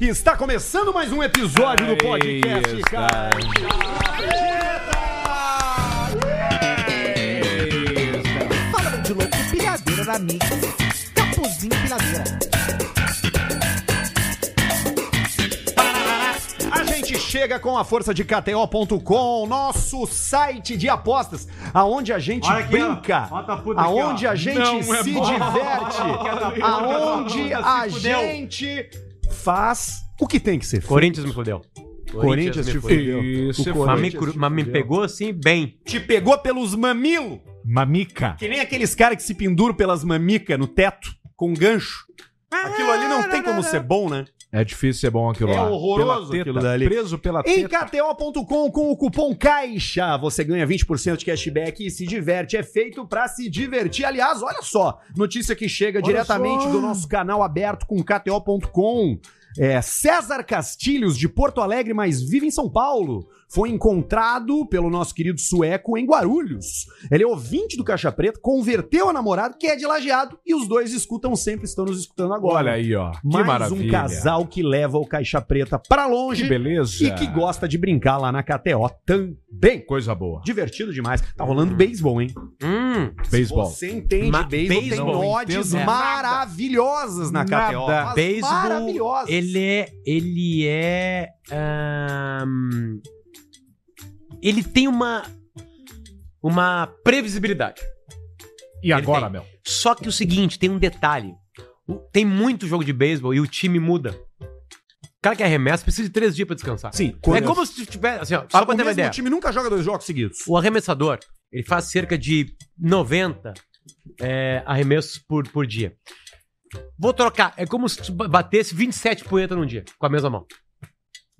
Está começando mais um episódio do podcast, Aí cara. Fala de louco, pilhadeira na mídia. Capuzinho, pilhadeira. A gente chega com a força de KTO.com, nosso site de apostas, aonde a gente Olha aqui, ó. brinca, Bota a puta aqui, aonde ó. a gente Não é se bom. diverte, aonde a gente faz o que tem que ser feito. Corinthians me fudeu. Corinthians te fudeu. Isso é O Mas me, Corinthians cru- te mas me fudeu. pegou assim bem. Te pegou pelos mamilos, Mamica. que nem aqueles caras que se penduram pelas mamicas no teto com gancho. Ah, Aquilo ali não tem como ser bom, né? É difícil ser bom aquilo É lá. horroroso Pela teta, aquilo dali. Preso pela Em teta. KTO.com, com o cupom CAIXA, você ganha 20% de cashback e se diverte. É feito pra se divertir. Aliás, olha só, notícia que chega diretamente do nosso canal aberto com KTO.com. É, César Castilhos, de Porto Alegre, mas vive em São Paulo. Foi encontrado pelo nosso querido sueco em Guarulhos. Ele é ouvinte do Caixa Preta, converteu a namorada, que é de lajeado, e os dois escutam sempre, estão nos escutando agora. Olha aí, ó. Que Mais maravilha. um casal que leva o Caixa Preta pra longe Que beleza. e que gosta de brincar lá na KTO também. Coisa boa. Divertido demais. Tá rolando beisebol, hein? Hum, Beisebol. Você entende Ma- beisebol, beisebol, tem não odds entendo maravilhosas na Nada. KTO. mas beisebol. maravilhosas. Ele é. Ele é. ahn, ele tem uma. Uma previsibilidade. E agora, tem. meu? Só que o seguinte, tem um detalhe. O- Tem muito jogo de beisebol e o time muda. O cara que arremessa precisa de três dias pra descansar. Sim, é quando- como se tivesse. Assim, ó, Ah, só pra o ter uma mesmo ideia. time nunca joga dois jogos seguidos. O arremessador, ele faz cerca de 90 é, arremessos por, por dia. Vou trocar. É como se tu ba- batesse 27 punheta num dia, com a mesma mão.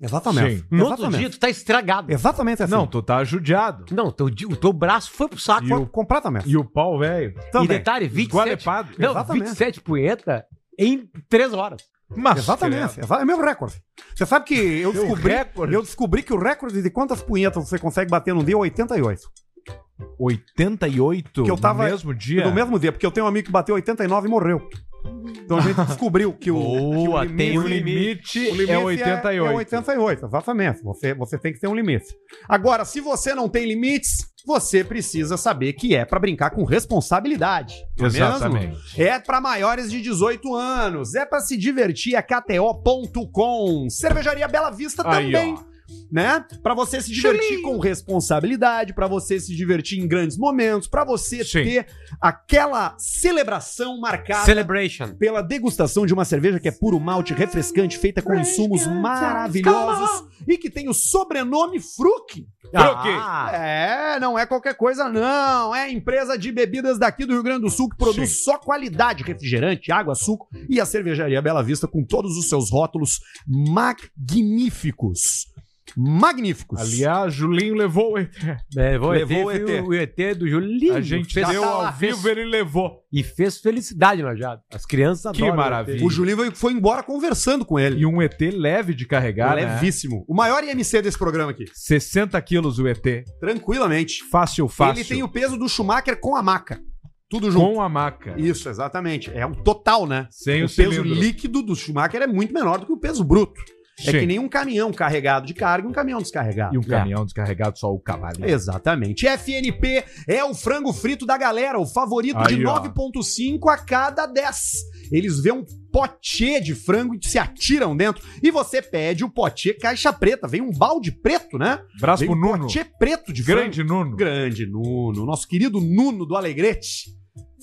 Exatamente. Sim. No outro Exatamente. dia, tu tá estragado. Exatamente assim. Não, tu tá judiado. Não, teu, di- o teu braço foi pro saco. E o- completamente. E o pau, velho. E Também. detalhe, 27... Esgualepado. Não, Exatamente. 27 punheta em 3 horas. Mas, Exatamente, credo. exa- é meu recorde. Você sabe que eu Teu descobri, recorde? eu descobri que o recorde de quantas punhetas você consegue bater num dia é 88. 88 Que eu tava- no mesmo dia. No mesmo dia, porque eu tenho um amigo que bateu 89 e morreu. Então a gente descobriu que o, Boa, que o tem O um limite. limite, é 88. É 88, exatamente. Você, você tem que ter um limite. Agora, se você não tem limites, você precisa saber que é pra brincar com responsabilidade. não é mesmo? Exatamente. É pra maiores de 18 anos. É pra se divertir. É KTO.com. Cervejaria Bela Vista Aí, também. ó. Né? Pra você se divertir com responsabilidade, pra você se divertir em grandes momentos, pra você Sim. ter aquela celebração marcada Celebration. pela degustação de uma cerveja que é puro malte, refrescante, feita com insumos maravilhosos e que tem o sobrenome Fruc. Ah, É, não é qualquer coisa, não. É a empresa de bebidas daqui do Rio Grande do Sul que produz só qualidade: refrigerante, água, suco e a cervejaria Bela Vista com todos os seus rótulos magníficos. Magníficos. Aliás, Julinho levou o ET. é, vou Levou ET, o foi ET. O ET do Julinho. A gente Fez- deu tá lá, ao vivo, fez- ele levou. E fez felicidade no Lajado. As crianças Que adoram o ET. maravilha. o Julinho foi- foi embora conversando com ele. E um ET leve de carregar, né? Levíssimo. O maior IMC desse programa aqui. 60 quilos o ET. Tranquilamente. Fácil, fácil. Ele tem um o peso do Schumacher com a maca. Tudo junto. Com a maca. Isso, exatamente. É o total, né? Sem o, o peso cilindro. líquido do Schumacher é muito menor do que o peso bruto. É Sim. que nem um caminhão carregado de carga e um caminhão descarregado. E um caminhão descarregado só o cavalo. Exatamente. FNP é o frango frito da galera, o favorito de Aí, ó. 9,5 a cada 10. Eles vê um potê de frango e se atiram dentro. E você pede o potê caixa preta. Vem um balde preto, né? Braço Vem pro um Nuno. potê preto de frango. Grande Nuno. Grande Nuno, nosso querido Nuno do Alegrete.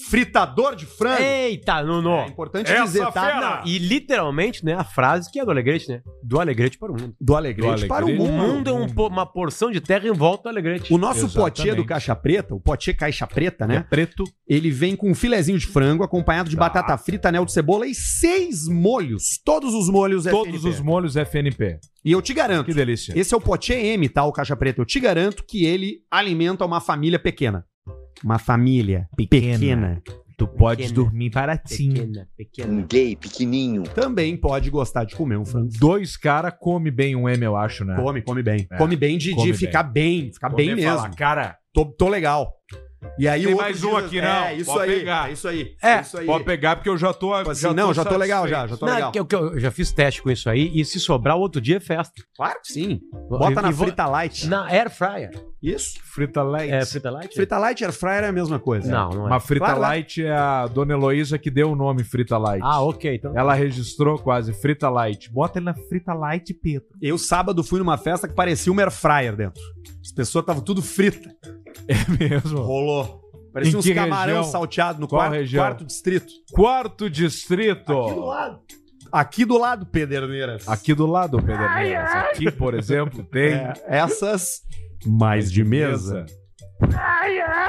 Fritador de frango. Eita, Nuno! É importante Essa dizer, tá? fera. Não, e literalmente, né, a frase que é do Alegrete, né? Do Alegrete para o mundo. Do Alegrete, Do Alegrete para o para O mundo. mundo é um po- uma porção de terra em volta do Alegrete. O nosso Exatamente. potê do Caixa Preta, o potê Caixa Preta, É né? preto. Ele vem com um filezinho de frango, acompanhado de Tá. batata frita, anel de cebola e seis molhos. Todos os molhos é Todos os molhos é FNP. E eu te garanto, Que delícia. esse é o potê M, tá? O Caixa Preta. Eu te garanto que ele alimenta uma família pequena. Uma família pequena. Pequena. Tu podes Pequena. dormir baratinho. pequena. Um gay pequenininho. Também pode gostar de comer um frango. Dois caras come bem um M, eu acho, né? Come, come bem. É, come bem de, come de ficar bem, ficar Poder bem mesmo. falar, cara, Tô, tô legal. E aí Tem o outro mais um aqui, não. É, isso Pode aí. pegar. É isso aí. É, isso aí. pode pegar porque eu já tô. Tipo assim, não, já tô legal já, já tô legal. Não, é que eu, que eu já fiz teste com isso aí e se sobrar outro dia é festa. Claro que sim. Bota E- na e vou- frita light. Na air fryer. Isso. Frita Light. É frita light? Frita light e air fryer é a mesma coisa. Não, não é. Mas Frita Claro, né? Light é a dona Heloísa que deu o nome Frita Light. Ah, ok. Então... Ela registrou quase Frita Light. Bota ele na Frita Light, Pedro. Eu sábado fui numa festa que parecia uma air fryer dentro. As pessoas estavam tudo frita. É mesmo. Rolou. Parecia Em uns que camarão região? salteado no Qual quarto, região? quarto distrito. Quarto distrito. lado. Aqui do lado, Pederneiras. Aqui do lado, Pedro. Mendes. Aqui, por exemplo, tem. É, essas mais de mesa.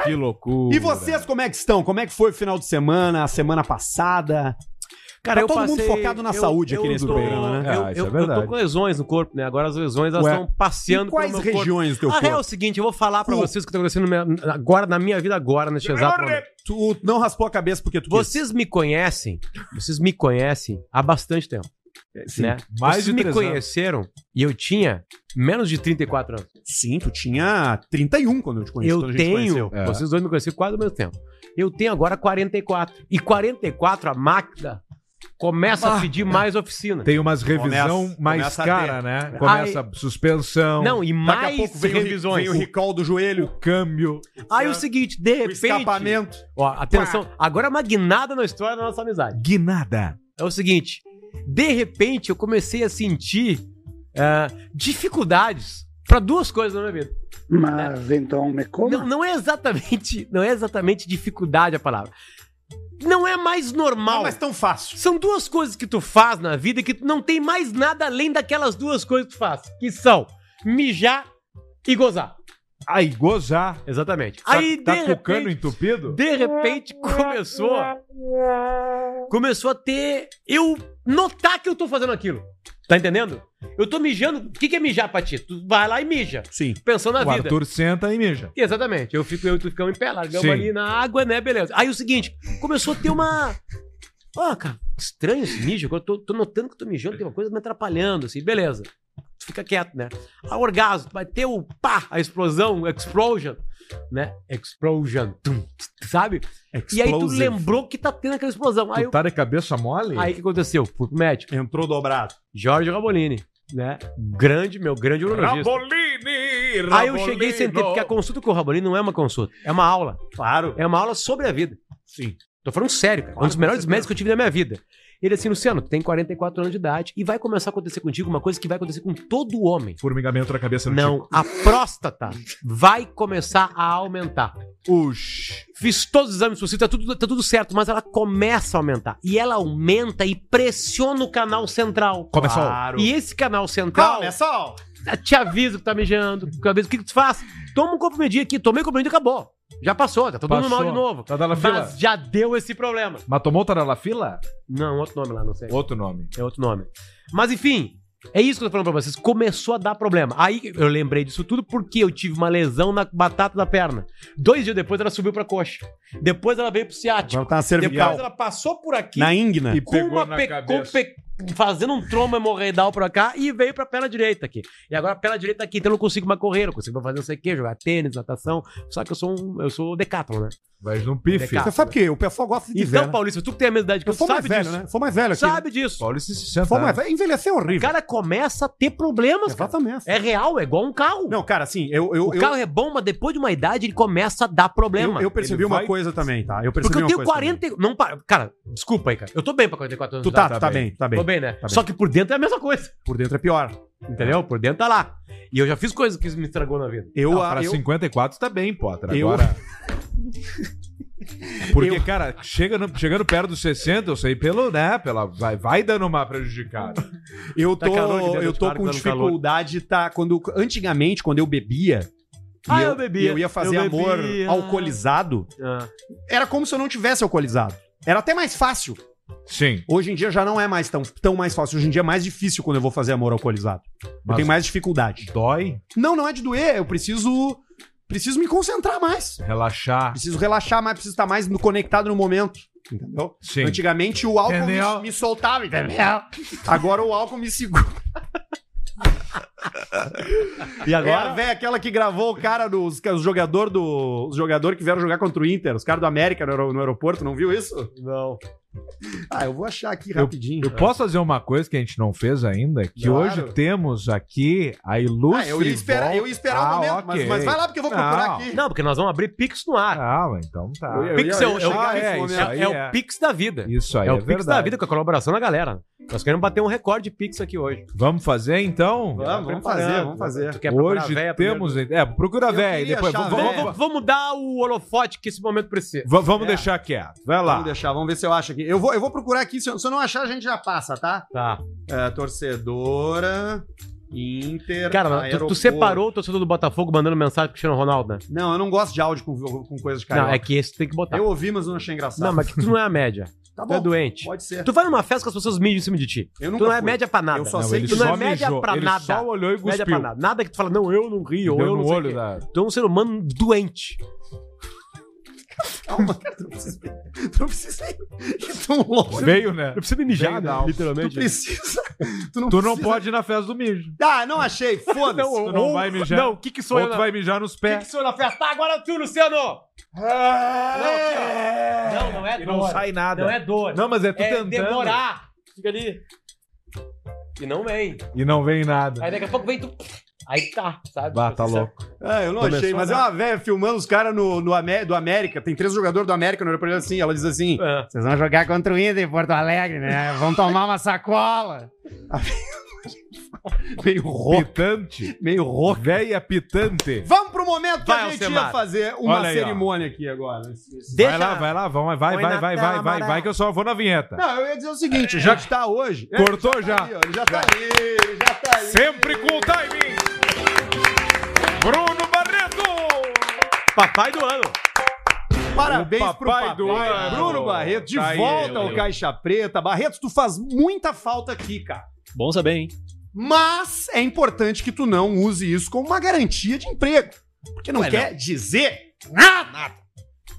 Que loucura. E vocês como é que estão? Como é que foi o final de semana, a semana passada? Tá todo mundo focado na saúde aqui nesse tô- programa, né? Eu, Ah, isso eu- é eu verdade. tô com lesões no corpo, né? Agora as lesões elas Ué, estão passeando Em quais pelo meu corpo. regiões do teu A corpo? real é o seguinte, eu vou falar pra Tu- vocês o que tá acontecendo na minha- agora, na minha vida agora, neste exato momento. Tu não raspou a cabeça porque tu Vocês me conhecem, vocês me conhecem há bastante tempo, quis. né? É, Tipo, mais vocês de me três conheceram e eu tinha menos de 34 anos. Sim, tu tinha 31 quando eu te conheci. eu quando a gente tenho, conheceu. É. vocês dois me conheceram quase ao mesmo tempo. Eu tenho agora 44. E 44 a máquina começa a pedir mais oficina. É. Tem umas revisão Ah. Começa- mais começa a cara, ter. né? Começa suspensão, Não, e Daqui a mais pouco vem o, re- revisões. vem o recall do joelho, o câmbio. Aí o seguinte, de o repente, escapamento. ó, atenção, agora é uma guinada na história da nossa amizade. Guinada. é o seguinte: de repente eu comecei a sentir ah, dificuldades para duas coisas na minha vida. Mas então me coma. Não, não é exatamente, não é exatamente dificuldade a palavra. Não é mais Não normal. é mais tão fácil. São duas coisas que tu faz na vida que tu não tem mais nada além daquelas duas coisas que tu faz, que são mijar e gozar. Aí, gozar. Exatamente. Tá- Aí tá de com o cano repente- entupido? de repente começou começou a ter eu notar que eu tô fazendo aquilo. Tá entendendo? Eu tô mijando. O que, que é mijar pra ti? Tu vai lá e mija, Sim. pensando na o vida. Arthur senta e mija. Exatamente. Eu fico eu e tu ficamos em pé, largamos Sim. ali na água, né? Beleza. Aí o seguinte, começou a ter uma Ó, cara, estranho esse mijo, eu tô, tô notando que eu tô mijando, tem uma coisa me atrapalhando, assim, beleza. Tu fica quieto, né? A orgasmo, vai ter o pá, a explosão, o explosion, né? Explosion, tum, sabe? E aí tu Explosive. lembrou que tá tendo aquela explosão. Aí, Tu eu- tá de cabeça mole? aí o que aconteceu? Fui pro médico. Entrou dobrado. Jorge Rabolini, né? Grande, meu grande urologista. Rabolini, Aí eu cheguei e sentei, porque a consulta com o Rabolini não é uma consulta, é uma aula. Claro. É uma aula sobre a vida. Sim. Tô falando sério, cara. Um dos com melhores certeza. médicos que eu tive na minha vida. Ele assim, Luciano, tu tem 44 anos de idade e vai começar a acontecer contigo uma coisa que vai acontecer com todo homem. Formigamento na cabeça do Não, a próstata vai começar a aumentar. Ux. Fiz todos os exames possíveis, tá tudo, tá tudo certo, mas ela começa a aumentar. E ela aumenta e pressiona o canal central. Começou. Claro. E esse canal central Calma, é só. te avisa que tá mijando, que avisa o que, que tu faz. Toma um comprimido aqui, tomei um comprimido e acabou. Já passou, tá todo mundo Passou. mal de novo. Tá dando a fila. Mas já deu esse problema. Mas tomou tá na fila? Não, outro nome lá, não sei. Outro nome. É outro nome. Mas enfim, é isso que eu tô falando pra vocês. Começou a dar problema. Aí eu lembrei disso tudo porque eu tive uma lesão na batata da perna. Dois dias depois ela subiu pra coxa. Depois ela veio pro ciático. Agora tá na cervical. Depois ela passou por aqui. Na íngna. E com pegou uma na pe- cabeça. com pe- Fazendo um trombo hemorroidal pra cá e veio pra perna direita aqui. E agora a perna direita aqui, então eu não consigo mais correr, não consigo mais fazer não sei o quê, jogar tênis, natação. Só que eu sou um. Eu sou decátlon, né? Vai num pife. Decathlon. Você sabe que o pessoal gosta de Então, ver, né? Paulista, tu que tem a mesma idade que eu, Eu sou mais sabe velho, disso. né? Sou mais velho aqui. Sabe disso. Paulista se senta. né? Sou mais velho. Envelheceu O horrível. cara é começa a ter problemas, cara. Exatamente. É real, é igual um carro. Não, cara, assim, eu, eu, o eu, carro é bom, mas depois de uma idade ele começa a dar eu, um problema. eu percebi Ele uma vai- coisa também, tá? Eu percebi Porque eu uma tenho coisa 40. e- Não, para- cara, desculpa aí, cara. Eu tô bem pra 44 também. anos. Tu de tá, idade. tá, tá bem, tá bem. Tô bem, né? bem. Só que por dentro é a mesma coisa. Por dentro é pior. Entendeu? Por dentro tá lá. E eu já fiz coisas que me estragou na vida. Eu, Eu, ah, pra eu, 54 tá bem, Potter. Eu- Agora. Porque, cara, chega no- chegando perto dos 60, eu sei pelo, né? Pela, vai, vai dando uma prejudicada. Eu Tá tô, calor aqui dentro eu do tô quarto, com tá no dificuldade, tá? Quando, antigamente, quando eu bebia. e Ah, eu bebia, Eu ia fazer eu amor bebia. alcoolizado. Ah, Era como se eu não tivesse alcoolizado. Era até mais fácil. Sim. Hoje em dia já não é mais tão, tão mais fácil. Hoje em dia é mais difícil quando eu vou fazer amor alcoolizado. Eu Mas- tenho mais dificuldade. Dói, Não, não é de doer. Eu preciso. Preciso me concentrar mais. relaxar. Preciso relaxar mais, preciso estar mais no- conectado no momento. Entendeu? Sim. Antigamente o álcool Entendeu? me, me soltava, entendeu? Agora o álcool me segura. E Agora, velho, É, aquela que gravou o cara dos os jogador do os jogador que vieram jogar contra o Inter, os caras do América no, aer- no aeroporto, não viu isso? Não. Ah, eu vou achar aqui Eu- rapidinho. Eu posso fazer uma coisa que a gente não fez ainda? Que Claro. hoje temos aqui a ilustre. Ah, eu ia esperar, eu ia esperar Ah, o momento, mas, ok. mas vai lá porque eu vou procurar Não. aqui. Não, porque nós vamos abrir Pix no ar. Ah, mas então tá. Eu ia- Pix é o- é o- chegar Ah, nesse é, momento. isso aí É, é o Pix da vida. Isso aí, É o é Pix da verdade. vida com a colaboração da galera. Nós queremos bater um recorde de Pix aqui hoje. Tá Vamos fazer então? Vamos, vamos fazer, vamos fazer. Tu quer procurar a Hoje véia temos. primeiro? É, procura a Eu véia e queria depois. achar Vamos, a vamos, véia. vamos- Vamos, vamos dar o holofote que esse momento precisa. vamos- vamos É. deixar quieto. Vai lá. Vamos deixar, vamos ver se eu acho aqui. Eu vou, eu vou procurar aqui, se eu, se eu não achar, a gente já passa, tá? Tá. É, torcedora, Inter, Cara, tu- tu, aeroporto. separou o torcedor do Botafogo mandando mensagem pro Cristiano Ronaldo, né? Não, eu não gosto de áudio com, com coisa de Não, carioca. é que esse tem que botar. Eu ouvi, mas não achei engraçado. Não, mas que tu não é a média. tá tu é doente. Pode ser. Tu vai numa festa que as pessoas mijam em cima de ti. Eu Tu não é fui. média pra nada. Eu só Não, sei ele que só não é média mijou, pra ele nada. Só olhou e média pra cuspiu. nada. Nada que tu fala, não, eu não rio, ou Deu eu no não sei olho o quê. da. Tu é um ser humano doente. Calma, cara, tu não precisa, tu não precisa ir ir tão longe. Veio, né? Eu preciso me mijar, Bem, né? não. Tu literalmente. precisa. Tu não, Tu não precisa- pode ir na festa do mijo. Ah, não achei. Foda-se. Não, tu não ou- vai mijar. Não, o que que sou Ou eu tu na- vai mijar nos O que pés. que sou na festa? Ah, agora tu, Luciano! Não, não é E não sai nada. Não é dor. Não, mas é tu tentando. demorar. Fica ali. E não vem. E não vem nada. Aí né, daqui a pouco vem tu. Aí tá, sabe? Bah, tá louco. Ah, eu não Começou achei. Mas é a uma velha filmando os caras no, no Amé- do América. Tem três jogadores do América no aeroporto assim. Ela diz assim: É. Vocês vão jogar contra o Inter em Porto Alegre, né? Vão tomar uma sacola. meio rouco. Pitante. Meio rouco. Véia pitante. Vamos pro momento que Vai, a gente Alcemar. ia fazer uma Olha aí, ó. cerimônia aqui agora. Esse- esse- Deixa- Vai lá, vai lá, vamos, vai, Põe vai, na vai, tela, vai, vai, vai, Amaral. que eu só vou na Tá. vinheta. Não, eu ia dizer o É. seguinte: já que tá hoje. Cortou já. Aí, ó, Ele já tá aí, ele já tá aí. Sempre com o timing. Bruno Barreto. Papai do ano. Parabéns O pro papai papai, do ano. Bruno Barreto, de Tá aí, volta meu ao Deus. Caixa Preta. Barreto, tu faz muita falta aqui, cara. Bom saber, hein? Mas é importante que tu não use isso como uma garantia de emprego. Porque não Ué, quer dizer nada.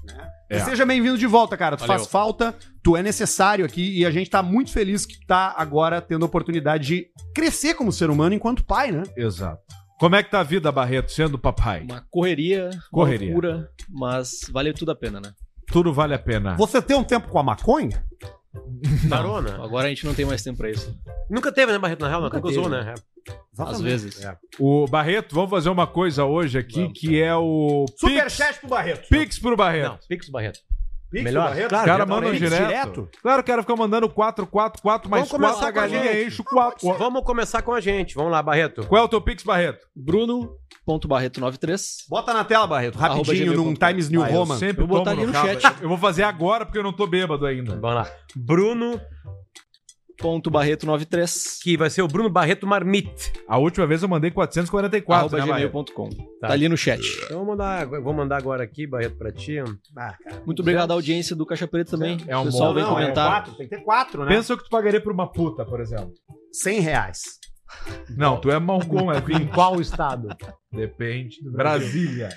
Né? É. E Seja bem-vindo de volta, cara. Tu Valeu. faz falta, tu é necessário aqui e a gente tá muito feliz que tu tá agora tendo a oportunidade de crescer como ser humano enquanto pai, né? Exato. Como é que tá a vida, Barreto, sendo papai? Uma correria, Correria. uma loucura, mas valeu tudo a pena, né? Tudo vale a pena. Você tem um tempo com a maconha? Carona. Agora a gente não tem mais tempo pra isso, Nunca teve, né, Barreto? Na real, nunca, Nunca nunca usou, teve. né? às vezes. É. O Barreto, vamos fazer uma coisa hoje aqui, Vamos. que é o Pix, Superchat pro Barreto. Pix pro Barreto. Não, Pix Barreto. Pix Melhor. Barreto? O Claro, tá cara direto manda ao um Pix, direto. direto? Claro, o cara fica mandando 4, 4, 4, mais Vamos começar 4, a com a galinha gente. enche o 4. Vamos começar com a gente. Vamos lá, Barreto. Qual é o teu Pix, Barreto? Bruno.barreto93. Bota na tela, Barreto, rapidinho, gmail num ponto com. Times New Ah, eu Roman. Sempre vou botar tomo ali no rabo. chat. Eu vou fazer agora porque eu não tô bêbado ainda. Vamos lá. Bruno, Barreto93. que vai ser o Bruno Barreto Marmite. A última vez eu mandei Arroba 444, né, Barreto? gmail.com. Tá ali no chat. Então eu vou mandar, eu vou mandar agora aqui, Barreto, pra ti. Ah, Muito obrigado à audiência do Caixa Preta também. É um o pessoal bom- vem não, é comentar. quatro, tem que ter quatro, né? Pensa o que tu pagaria por uma puta, por exemplo. 100 reais. Não, tu é malcom, é 20. qual estado? Depende. Brasília.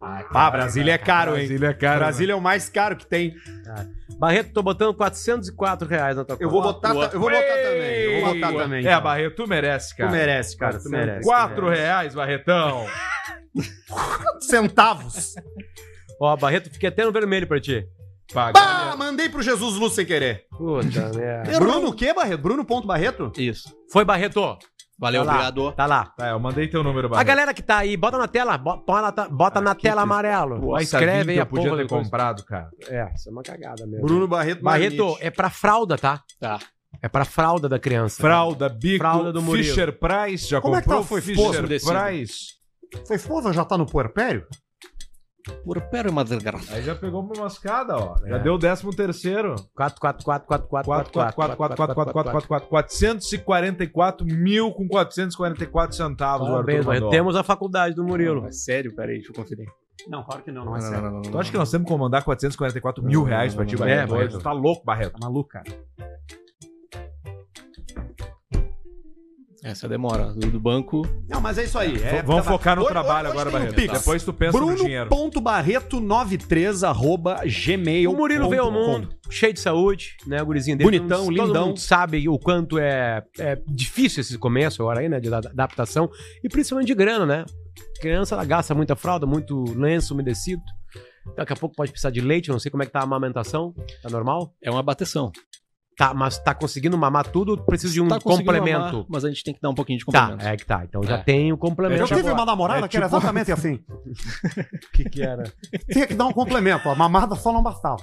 Ah, Brasília é caro, hein? Brasília é caro. Brasília é o mais caro que tem. né? É. Barreto, tô botando 404 reais na tua Eu vou botar, ta- eu vou botar também. Eu vou botar Boa. também. É, então. Barreto, tu merece, Tu cara. merece, cara. Tu merece. Quatro reais, Barretão. centavos. Ó, Barreto, fiquei até no vermelho pra ti. Paga. Pá, mandei pro Jesus Luz sem querer. É Puta merda. Bruno o quê, Barreto? Bruno ponto Barreto? Isso. Foi, Barreto. Valeu, Vai lá. obrigado. Tá lá. Tá, eu mandei teu número, A Barreto. galera que tá aí, bota na tela. bo- Põe na ta- Ah, Bota na tela amarelo. Nossa, Escreve aí vinho a que eu podia porra ter da coisa. comprado, cara. É, isso é uma cagada mesmo. Bruno Barreto Barreto, Marmite. é pra fralda, tá? Tá. É pra fralda da criança. Fralda, bico, Fralda do Murilo. Fisher Price. Já Como é que comprou ela foi Fisher esposa desse? Price? Sua esposa já tá no puerpério? Puerpero e madrugada. Aí já pegou uma mascada, ó. Já deu o décimo terceiro. 4, 4, 4, 4, 4, 4, 4, 4, 4, 4, 4, 4, 4, 4, 444 mil com 444 centavos. o Arthur mandou. Temos a faculdade do Murilo. É sério, peraí, deixa eu conferir. Não, claro que não, não é sério. Tu acha que nós temos que comandar 444 mil reais pra ti, Barreto? Barreto. Tu tá louco, Barreto. Tá maluco, cara. Essa demora. Do, do banco. Não, mas é isso aí. Fo- É, Vamos tá- focar no Hoje- trabalho hoje agora, tem o Barreto. Pix. Depois tu pensa no dinheiro. Bruno.barreto93 arroba gmail. O Murilo veio ao mundo, cheio de saúde, né? O gurizinho dele. Bonitão, todo lindão. Todo mundo sabe o quanto é, é difícil esse começo agora aí, né? De ad- adaptação. E principalmente de grana, né? Criança, ela gasta muita fralda, muito lenço umedecido. Daqui a pouco pode precisar de leite, eu não sei como é que tá a amamentação. Tá normal? É uma bateção. Tá, mas tá conseguindo mamar tudo ou precisa de um Tá conseguindo complemento? amar, mas a gente tem que dar um pouquinho de Tá, complemento. é que tá. Então já É. tem o Eu complemento. tive uma namorada que era exatamente assim. O que que era? Tinha que dar um complemento. A mamada só não bastava.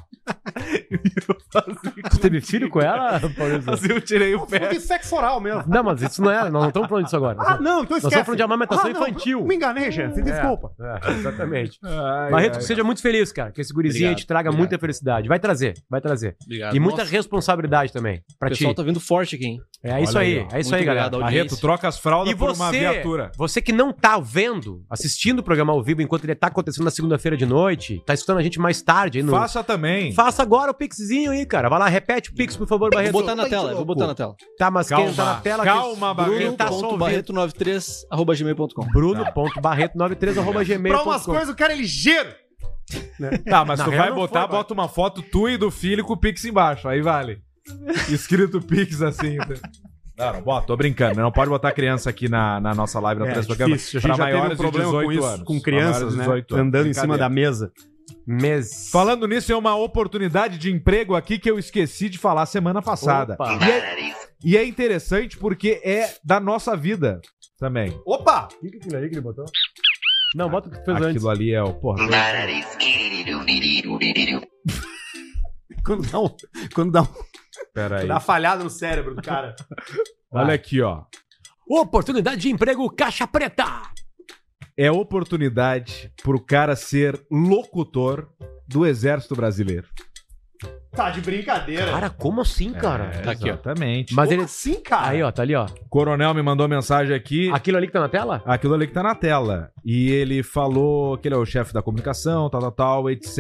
Tu teve filho com ela? Assim eu tirei o Foi pé. de sexo oral mesmo. Não, mas isso não é. Nós não estamos falando disso agora. Ah, não, então Nós esquece. estamos falando de amamentação Ah, não, infantil. Me enganei, gente. Desculpa. É, exatamente. Ai, Barreto, ai. que seja muito feliz, cara. Que esse gurizinho Obrigado, te traga obrigado. muita felicidade. Vai trazer, vai trazer. Obrigado. E muita Nossa, responsabilidade também. Pra O ti. pessoal tá vindo forte aqui, hein? É isso Olha aí, aí, ó. é Muito isso aí, galera. obrigado, Barreto, audiência. troca as fraldas E por uma você, viatura. você que não tá vendo, assistindo o programa ao vivo enquanto ele tá acontecendo na segunda-feira de noite, tá escutando a gente mais tarde aí no. Faça também. Faça agora o pixzinho aí, cara. Vai lá, repete o pix, por favor, Vou Barreto. botar na tela, vou botar na tela. Tá, mas Calma, quem tá na tela calma, Barreto. Quem tá só ouvindo. Barreto93 arroba gmail.com. Bruno.barreto93 arroba Pra umas gmail.com. coisas, o cara é ligeiro. Né? Tá, mas Na tu real, vai não botar, foi, bota uma foto tu e do filho com o Pix embaixo. Aí vale. Escrito Pix assim. Não, não, bota, tô brincando. Não pode botar criança aqui na, na nossa live, na É, transmissão. difícil. A gente já teve um problema com isso, com crianças, né? Andando em cima da mesa. Mês. Falando nisso, é uma oportunidade de emprego aqui que eu esqueci de falar semana passada. Opa. E é, e é interessante porque é da nossa vida também. Opa! Não, bota o que tu fez antes. Aquilo ali é o. Porra, Quando dá, um, quando dá, um, peraí. dá falhada no cérebro do cara. Olha aqui, ó. Oportunidade de emprego Caixa Preta. é oportunidade pro cara ser locutor do Exército Brasileiro. Tá de brincadeira. Cara, como assim, cara? É, tá aqui, ó. exatamente. Mas ele. assim, cara? Aí, ó, tá ali, ó. O coronel me mandou mensagem aqui. Aquilo ali que tá na tela? Aquilo ali que tá na tela. E ele falou que ele é o chefe da comunicação, tal, tal, tal, etc.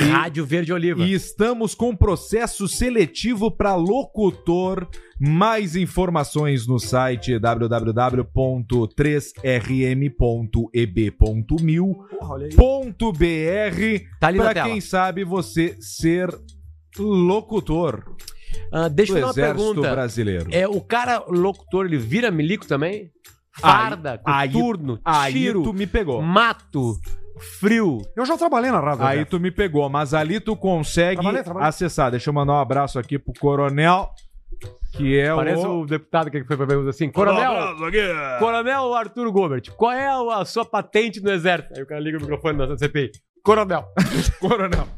E, Rádio Verde Oliva. e estamos com processo seletivo para locutor. Mais informações no site www.3rm.eb.mil.br. Porra, olha aí. Tá ali na Pra tela. quem sabe você ser locutor Ah, deixa do eu fazer uma Exército pergunta. Brasileiro. É, o cara locutor, ele vira milico também? Farda, aí- coturno, Aí tu tiro, me pegou. mato, frio. Eu já trabalhei na rádio. Aí já. tu me pegou, mas ali tu consegue Trabalhei, trabalhei. acessar. Deixa eu mandar um abraço aqui pro Coronel, que é Parece o... o deputado que foi pra pergunta assim: Coronel, Coronel Arthur Gobert, qual é a sua patente no exército? Aí o cara liga o microfone na CPI. Coronel. Coronel.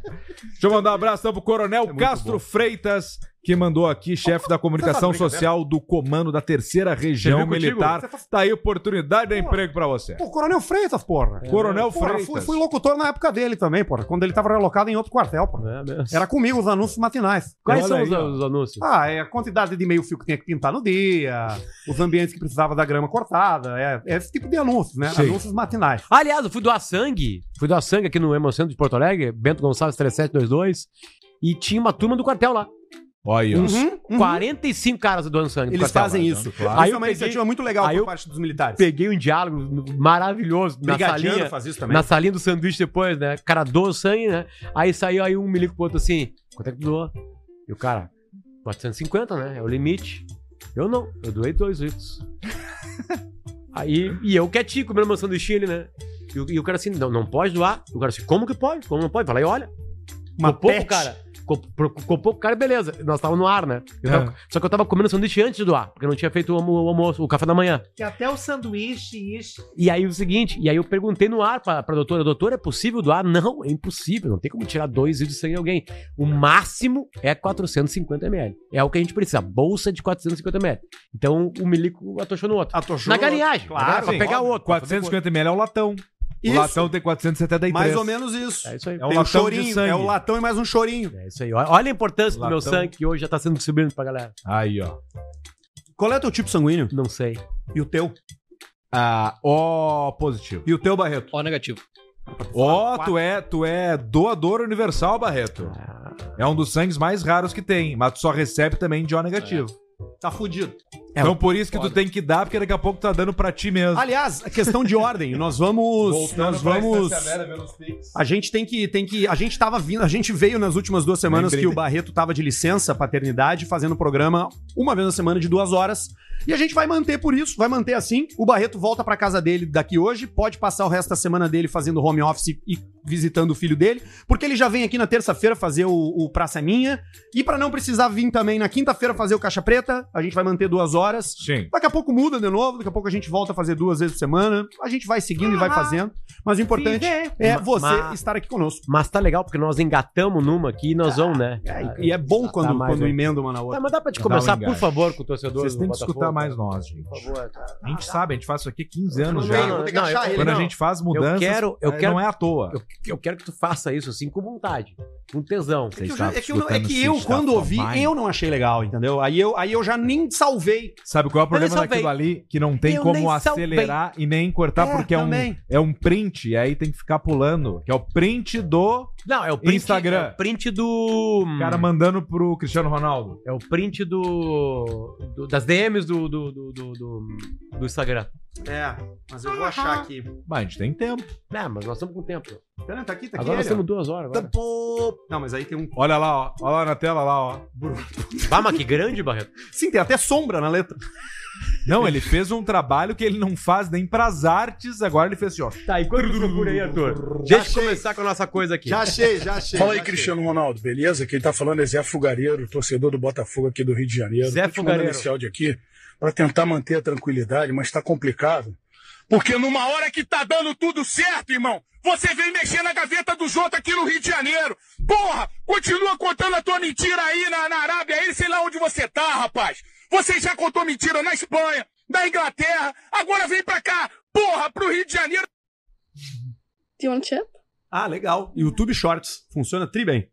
Deixa eu mandar um abraço então, pro É Coronel Castro Freitas, que mandou aqui, chefe da comunicação Você tá de social do Comando da Terceira Região Você veio contigo? Militar. Você tá- Tá aí oportunidade de emprego pra você. Pô, Coronel Freitas, porra. Coronel Porra, Freitas. fui, fui locutor na época dele também, porra. Quando ele tava relocado em outro quartel, porra. Era comigo os anúncios matinais. Quais Olha são aí, os, ó. os anúncios? Ah, é a quantidade de meio fio que tinha que pintar no dia, os ambientes que precisava da grama cortada, é, é esse tipo de anúncios, né? Sim. Anúncios matinais. Aliás, eu fui doar sangue. Fui doar sangue aqui no Hemocentro de Porto Alegre, Bento Gonçalves 3722. E tinha uma turma do quartel lá. Olha aí, ó. Uns uhum. 45 caras doando sangue. pro Eles quartel fazem lá. isso. claro. Isso Aí é eu uma peguei- iniciativa muito legal aí por eu parte dos militares. Peguei um diálogo maravilhoso na salinha, faz isso na salinha do sanduíche depois, né? O cara doou sangue, né? Aí saiu aí um milico pro outro assim: quanto é que tu doou? E o cara, 450, né? É o limite. Eu não, eu doei dois litros. aí, e eu quietinho comendo meu sanduíche ali, né? E, o- e o cara assim, não, não pode doar. E o cara assim, como que pode? Como não pode? Falei, olha. Uma Copou pet. pro cara. Cop- pro- Copou pro cara, beleza. Nós tava no ar, né? Eu É. tava- Só que eu tava comendo sanduíche antes do ar, porque eu não tinha feito o, almo- o almoço, o café da manhã. E até o sanduíche, isso. E aí o seguinte, e aí eu perguntei no ar pra, pra doutora, doutora, é possível doar? Não, é impossível, não tem como tirar dois litros de sangue de alguém. O máximo é 450 ml. É o que a gente precisa, a bolsa de 450 ml. Então o milico atochou no outro. Atochou na no outro, galinhagem, claro, na galinhagem, pra sim. pegar o outro. pra fazer o outro. 450 ml é o latão. O Isso. latão tem 473. Mais ou menos isso. É isso aí. É um Tem um latão de chorinho, sangue. é o latão e mais um chorinho. É isso aí. Olha olha a importância do meu Latão. sangue que hoje já tá sendo subindo pra galera. Aí, ó. Qual é o teu tipo sanguíneo? Não sei. E o teu? Ah, ó positivo. E o teu, Barreto? Ó negativo. Ó, tu é, tu é doador universal, Barreto. É um dos sangues mais raros que tem, mas tu só recebe também de O negativo. Tá fudido. então por isso que tu foda. tem que dar, porque daqui a pouco tu tá dando pra ti mesmo. Aliás, a questão de ordem, nós vamos. nós vamos. A gente tem que, tem que. A gente tava vindo, a gente veio nas últimas duas semanas Lembrei. que o Barreto tava de licença, paternidade, fazendo programa uma vez na semana de duas horas. E a gente vai manter por isso, vai manter assim. O Barreto volta pra casa dele daqui hoje, pode passar o resto da semana dele fazendo home office e visitando o filho dele, porque ele já vem aqui na terça-feira fazer o, o Praça Minha. E pra não precisar vir também na quinta-feira fazer o Caixa Preta, a gente vai manter duas horas. Sim. Daqui a pouco muda de novo, daqui a pouco a gente volta a fazer duas vezes por semana. A gente vai seguindo e vai fazendo. Mas o importante é Ma- você ma- estar aqui conosco. Mas tá legal, porque nós engatamos numa aqui e nós vamos, né? É, e é bom tá quando, mais, quando né? emenda uma na outra. Ah, mas dá pra te Dá começar, um por engate. favor, com o torcedor Vocês do têm que escutar Botafogo, né? mais cara. nós, gente. Por favor, cara. A gente sabe, a gente faz isso aqui há 15 anos Não, já. não, ter que achar eu- ele, Quando a não. gente faz mudanças, quero- eu eh, quero- não é à toa. Eu, eu quero que tu faça isso assim com vontade, com tesão. É que eu, Vocês já- é que eu não- é escutando tá que se eu, está quando ouvi, tomando. eu não achei legal, entendeu? Aí eu, aí eu já nem salvei. Sabe qual é o problema nem salvei. daquilo ali? Que não tem Eu nem como salvei. acelerar e nem cortar, É, porque é um, também. é um print, e aí tem que ficar pulando. Que é o print do Não, é o print, Instagram. É o print do. cara mandando pro Cristiano Ronaldo. É o print do. do- das DMs do, do, do, do, do- do Instagram. É, mas eu vou achar aqui. Mas a gente tem tempo. Não, Ah, mas nós estamos com tempo. Tá tá aqui, tá aqui. Agora nós ele, ó. temos duas horas. Tá, Agora. pô. Não, mas aí tem um. Olha lá, ó. Olha lá na tela lá, ó. Vá, mas que grande, Barreto. Sim, tem até sombra na letra. Não, ele fez um trabalho que ele não faz nem pras artes, agora ele fez assim, ó. Tá, e quando tu procura aí, Arthur? Deixa eu começar com a nossa coisa aqui. achei, já achei. Fala aí, Cristiano Ronaldo, beleza? Quem tá falando é Zé Fugareiro, torcedor do Botafogo aqui do Rio de Janeiro. Zé Tô te mandando Fugareiro. esse áudio aqui para tentar manter a tranquilidade, mas tá complicado. Porque numa hora que tá dando tudo certo, irmão, você vem mexer na gaveta dos outros aqui no Rio de Janeiro. Porra, continua contando a tua mentira aí na, na Arábia, aí sei lá onde você tá, rapaz. Você já contou mentira na Espanha, na Inglaterra, agora vem pra cá, porra, pro Rio de Janeiro. Do um you want a chip? Ah, legal. YouTube Shorts. Funciona tri bem.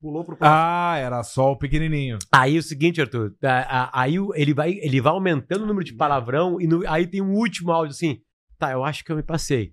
Pulou pro Ah, era só o pequenininho. Aí é o seguinte, Arthur, tá, a- aí o- ele vai, ele vai aumentando o número de palavrão e no- aí tem um último áudio assim, tá, eu acho que eu me passei.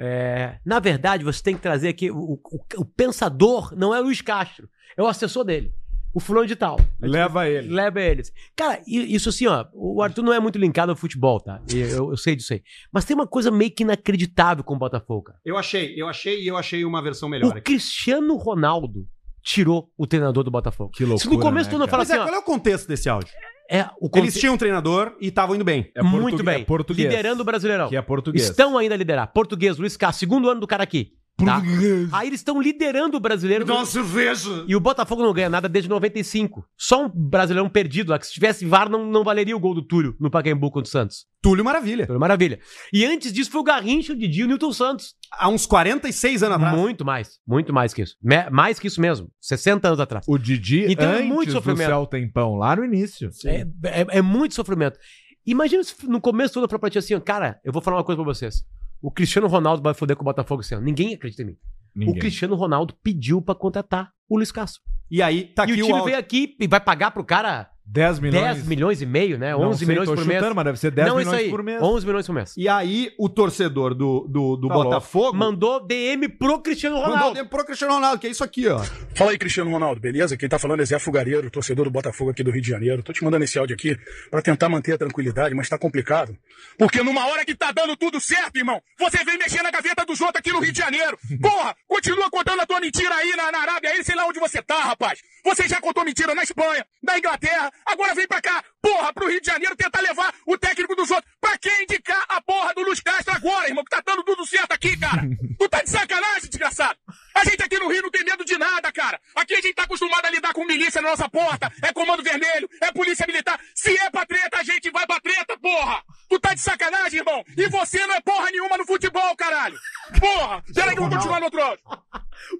É, na verdade, você tem que trazer aqui, o, o- o pensador não é o Luiz Castro, é o assessor dele, o fulano de tal. Leva ele. Leva eles. Cara, i- isso assim, ó. O Arthur não é muito linkado ao futebol, tá? E Eu, eu sei disso aí. Mas tem uma coisa meio que inacreditável com o Botafogo, cara. Eu achei, eu achei e eu achei uma versão melhor O aqui. Cristiano Ronaldo tirou o treinador do Botafogo. Que Se no começo tu não fala Mas assim, é, ó, qual é o contexto desse áudio? é, o Eles tinham um treinador e estavam indo bem. É português- Muito bem. É português. Liderando o Brasileirão. Que é português. Estão ainda a liderar. Português, Luiz Castro, segundo ano do cara aqui. Tá? Aí eles estão liderando o brasileiro. cerveja! E o Botafogo não ganha nada desde 95. Só um brasileirão perdido lá, que se tivesse VAR não, não valeria o gol do Túlio no Pacaembu contra o Santos. Túlio Maravilha. Então, maravilha. E antes disso foi o Garrincha, o Didi e o Newton Santos. Há uns 46 anos atrás. Muito mais. Muito mais que isso. Me- mais que isso mesmo. 60 anos atrás. O Didi Então é antes muito do sofrimento. Céu Tempão, lá no início. É, é- é muito sofrimento. Imagina se no começo toda pra ti assim, ó, cara, eu vou falar uma coisa pra vocês. O Cristiano Ronaldo vai foder com o Botafogo esse ano. Ninguém acredita em mim. O Ninguém. Cristiano Ronaldo pediu pra contratar o Luiz Castro. E aí, tá e o aqui o, time áudio. veio aqui e vai pagar pro cara 10 milhões. 10 milhões e meio, É né? Não 11 sei, milhões tô por chutando, mês. mas deve ser 10 Não, isso milhões aí. por mês. 11 milhões por mês. E aí, o torcedor do, do, do Tá louco. Botafogo Mandou DM pro Cristiano mandou o Ronaldo. tempo pro Cristiano Ronaldo, que é isso aqui, ó. Fala aí, Cristiano Ronaldo, beleza? Quem tá falando é Zé Fugareiro, torcedor do Botafogo aqui do Rio de Janeiro. Tô te mandando esse áudio aqui pra tentar manter a tranquilidade, mas tá complicado. Porque numa hora que tá dando tudo certo, irmão, você vem mexer na gaveta dos outros aqui no Rio de Janeiro. Porra, continua contando a tua mentira aí na, na Arábia, aí sei lá onde você tá, rapaz. Você já contou mentira na Espanha, na Inglaterra, agora vem pra cá, porra, pro Rio de Janeiro tentar levar o técnico dos outros. Pra quem indicar a porra do Luiz Castro agora, irmão, que tá dando tudo certo aqui, cara? Tu tá de sacanagem, desgraçado. A gente aqui no Rio não tem medo de nada, cara. Aqui a gente tá acostumado a lidar com milícia na nossa porta. É comando vermelho, é polícia militar. Se é pra treta, a gente vai pra treta, porra. Tu tá de sacanagem, irmão. E você não é porra nenhuma no futebol, caralho. Porra. Peraí que eu vou continuar no outro áudio.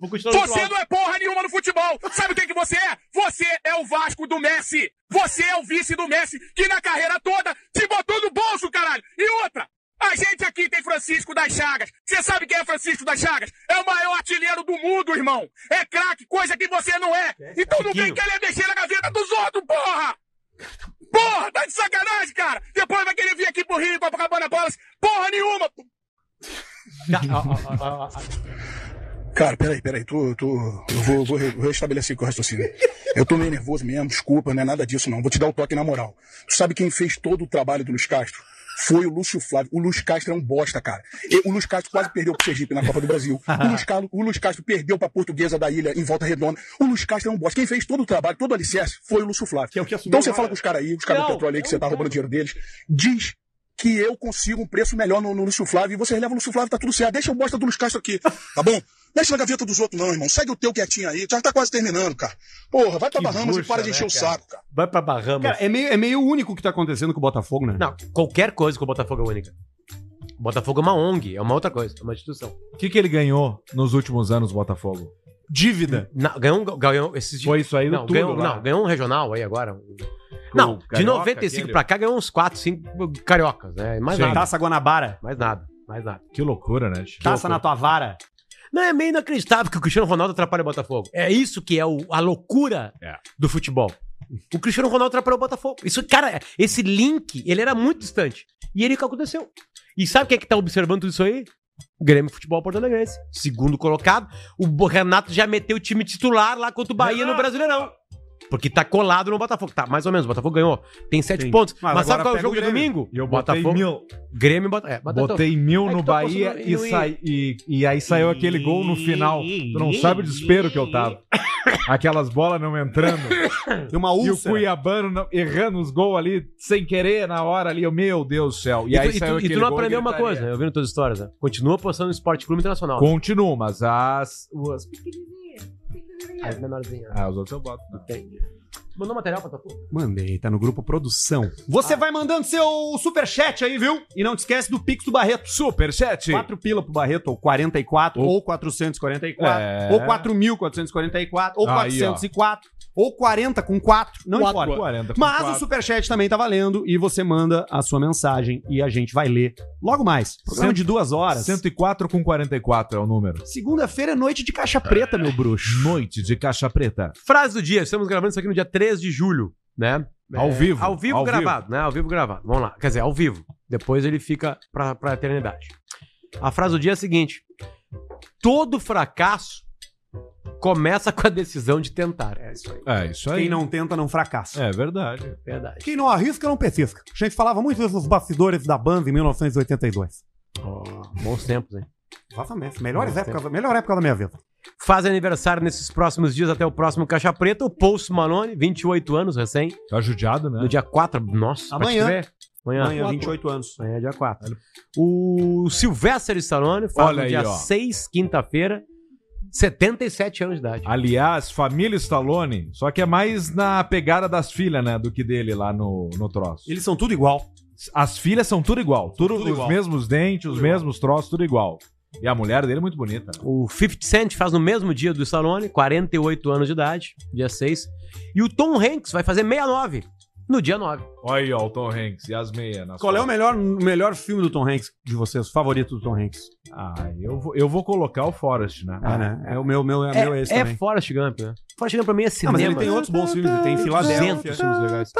Vou continuar no Você não é porra nenhuma no futebol. Sabe o que, que você é? Você é o Vasco do Messi. Você é o vice do Messi, que na carreira toda te botou no bolso, caralho. E outra, a gente aqui tem francês. Francisco das Chagas. Você sabe quem é Francisco das Chagas? É o maior artilheiro do mundo, irmão. É craque, coisa que você não é. Então não vem querer mexer na gaveta dos outros, porra! Porra, tá de sacanagem, cara! Depois vai querer vir aqui pro Rio e Copacabana Palace. Porra nenhuma! Cara, peraí, peraí, tô, tô, eu vou, vou re- vou restabelecer aqui o raciocínio. Eu tô meio nervoso mesmo, desculpa, não é nada disso não, vou te dar o toque na moral. Tu sabe quem fez todo o trabalho do Luiz Castro? Foi o Lúcio Flávio. O Luiz Castro é um bosta, cara. E o Luiz Castro quase perdeu pro Sergipe na Copa do Brasil. O Luiz, Carlos, o Luiz Castro perdeu pra Portuguesa da Ilha em Volta Redonda. O Luiz Castro é um bosta. Quem fez todo o trabalho, todo o alicerce, foi o Lúcio Flávio. Que é o que assumiu então você agora. fala com os caras aí, os caras do Não, petróleo aí, que é você um tá roubando dinheiro deles. Diz que eu consigo um preço melhor no, no Lúcio Flávio e vocês levam o Lúcio Flávio, tá tudo certo. Deixa eu bosta do Lúcio Castro aqui, tá bom? Deixa na gaveta dos outros, não, irmão. Segue o teu quietinho aí. Já tá quase terminando, cara. Porra, vai pra Que Bahamas e bucha, para de né, encher o cara? saco, cara. Vai pra Bahamas. Cara, é meio, é meio único o que tá acontecendo com o Botafogo, né? Não, qualquer coisa com o Botafogo é única. O Botafogo é uma ONG, é uma outra coisa, é uma instituição. O que, que ele ganhou nos últimos anos, Botafogo? Dívida. Na- ganhou, um- ganhou esses Foi isso aí não, no tudo ganhou, lá. não, ganhou um regional aí agora. um- Não, de Carioca, 95 aquele? pra cá ganhou uns 4, 5 cariocas, né? Mais Sim. nada. Taça Guanabara. Mais nada, mais nada. Que loucura, né? tio? Taça na tua vara. Não, é meio inacreditável que o Cristiano Ronaldo atrapalha o Botafogo. É isso que é o- a loucura É. do futebol. O Cristiano Ronaldo atrapalhou o Botafogo. Isso, cara, esse link, ele era muito distante. E ele que aconteceu. E sabe quem é que tá observando tudo isso aí? O Grêmio Futebol Porto Alegrense. Segundo colocado, o Bo- Renato já meteu o time titular lá contra o Bahia Ah! no Brasileirão. Porque tá colado no Botafogo. Tá, mais ou menos. O Botafogo ganhou. Tem sete Sim. pontos. Mas, Mas sabe agora qual é o pega jogo o de Grêmio. domingo? E eu botei Botafogo- mil. Grêmio e Botafogo. É, Botafogo. Botei mil É no que tu Bahia apostou e, no- no sai, e, e aí saiu aquele gol no final. Tu não sabe o desespero que eu tava. Aquelas bolas não entrando. E uma e o úlcera. Cuiabano não- errando os gols ali, sem querer, na hora ali. Eu, meu Deus do céu. E, aí tu, tu- saiu tu aquele não gol e aprendeu uma gritaria. coisa, né? eu vi nas tuas histórias, né? Continua postando no Esporte Clube Internacional. Continuo, mas as. as- As menorzinhas. Ah, os outros eu boto. não. Entendi. Mandou material pra tua porra? Mandei, tá no grupo Produção. Você Ah. vai mandando seu superchat aí, viu? E não te esquece do Pix do Barreto. Superchat. 4 pila pro Barreto, ou 44, ou 444, É. ou 4.444, ou Aí, ó. 404, ou 40 com 4, não Quatro. importa. 40, com Mas o quatro. superchat também tá valendo e você manda a sua mensagem e a gente vai ler logo mais. Programa Cento- de duas horas. 104 com 44 é o número. Segunda-feira é noite de caixa preta, meu bruxo. Noite de Caixa Preta. Frase do dia, estamos gravando isso aqui no dia 3 de julho, né? Ao vivo, Ao vivo ao gravado, né? Ao vivo gravado. Vamos lá. Quer dizer, ao vivo. Depois ele fica pra, pra eternidade. A frase do dia é a seguinte: todo fracasso começa com a decisão de tentar. É isso aí. É, isso aí. Quem não tenta não fracassa. É verdade. Verdade. Quem não arrisca não petisca. A gente falava muito isso nos bastidores da Band em 1982. Ó, bons tempos, hein? Exatamente. Melhores épocas, melhor época da minha vida. Faz aniversário nesses próximos dias até o próximo Caixa Preta. O Post Malone, 28 anos recém, Tá judiado, né? no dia 4. Nossa, pra te Amanhã. ver. Amanhã. Amanhã, 28 anos. Amanhã é dia 4. O Sylvester Stallone faz Olha no aí, dia ó. 6, quinta-feira, 77 anos de idade. Aliás, família Stallone, só que é mais na pegada das filhas, né, do que dele lá no, no troço. Eles são tudo igual. As filhas são tudo igual, tudo, Tudo os igual. mesmos dentes, os mesmos troços, tudo igual. E a mulher dele é muito bonita. né? O 50 Cent faz no mesmo dia do Stallone, 48 anos de idade, dia 6. E o Tom Hanks vai fazer 69 no dia 9. Olha aí, ó, o Tom Hanks e as meias. nas Qual é o costas. melhor, melhor filme do Tom Hanks de vocês? Favorito do Tom Hanks? Ah, eu vou, eu vou colocar o Forrest, né? Ah, né? É o meu, meu, é, o É, meu é esse é também. Forrest Gump, né? Forrest Gump pra mim é Não, cinema. Ah, mas ele tem outros bons filmes. Ele tem Filadélfia. 200 filmes legais.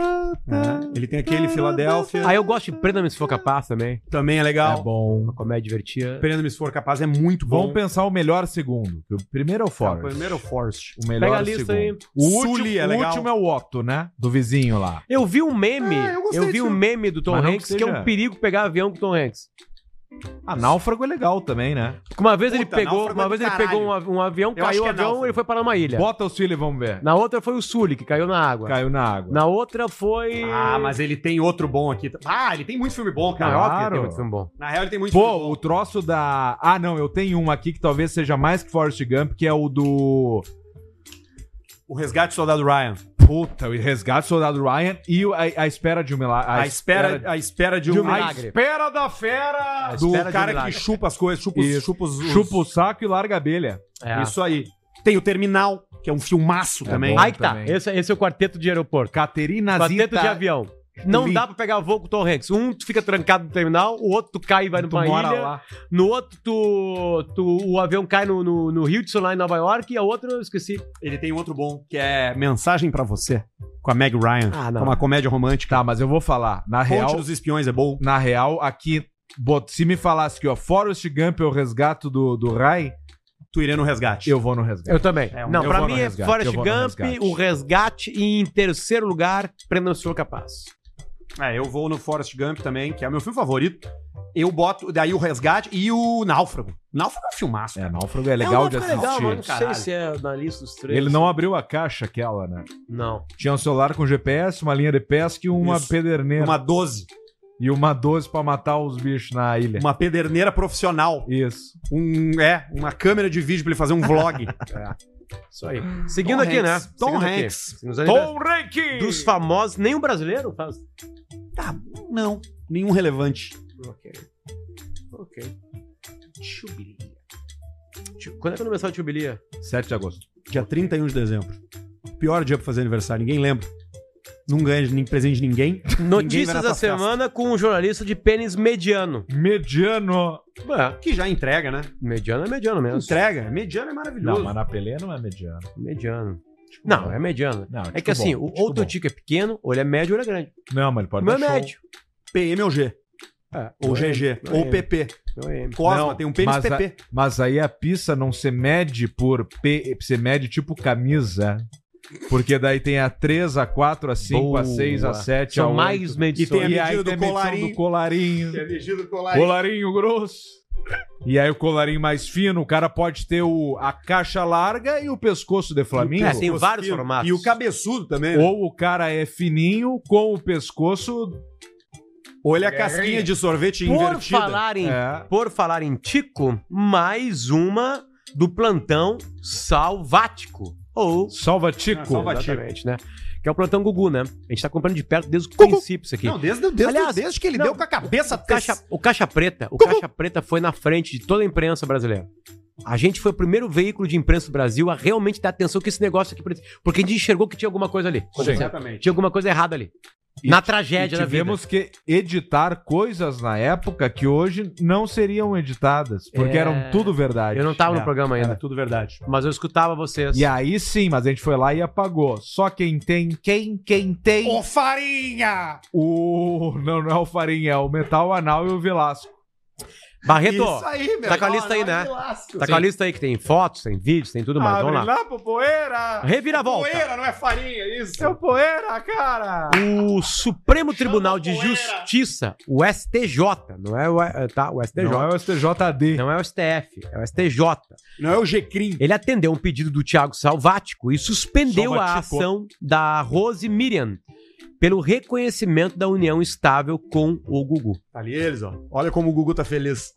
É, ele tem aquele Filadélfia. Aí eu gosto de Prenda-me se for capaz também. Também é legal. É bom. Uma comédia divertida. Prenda-me se for capaz é muito bom. Vamos pensar o melhor segundo. que O primeiro é o É, o Forrest. primeiro é o Forrest. O melhor Pega a é o lista segundo. aí. O, último, Sully é o legal. último é o Otto, né? Do vizinho lá. Eu vi um meme, Ah, eu eu, gostei vi disso. um meme do Tom Mas não Hanks que que é seja- um perigo pegar avião com o Tom Hanks. Ah, Náufrago é legal também, né? Porque uma vez ele Puta, pegou, náufrago uma é vez do ele caralho. pegou um, av- um avião, Eu acho caiu o que é avião náufrago. e ele foi parar numa ilha. Bota o Sully, vamos ver. Na outra foi o Sully, que caiu na água. Caiu na água. Na outra foi. Ah, mas ele tem outro bom aqui. Ah, ele tem muito filme bom, Não, é cara. Claro. óbvio que tem muito filme bom. Na real, ele tem muito filme Pô, o troço da. Ah, não, eu tenho um aqui que talvez seja mais que Forrest Gump, que é o do. O Resgate do Soldado Ryan. Puta, o Resgate do Soldado Ryan e o- a, a Espera de um Milagre. A, espera, a espera de um... de um a milagre. espera da fera! A Do espera de um cara que milagre. chupa as coisas, chupa os... Isso. Chupa os, os- Chupa o saco e larga a abelha. É. Isso aí. Tem o Terminal, que é um filmaço É também. bom. Aí que tá. também. Esse, esse é o quarteto de aeroporto. Caterina Quarteto de Zita avião. Não Li- dá pra pegar voo com o Tom Hanks. Um, tu fica trancado no terminal, o outro, tu cai e vai Tu numa mora ilha. lá. No outro, tu, tu- o avião cai no, no, no Hilton lá em Nova York, e a outra, eu esqueci. Ele tem outro bom, que é Mensagem pra Você, com a Meg Ryan. Ah, é não. uma comédia romântica. Tá, mas eu vou falar. Na Ponte real, dos Espiões é bom. na real, aqui, bot- se me falasse que, ó, Forrest Gump é o resgato do, do Rai, Tu iria no resgate. eu vou no resgate. Eu também. É, não, eu pra vou no mim é resgate, Forrest eu vou no Gump, resgate. o resgate, e em terceiro lugar, Prenda Se For Capaz. É, eu vou no Forrest Gump também, que é o meu filme favorito. Eu boto daí o resgate e o Náufrago. Náufrago é um filmaço. É, Náufrago é legal de assistir. mano. Não sei Caralho. se é na lista dos três. Ele não abriu a caixa aquela, né? Não. Tinha um celular com GPS, uma linha de pesca e uma Isso. pederneira. Uma 12. E uma 12 pra matar os bichos na ilha. Uma pederneira profissional. Isso. Um, é, uma câmera de vídeo pra ele fazer um vlog. Isso aí. Seguindo Tom aqui, Hanks. né? Tom Seguindo aqui. Hanks. Nos aniversários Reiki! Dos famosos, nem o brasileiro faz. tá, não. Nenhum Um relevante. Ok. Ok. Chubilia. Chu- Quando é que é o aniversário de Chubilia? 7 de agosto. Dia 31 de dezembro. Pior dia pra fazer aniversário, ninguém lembra. Não ganha nem presente de ninguém. Ninguém vai na Notícias tua da festa. semana com um jornalista de pênis mediano. Mediano. É, Que já entrega, né? mediano é mediano mesmo. Entrega. Mediano é maravilhoso. Não, mas na Pelé não é mediano. Mediano. Não, é mediano. Não, É tipo que assim, bom, o, tipo ou teu bom. tico é pequeno, ou ele é médio ou ele é grande. Não, mas ele O pode meu é dar show. médio. PM ou G. É, Ou GG. eu Ou lembro. PP. meu é M. Cosma, Não, tem um pênis mas a- PP. Mas aí a pista não se mede por P, se mede tipo camisa. Porque daí tem a 3, a 4, a 5, a 6, a Boa. 7, a São 8. mais E tem a medições. E aí medida tem do a medição colarinho. do colarinho. Colarinho grosso. E aí o colarinho mais fino, o cara pode ter o, a caixa larga e o pescoço de flamingo. É, tem vários formatos. E o cabeçudo também. né? Ou o cara é fininho com o pescoço. Ou ele é a casquinha de sorvete Por invertida. falar em É. Por falar em Tico, mais uma do plantão Salvático. Ou Salva Tico. Ah, salva Tico. exatamente, né? Que é o plantão Gugu, né? A gente tá comprando de perto desde o princípio isso aqui. Não, desde, desde, Aliás, desde que ele não, deu com a cabeça o, caixa, o Caixa Preta, o Caixa Preta foi na frente de toda a imprensa brasileira. A gente foi o primeiro veículo de imprensa do Brasil a realmente dar atenção que esse negócio aqui, precisa- porque a gente enxergou que tinha alguma coisa ali. Exatamente. Tinha alguma coisa errada ali. E na ti- tragédia E da vida. tivemos que editar coisas na época que hoje não seriam editadas, porque É. eram tudo verdade. Eu não tava É, no programa ainda, Era tudo verdade. mas eu escutava vocês. E aí sim, mas a gente foi lá e apagou. Só quem tem, quem, quem tem Ô, farinha! o. Não, não é o Farinha, é o Metal Anal e o Velasco. Barreto, aí, meu. é tá com a lista aí, né? Tá com a lista aí que tem fotos, tem vídeos, tem tudo mais. Vamos lá. pro poeira! Reviravolta. não é farinha, isso. Seu poeira, cara! O Supremo Tribunal de Justiça, o STJ, não é o, é, tá, o STJ. Não é o STJD. Não é o STF, é o STJ. Não é o G-Crim. Ele atendeu um pedido do Tiago Salvático e suspendeu a Salvatico. ação da Rose Miriam pelo reconhecimento da união estável com o Gugu. Tá ali eles, ó. Olha como o Gugu tá feliz.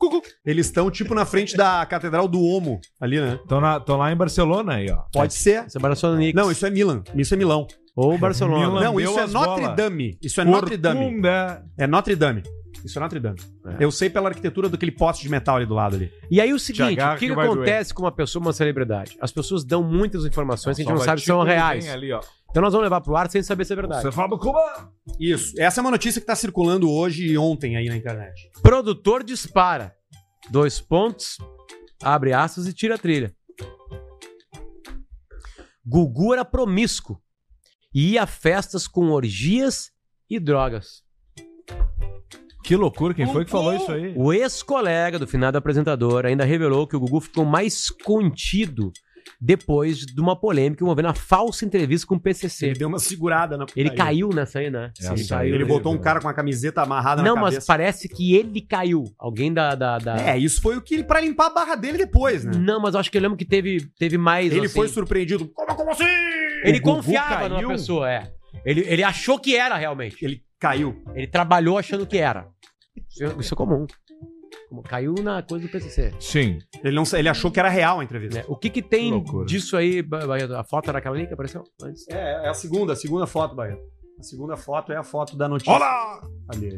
Eles estão, tipo, na frente da Catedral do Homo, ali, né? Estão lá em Barcelona aí, ó. Pode ser. Isso é Barcelona Não, isso é Milan. Isso é Milão. Ou Barcelona. Milan. Não, Lambeu isso é as Notre bolas. Dame. Isso é Notre Dame. Corcunda. É Notre Dame. Isso é Notre Dame. É. Eu sei pela arquitetura daquele poste de metal ali do lado ali. E aí É o seguinte, agarra o que, que que vai acontece com uma pessoa, uma celebridade? As pessoas dão muitas informações que a gente não Salva sabe se são Tico, reais. tem Ali, ó. Então nós vamos levar pro ar sem saber se é verdade. Você fala como? Isso. Essa é uma notícia que tá circulando hoje e ontem aí na internet. Produtor dispara. Dois pontos, abre aspas e tira a trilha. Gugu era promíscuo e ia a festas com orgias e drogas. Que loucura, quem foi que falou isso aí? O ex-colega do finado apresentador ainda revelou que o Gugu ficou mais contido depois de uma polêmica envolvendo a falsa entrevista com o PCC. Ele deu uma segurada na Ele putaria. caiu nessa aí, né? Essa Sim, É aí caiu. Ele eu botou lembro, um cara com a camiseta amarrada Não, na mas cabeça. parece que ele caiu. Alguém da. da, da- É, isso foi o que para limpar a barra dele depois, né? Não, mas eu acho que eu lembro que teve, teve mais. Ele assim. foi surpreendido. Como, como assim? Ele Gugu confiava caiu? numa pessoa, é. Ele, ele achou que era realmente. Ele caiu. Ele trabalhou achando que era. Isso, é- isso é comum. Como- Caiu na coisa do PCC. Sim. Ele, não, ele achou que era real a entrevista. né? O que que Que tem loucura. disso aí? Ba- Ba- A foto era aquela ali que apareceu antes? É, é a segunda, a segunda foto, Baiano. A segunda foto é a foto da notícia. Olá!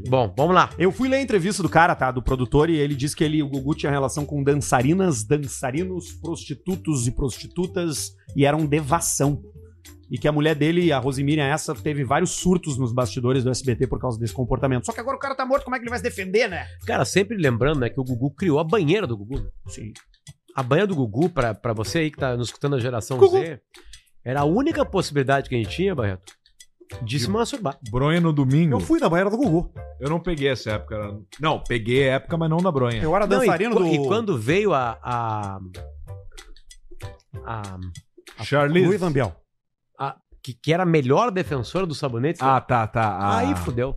Bom, vamos lá. Eu fui ler a entrevista do cara, tá? Do produtor, e ele disse que ele, o Gugu tinha relação com dançarinas, dançarinos, prostitutos e prostitutas, e era um devação. E que a mulher dele, a Rosemiriam, essa, teve vários surtos nos bastidores do SBT por causa desse comportamento. Só que agora o cara tá morto, como é que ele vai se defender, né? Cara, sempre lembrando, né, que o Gugu criou a banheira do Gugu. Sim. A banheira do Gugu, pra, pra você aí que tá nos escutando a geração Z, era a única possibilidade que a gente tinha, Barreto, de se masturbar. Bronha no domingo. Eu Eu, fui na banheira do Gugu. não peguei essa época. era- Não, peguei a época, mas não da bronha. Eu era É. Não, e dançarino qu- do. e, quando veio a. a, a- Charlize. Luiz Lambiel. que, que era a melhor defensora do sabonete. Ah, tá, tá. a- Aí fudeu.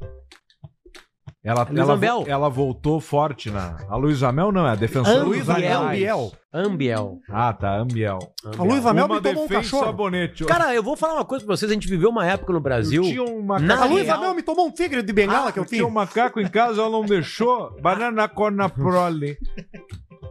ela, Luísa ela, Mel. ela voltou forte na. A Luísa Mel não, é a defensora Luísa dos animais. Lambiel. Ambiel. Ah, tá, Ambiel. A Luísa Mel me tomou um defende cachorro. sabonete. Cara, eu vou falar uma coisa pra vocês. A gente viveu uma época no Brasil. Tinha um macaco, Na A Luísa real- Mel me tomou um tigre de bengala que eu tinha um tinha. macaco em casa, ela não deixou. Banana corna prole.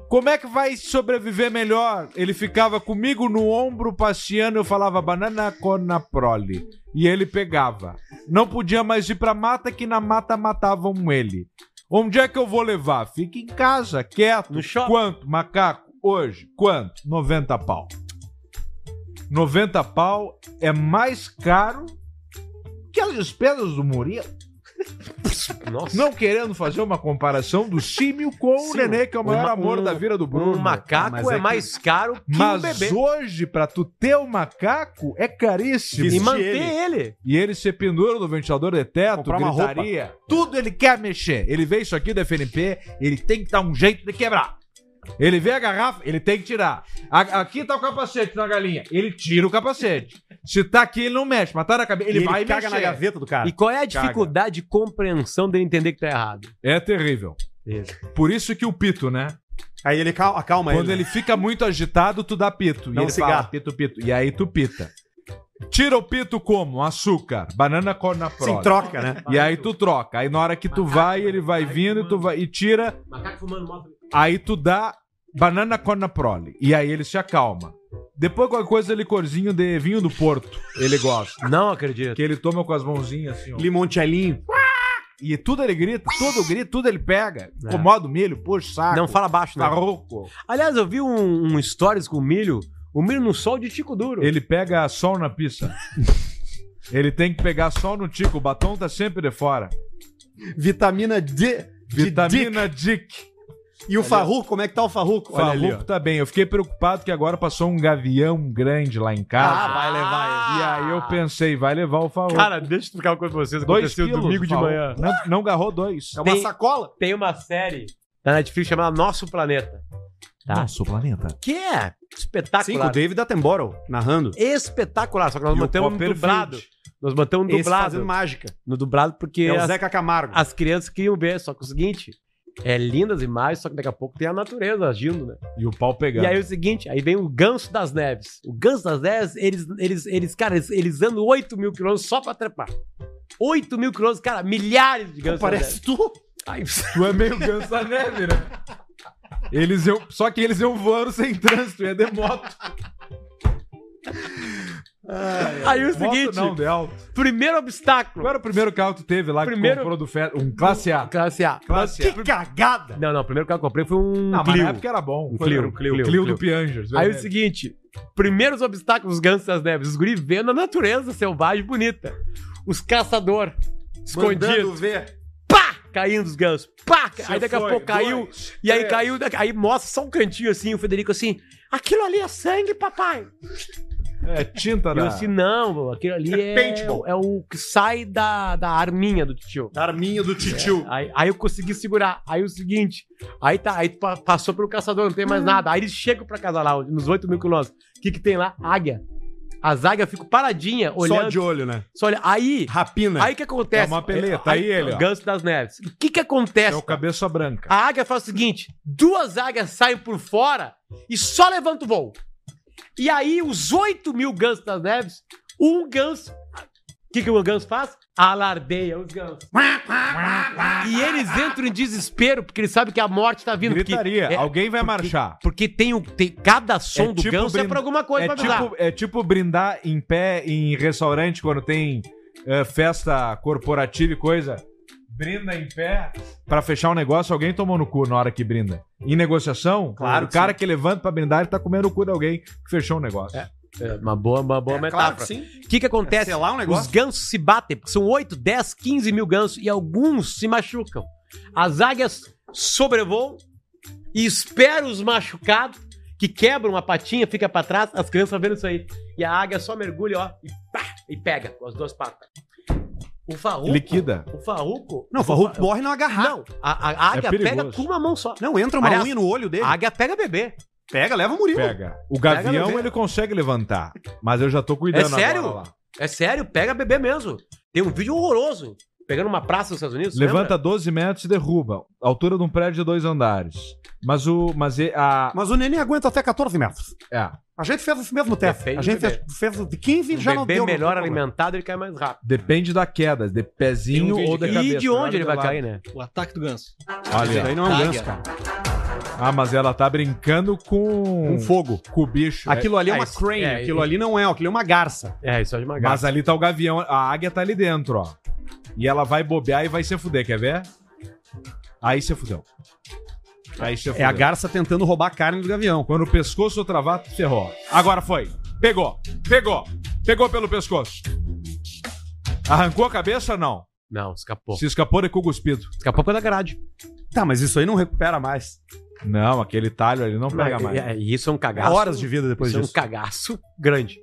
Como é que vai sobreviver melhor? Ele ficava comigo no ombro passeando, eu falava banana corna prole. E ele pegava. Não podia mais ir pra mata, que na mata matavam ele. Onde é que eu vou levar? Fica em casa, quieto. No shopping. Quanto, macaco? Hoje, quanto? 90 pau. 90 pau é mais caro que as despesas do Murilo. Nossa. Não querendo fazer uma comparação do símio com o Sim, nenê, que é o maior uma- amor um- da vida do Bruno. Um macaco mas é é, que- mais caro que um Mas bebê. hoje, pra tu ter um macaco, é caríssimo. E E, manter ele. e ele se pendura no ventilador de teto, Comprar uma gritaria. Tudo ele quer mexer. Ele vê isso aqui do FNP, ele tem que dar um jeito de quebrar. Ele vê a garrafa, ele tem que tirar. A- aqui tá o capacete na galinha. Ele tira o capacete. Se tá aqui, ele não mexe. Mas tá na cabeça, ele, E vai ele caga mexer. na gaveta do cara. E qual é a dificuldade de compreensão dele entender que tá errado? É terrível. Por isso que o pito, né? Aí ele né? cal- acalma Quando ele fica muito agitado, tu dá pito. e Dá um ele cigarro. fala pito, pito. E aí tu pita. Tira o pito como? Açúcar, banana corna Sim, prole. troca, né? E aí tu troca. Aí na hora que tu vai, ele vai vindo e tu vai e tira. Macaco fumando moto. Aí tu dá banana corna prole. E aí ele se acalma. Depois qualquer coisa, licorzinho de vinho do Porto. Ele gosta. Não acredito. Que ele toma com as mãozinhas assim, ó. Limoncellinho. E tudo ele grita, tudo grita, tudo ele pega. Incomoda o milho, puxa o saco. É. Tá Não fala baixo, não. Barroco. Aliás, eu vi um, um stories com o milho, o milho no sol de Tico Duro. Ele pega sol na pista. Ele tem que pegar sol no tico. O batom tá sempre de fora. Vitamina D. de dick. Vitamina Dick. E o Farruco, como é que tá o Farruco? Olha ali, ó. Farruco tá bem. Eu fiquei preocupado que agora passou um gavião grande lá em casa. Ah, vai levar E aí eu pensei, vai levar o Farruco. Cara, deixa eu explicar uma coisa pra vocês. dois Aconteceu quilos, domingo de Farruco. manhã. Não, não garrou dois. É uma Tem- sacola? Tem uma série na Netflix chamada Nosso Planeta. Tá? Nosso planeta. Que é Sim, com o espetacular. David Attenborough narrando. é espetacular. Só que nós E o mantemos um Copperfield. dublado. Nós mantemos um Esse dublado. fazendo mágica. No dublado porque É o as- Zeca Camargo. as crianças queriam ver. Só que o seguinte, é lindas imagens, só que daqui a pouco tem a natureza agindo, né? E o pau pegando. E aí é o seguinte, aí vem o Ganso das Neves. O Ganso das Neves, eles, eles, eles cara, eles, eles andam 8 mil quilômetros só pra trepar. 8 mil quilômetros, cara, milhares de gansos. Parece tu. das Neves. Ai, Tu é meio ganso da neve, né? Eles iam, só que eles iam voando sem trânsito, ia de moto. Aí o Moto seguinte, não, de alto. primeiro obstáculo. Qual era o primeiro carro que tu teve lá Primeiro- que comprou do Fer... Um classe A. Classe A. Classe A. Que cagada! Não, não, o primeiro carro que eu comprei foi um Não, mas Clio. na época era bom. Um Foi- Clio, era um Clio, Clio, Clio Clio. do Piangers. Aí é o velho. seguinte, primeiros obstáculos, os gansos das neves. Os guri vendo a natureza selvagem e bonita. Os caçador, escondido. Mandando ver. Pá! Caindo os gansos. Pá! Se aí daqui a foi, pouco caiu. dois, E aí três. caiu, daqui- aí mostra só um cantinho assim, o Federico assim, aquilo ali é sangue, papai. É tinta E eu da... assim, não, meu, aquilo ali é, paintball. é o que sai da, da arminha do tio. É, Arminha do titio. Aí, aí eu consegui segurar. Aí o seguinte, aí tá, aí tu pa- passou pelo caçador, não tem mais nada. Aí eles chegam pra casa lá, nos 8 mil quilômetros. O que que tem lá? Águia. As águias ficam paradinha, olhando. Só de olho, né? só olha. Aí, Rapina. aí o que acontece? É uma peleta, aí ele, ó. Ganso das Neves. O que que É acontece? o cabeça branca. A águia faz o seguinte: duas águias saem por fora e só levanta o voo. E aí, os 8 mil gansos das neves, um ganso. O que, que o ganso faz? Alardeia os gansos. E eles entram em desespero, porque eles sabem que a morte tá vindo. porque- Gritaria. é- Alguém vai marchar. Porque tem, o- tem- cada som É do tipo ganso é brin- pra alguma coisa é, pra avisar. tipo, é tipo brindar em pé em restaurante quando tem eh, festa corporativa e coisa. Brinda em pé. Pra fechar um negócio, alguém tomou no cu na hora que brinda. Em negociação, Claro o que cara que levanta pra brindar, ele tá comendo o cu de alguém que fechou o negócio. É uma boa, uma boa metáfora. Claro, sim. O que, que acontece? Selar um Os negócio. gansos se batem, porque são 8, 10, 15 mil gansos e alguns se machucam. As águias sobrevoam e esperam os machucados que quebram a patinha, fica pra trás, as crianças vendo isso aí. E a águia só mergulha, ó, e pá, e pega com as duas patas. O farruco. Liquida. O farruco. Não, o Farruco morre não agarrar. Não, Não, a, a águia pega É perigoso. com uma mão só. entra uma Aliás, unha no olho dele. A águia pega bebê. Pega, leva o Murilo. Pega. O Pega no gavião vento. ele consegue levantar, mas eu já tô cuidando É sério? agora lá. É sério, pega bebê mesmo. Tem um vídeo horroroso. Pegando uma praça nos Estados Unidos. Levanta lembra? 12 metros e derruba. Altura de um prédio de dois andares. Mas o. Mas e- a. Mas o neném aguenta até 14 metros. É. A gente fez esse mesmo teste. Depende A gente do bebê. fez, fez o de 15 e já um não bebê deu. não tem melhor problema. alimentado, ele cai mais rápido. Depende da queda, de pezinho Tem um vídeo ou da aqui. cabeça. E de onde ele vai Olha cair, né? O ataque do ganso. lá. Olha Isso aí. aí não é um Águia. ganso, cara. Ah, mas ela tá brincando com. Um fogo. com o bicho. Aquilo ali é é uma isso. crane, É, aquilo é. ali não é, aquilo é uma garça. É, isso é de uma É. Mas ali tá o gavião. A águia tá ali dentro, ó. E ela vai bobear e vai se fuder, quer ver? Aí se fudeu. Aí se fudeu. É a garça tentando roubar a carne do gavião. Quando o pescoço travar, ferrou. Agora foi. Pegou. Pegou. Pegou pelo pescoço. Arrancou a cabeça ou não? Não, escapou. Se escapou de cu cuspido. Escapou pela grade. Tá, mas isso aí não recupera mais. Não, aquele talho ali não pega mais. E, e isso é um cagaço. Horas de vida depois Isso é um disso. cagaço grande.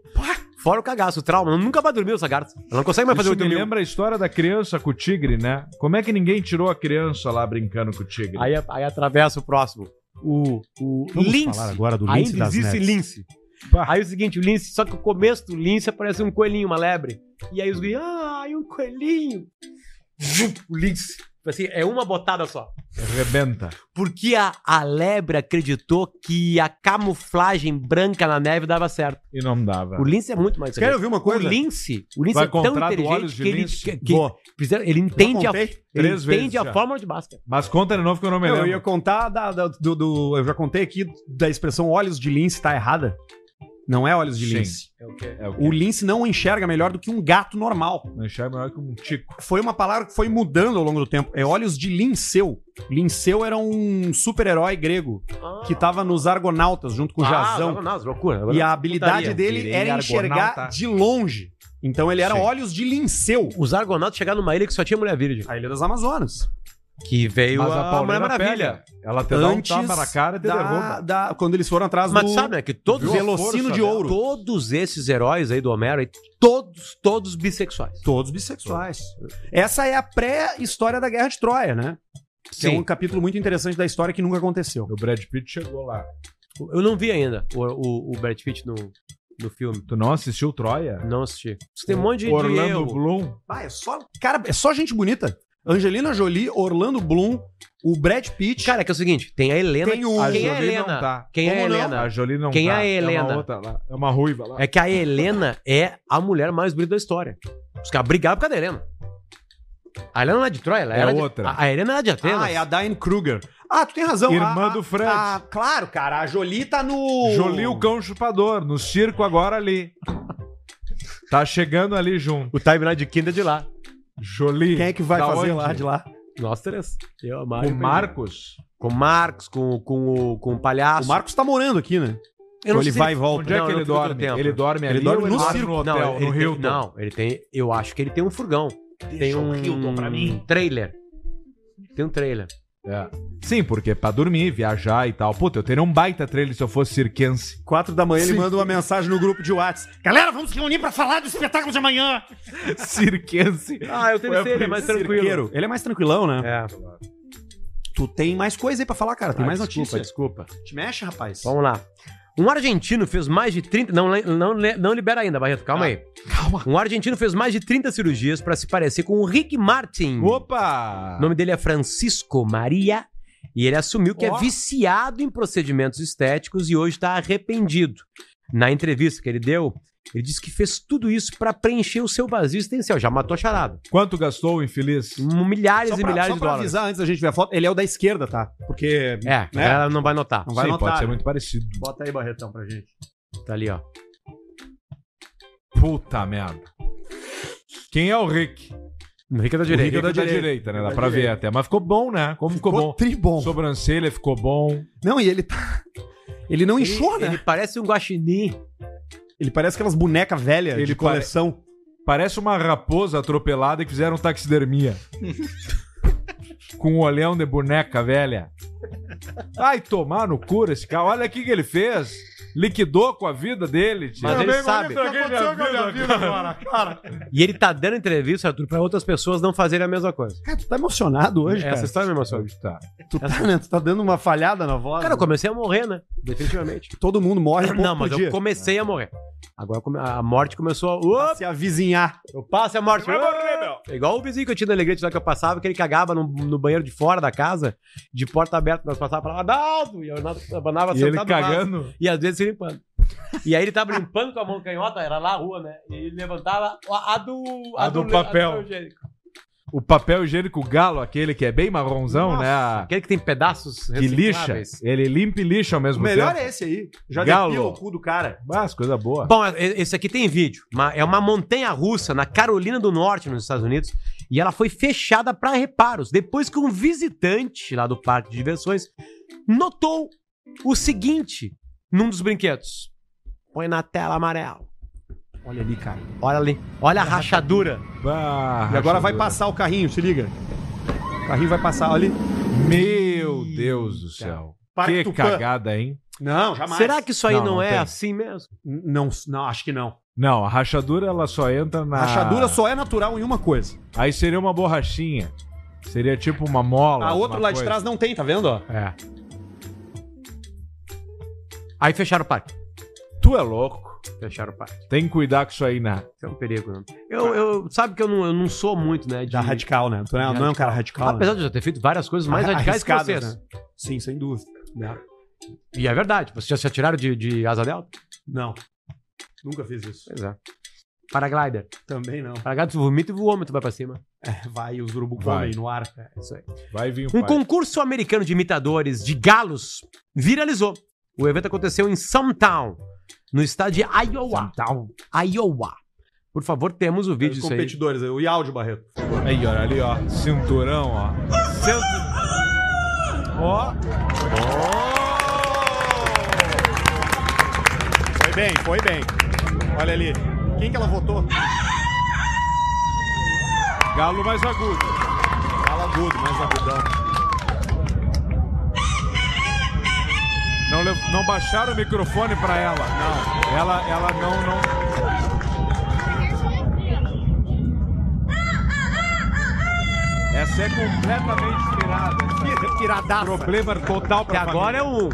Fora o cagaço, o trauma. Nunca vai dormir essa garça. Ela não consegue mais fazer Isso oito me mil. lembra a história da criança com o tigre, né? Como é que ninguém tirou a criança lá brincando com o tigre? Aí, aí atravessa o próximo. O, o Vamos lince. falar agora do lince Ainda das existe neves. lince. Pá. Aí é o seguinte, o lince, só que o começo do lince aparece um coelhinho, uma lebre. E aí os guris, ah, um coelhinho. Zup, o lince. Tipo Assim, é uma botada só. Rebenta. Porque a, a lebre acreditou que a camuflagem branca na neve dava certo. E não dava. O lince é muito mais Quer ouvir uma O coisa? lince, o lince Vai é tão comprar do inteligente Olhos de que ele, Lince? que, que Vou. fizeram- ele entende, a, contei ele três vezes entende já. a fórmula de Bhaskara. Mas conta de novo que eu não me Eu lembro. ia contar da, da- do, do- Eu já contei aqui da expressão olhos de lince tá errada. Não é olhos de Sim. lince. É o O que? lince não enxerga melhor do que um gato normal. Não enxerga melhor que um tico. Foi uma palavra que foi mudando ao longo do tempo. É olhos de Linceu. Linceu era um super-herói grego que tava nos Argonautas junto com o Jazão. Nossa, Ah. loucura. E a habilidade Putaria. dele Virei era enxergar argonauta. de longe. Então ele era Sim. olhos de Linceu. Os argonautas chegaram numa ilha que só tinha mulher virgem. A Ilha das Amazonas. Que veio Mas a, Mulher Maravilha. pega, Ela te dá um tapa na cara e te da, derruba. da, quando eles foram atrás Mas do sabe, né? Que todos, Viu a Velocino força de dela? Ouro. todos esses heróis aí do Homero, aí, todos, todos bissexuais. Todos bissexuais. Essa é a pré-história da Guerra de Troia, né? Que é um capítulo muito interessante da história que nunca aconteceu. O Brad Pitt chegou lá. Eu não vi ainda o, o, o Brad Pitt no, no filme. Tu não assistiu Troia? Não assisti. Isso tem um monte de, de Orlando erro. Bloom. Ah, é só. Cara, é só gente bonita. Angelina Jolie, Orlando Bloom, o Brad Pitt. Cara, é que é o seguinte, tem a Helena. Tem o- A Quem é a Jolie não Helena? tá. Quem é a Como não? Helena? A Jolie não Quem é tá. a É uma Helena? outra lá. É uma ruiva lá. É que a Helena é a mulher mais bonita da história. Os caras brigaram por causa da Helena. A Helena não é de Troia, ela É era de- outra. a- a Helena era de Atenas. ah, é a Diane Kruger. Ah, tu tem razão. Irmã a, a- do Fred. a- claro, cara. A Jolie tá no. Jolie o cão chupador, no circo agora ali. Tá chegando ali junto. O timeline de Kinder é de lá. Jolie. Quem é que vai da fazer onde? lá de lá? Nós três. Eu, a Mari. O Marcos? Com o Marcos, com, com, o, com o O Palhaço. Marcos tá morando aqui, né? Eu não Ou ele sei se vai e volta. Onde é Não, que eu não ele fico dorme? todo tempo. Ele dorme ali Ele dorme ou no dorme circo. no hotel, não, no ele Hilton? tem, não, ele tem. Eu acho que ele tem um furgão. tem um trailer. Tem um trailer. É. Sim, porque pra dormir, viajar e tal. Puta, eu teria um baita trailer se eu fosse cirquense. Quatro da manhã ele manda uma mensagem no grupo de WhatsApp. Galera, vamos se reunir pra falar do espetáculo de amanhã. cirquense. Ah, eu tenho trailer, mas Cirqueiro. Ele é mais tranquilão, né? É. Tu tem mais coisa aí pra falar, cara. Tem Ah, mais desculpa, notícias. desculpa. Te mexe, rapaz. Vamos lá. Um argentino fez mais de 30. Não, le- não, le- não libera ainda, Barreto, Ah, calma aí. Calma. Um argentino fez mais de 30 cirurgias pra se parecer com o Rick Martin. Opa! O nome dele é Francisco Maria. E ele assumiu que Ó. é viciado em procedimentos estéticos e hoje está arrependido. Na entrevista que ele deu, ele disse que fez tudo isso pra preencher o seu vazio existencial. Já matou a charada. Quanto gastou o infeliz? Milhares Só e pra, milhares só de pra dólares. avisar antes da gente ver a foto, ele é o da esquerda, tá? Porque. É, Né? ela não vai notar. Não vai Sim, notar. pode ser muito parecido. Bota aí, Barretão, pra gente. Tá ali, ó. Puta merda. Quem é o Rick? No Rick é da O direita. Rick é da direita, né? Dá pra ver até. Mas ficou bom, né? Como ficou, bom? tribom. Sobrancelha ficou bom. Não, e ele tá. Ele não Ele- inchou, né? Ele parece um guaxinim. Ele parece aquelas bonecas velhas né, de Ele pare- coleção. Parece uma raposa atropelada que fizeram taxidermia. Com um olhão de boneca velha. Ai, tomar no cura esse cara. Olha o que que ele fez. Liquidou com a vida dele. tio. Mas ele sabe. E ele tá dando entrevista, Arthur, pra outras pessoas não fazerem a mesma coisa. Cara, tu tá emocionado É hoje, Essa cara. história me emociona. Tá. Tu tá, né? Tu tá dando uma falhada na voz. Cara, eu comecei a morrer, né? Definitivamente. todo mundo é morre um pouco Não, mas por eu dia. comecei a morrer. Agora come- a morte começou a. Opa, Pra Se avizinhar. eu passo a morte. É Igual o vizinho que eu tinha na Alegrete lá que eu passava, que ele cagava no, no banheiro de fora da casa, de porta aberta, nós passávamos pra lá, Arnaldo! E o Arnaldo abanava E ele sentado do lado. cagando. E às vezes se limpando. E aí ele tava limpando com a mão canhota, era lá a rua, né? E ele levantava a, a do. A do papel. do higiênico. O papel higiênico galo, aquele que é bem marronzão, Nossa, né? A- Aquele que tem pedaços Que lixa. recicláveis. Ele limpa e lixa ao O mesmo melhor tempo. é esse aí. Já Galo. depila o cu do cara. Mas, coisa boa. Bom, é- é- esse aqui tem vídeo. Uma- É uma montanha russa na Carolina do Norte, nos Estados Unidos, e ela foi fechada para reparos depois que um visitante lá do parque de diversões notou o seguinte num dos brinquedos. Põe na tela amarela. Olha ali, cara. Olha ali. Olha a rachadura. Bah, E agora vai rachadura. passar o carrinho, se liga. O carrinho vai passar, olha ali. Meu Deus do céu. Parque que Tupã. cagada, hein? Não, jamais. Será que isso aí Não, não, não é tem. assim mesmo? Não, não, acho que não. Não, a rachadura ela só entra na. Rachadura só é natural em uma coisa. Aí seria uma borrachinha. Seria tipo uma mola. A outra alguma lá de coisa. trás não tem, tá vendo? ó? É. Aí fecharam o parque. Tu é louco. Fecharam o parque. Tem que cuidar com isso aí, né? Isso é um perigo, né? Eu, eu, sabe que eu não, eu não sou muito, né? De... Da radical, né? Tu não é, não é um cara radical. né? Apesar de eu já ter feito várias coisas mais Arra- radicais que arriscadas, vocês. né? Sim, sem dúvida. E é verdade. Vocês já se atiraram de, de asa delta? Não. Nunca fiz isso. Pois é. Paraglider. Também não. É, Paraglider, tu vomita e voa, mas tu vai pra cima. Vai, os urubu Vai. comem no ar. É isso aí. Vai vir Um pai. concurso americano de imitadores de galos viralizou. O evento aconteceu em Sumtown, no estado de Iowa. Iowa. Por favor, temos o É vídeo Os disso aí. competidores, o Yaldi Barreto. Aí, olha ali, ó. Cinturão, ó. Cento- Ó. Foi bem, foi bem. Olha ali. Quem que ela votou? Galo mais agudo. Fala agudo, mais agudão. Não, lev- não baixaram o microfone pra ela. Não. Ela, ela não, não. Essa é completamente tirada. Piradaça. Problema total Que pra agora é o.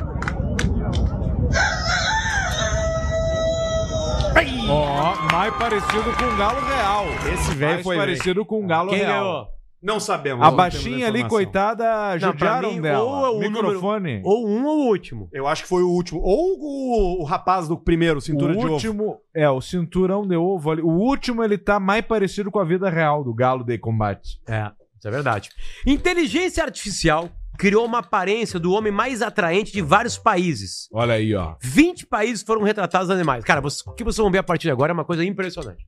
família. Ó, mais É parecido com um o galo real. Esse velho Mais foi bem. parecido com o galo Quem real. ganhou? Não sabemos. A não temos baixinha ali, informação. coitada, Não, pra judiaram mim, dela. ou é o microfone. Ou um ou o último. Eu acho que foi o último. Ou o, o rapaz do primeiro, cintura de o ovo. último é o cinturão de ovo ali. O último ele tá mais parecido com a vida real do galo de combate. É, isso é verdade. Inteligência artificial criou uma aparência do homem mais atraente de vários países. Olha aí, ó. 20 países foram retratados animais. Cara, vocês- o que vocês vão ver a partir de agora é uma coisa impressionante.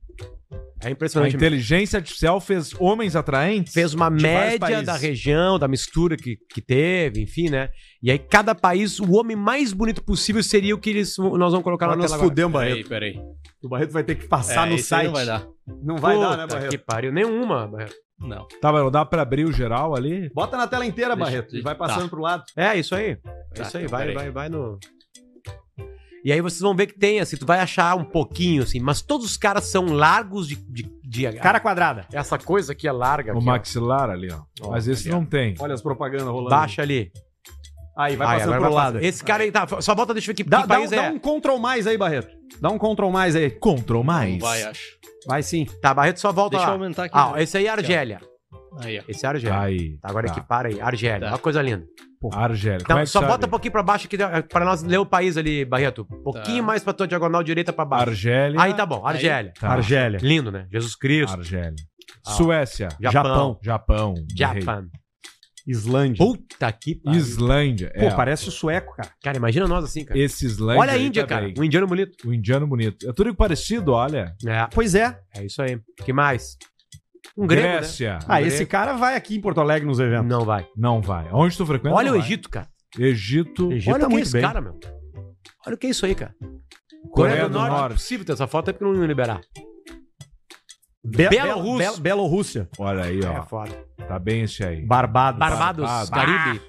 É A impressionante. mesmo. inteligência artificial fez homens atraentes? Fez uma vários média países. da região, da mistura que, que teve, enfim, né? E aí, cada país, o homem mais bonito possível seria o que eles, nós vamos colocar na Agora nós nossa agora. fudemos, Barreto. Peraí, peraí. O Barreto vai ter que passar É, no esse aí site. Não vai dar. Não vai dar, né, Puta Barreto? Que pariu, nenhuma. Barreto. Não. Tá, mas não dá pra abrir o geral ali? Bota Tá na tela inteira, Deixa- Barreto. E deixa- vai passando tá. pro lado. É, isso aí. É Tá, isso aí, então, vai, peraí. vai, vai no. E aí vocês vão ver que tem, assim, tu vai achar um pouquinho, assim, mas todos os caras são largos de. de, de- Cara quadrada. essa coisa aqui é larga. O aqui, ó. maxilar ali, ó. Mas esse não tem. Olha as propagandas rolando. Baixa ali. Aí, vai Ai, passando agora pro vai lado. passar. Esse cara aí tá. Só volta, deixa eu ver que, Dá, que dá um- país dá é. um control mais aí, Barreto. Dá um control mais aí. Control mais. é. Vai, acho. Vai sim. Tá, Barreto, só volta Deixa eu lá. aumentar aqui. né? Ah, esse aí é Argélia. Aí, ó. Esse é Argélia. Aí. Tá, agora tá. que para aí. Argélia. Tá. Olha que coisa linda. Argélia. Então, como é que só sabe? bota um pouquinho pra baixo aqui dá- pra nós ler o país ali, Barreto. Um pouquinho Tá. mais pra tua diagonal direita pra baixo. Argélia. Aí tá bom, Argélia. Tá. Argélia. Lindo, né? Jesus Cristo. Argélia. Ah. Suécia. Japão. Japão. Errei. Japão. Islândia. Puta que pariu. Islândia. Pô, é, parece o sueco, cara. Cara, imagina nós assim, cara. Esse Islândia. Olha a aí Índia, tá cara. bem. Um indiano bonito. O indiano bonito. É tudo parecido, olha. É, Pois é. é isso aí. que mais? Um grego, né? Grécia. Ah, esse cara vai aqui em Porto Alegre nos eventos. Não vai. Não vai. Onde tu frequenta? Olha o Não Egito, cara. vai. Egito. Egito Olha tá o que é muito esse bem. cara, meu. Olha o que é isso aí, cara. Coreia do Norte, não é possível ter essa foto, é porque não iam liberar. Be- Belorrússia. Bel- Belorrússia. Olha É aí, ó. foda. Tá bem esse aí. Barbados. Barbados, Barbados. Caribe.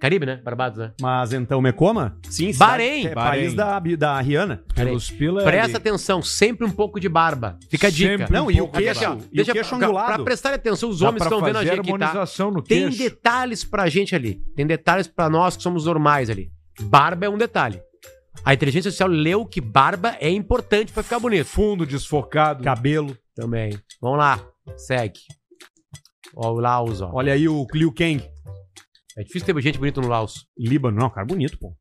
Caribe, né? Barbados, né? Mas então, Mecoma? Sim, Bahrein. É Bahrein. país da, da Rihanna. Peraí. Pelos pila. é Presta ali. atenção, sempre um pouco de barba. Fica a dica. Sempre. um Não, e o pouco de queixo, barba. e o Deixa queixo é pra, angulado. pra prestar atenção, os Dá homens pra estão vendo a fazer gente aqui, tá? harmonização no Tem queixo. detalhes pra gente ali. Tem detalhes pra nós que somos normais ali. Barba é um detalhe. A inteligência artificial leu que barba é importante pra ficar bonito. Fundo desfocado. Cabelo. Também. Vamos lá. Segue. Ó, o Laos, ó. Olha aí o Liu Kang. É difícil ter gente bonita no Laos. Líbano. Não, cara, bonito, pô.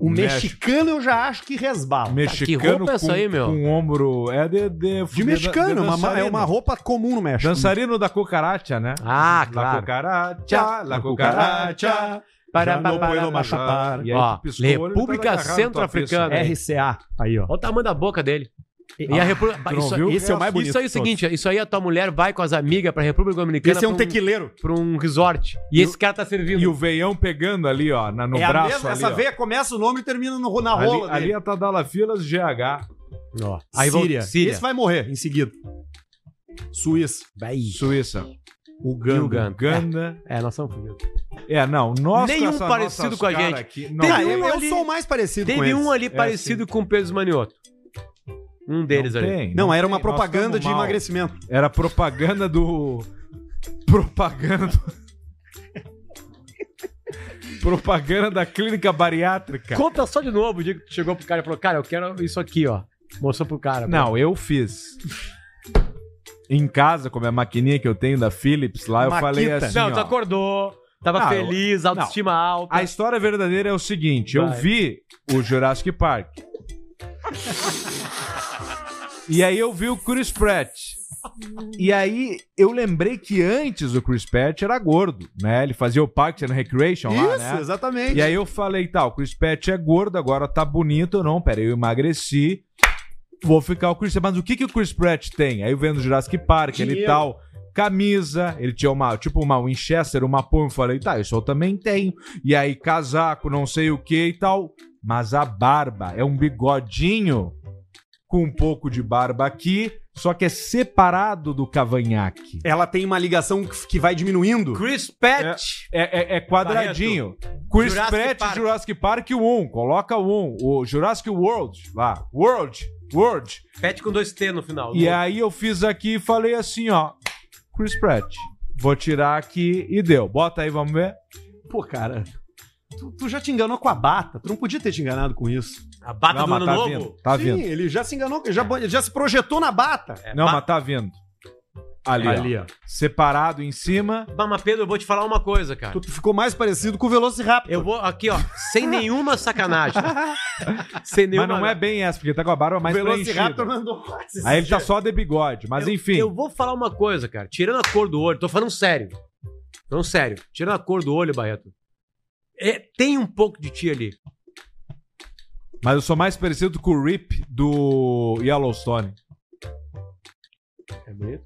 O México. mexicano eu já acho que resbala. Mexicano que roupa com, é essa aí, meu? com ombro. É de. De, De mexicano, é uma, é dançarino. uma roupa comum no México. Dançarino da cucaracha, né? Ah, La claro. cucaracha, la cucaracha. Para, já para, não para, puedo para, mais para. chapar. E aí Ó, tu piscou o olho, República tá agarrando tua Centro-Africana. pista. RCA. Aí, ó. Olha o tamanho da boca dele. E a República. não Isso, viu? isso é o mais bonito. Isso aí é o de todos. seguinte: isso aí a tua mulher vai com as amigas pra República Dominicana. Esse é um pra tequileiro. pra um resort. E, esse cara tá servindo. E o veião pegando ali, ó, na- no é a braço mesma, ali, essa ó. veia começa o nome e termina no, na Ali, rola ali dele. é Tadala Filas GH. Ó, Aí Síria. Síria. Síria. Esse vai morrer em seguida. Suíça. Suíça. Uganda. Uganda. É, nós somos fugidos. É, não. Nós Nenhum essa parecido nossas com a cara gente. Aqui, Teve não, Ah, eu, um eu ali- sou o mais parecido com É, Teve eles. um É ali parecido com o Pedro Manioto. Um deles assim. não ali. tem, Não, era uma tem, nós propaganda tamo de mal. emagrecimento. Era propaganda do. Propaganda. do- propaganda da clínica bariátrica. Conta só de novo o dia que tu chegou pro cara e falou: Cara, eu quero isso aqui, ó. Mostrou pro cara. Não, eu fiz. Em casa, como é a maquininha que eu tenho da Philips lá, eu Maquita. falei pô. assim. Não, tu ó, Ah, acordou, tava Não, feliz, autoestima alta. A história verdadeira é o seguinte: eu Vai. vi o Jurassic Park. e aí eu vi o Chris Pratt. E aí eu lembrei que antes o Chris Pratt era gordo, né? Ele fazia o Parks and Recreation lá, né? exatamente. E aí eu falei, tal, o Chris Pratt é gordo, agora tá bonito, não, pera, eu emagreci, vou ficar o Chris Pratt. Mas o que, que o Chris Pratt tem? Aí eu vendo Jurassic Park, ele tal, camisa, ele tinha uma, tipo uma Winchester, uma pom, eu falei, tá, isso eu também tenho. E aí casaco, não sei o que e tal, mas a barba é um bigodinho com um pouco de barba aqui, só que é separado do cavanhaque. Ela tem uma ligação que que vai diminuindo. Chris Pratt. É, é- é quadradinho. Chris Jurassic Pratt, Park. Jurassic Park 1. Coloca o 1. O Jurassic World lá. World. World. Pet com dois T no final. E aí eu fiz aqui e falei assim, ó. Chris Pratt. Vou tirar aqui e deu. Bota aí, vamos ver. Pô, cara, tu, tu já te enganou com a bata. Tu não podia ter te enganado com isso. A bata Não, do mas ano tá novo. vindo. Tá Sim, vindo. ele já se enganou, já, ele já se projetou na bata. É, Não, ba- mas tá vindo. Ali, ó. ó. Separado em cima. Bah, Mas, Pedro, eu vou te falar uma coisa, cara. Tu, tu ficou mais parecido com o Velociraptor. Eu vou aqui, ó, sem nenhuma sacanagem. sem nenhuma. Mas não é bem essa, porque tá com a barba o mais preenchida. Velociraptor mandou. Aí ele tá só de bigode. Mas eu, enfim. Eu vou falar uma coisa, cara. Tirando a cor do olho, tô falando sério. Falando sério. Tirando a cor do olho, Barreto. É, tem um pouco de ti ali. Mas eu sou mais parecido com o Rip do Yellowstone. É bonito?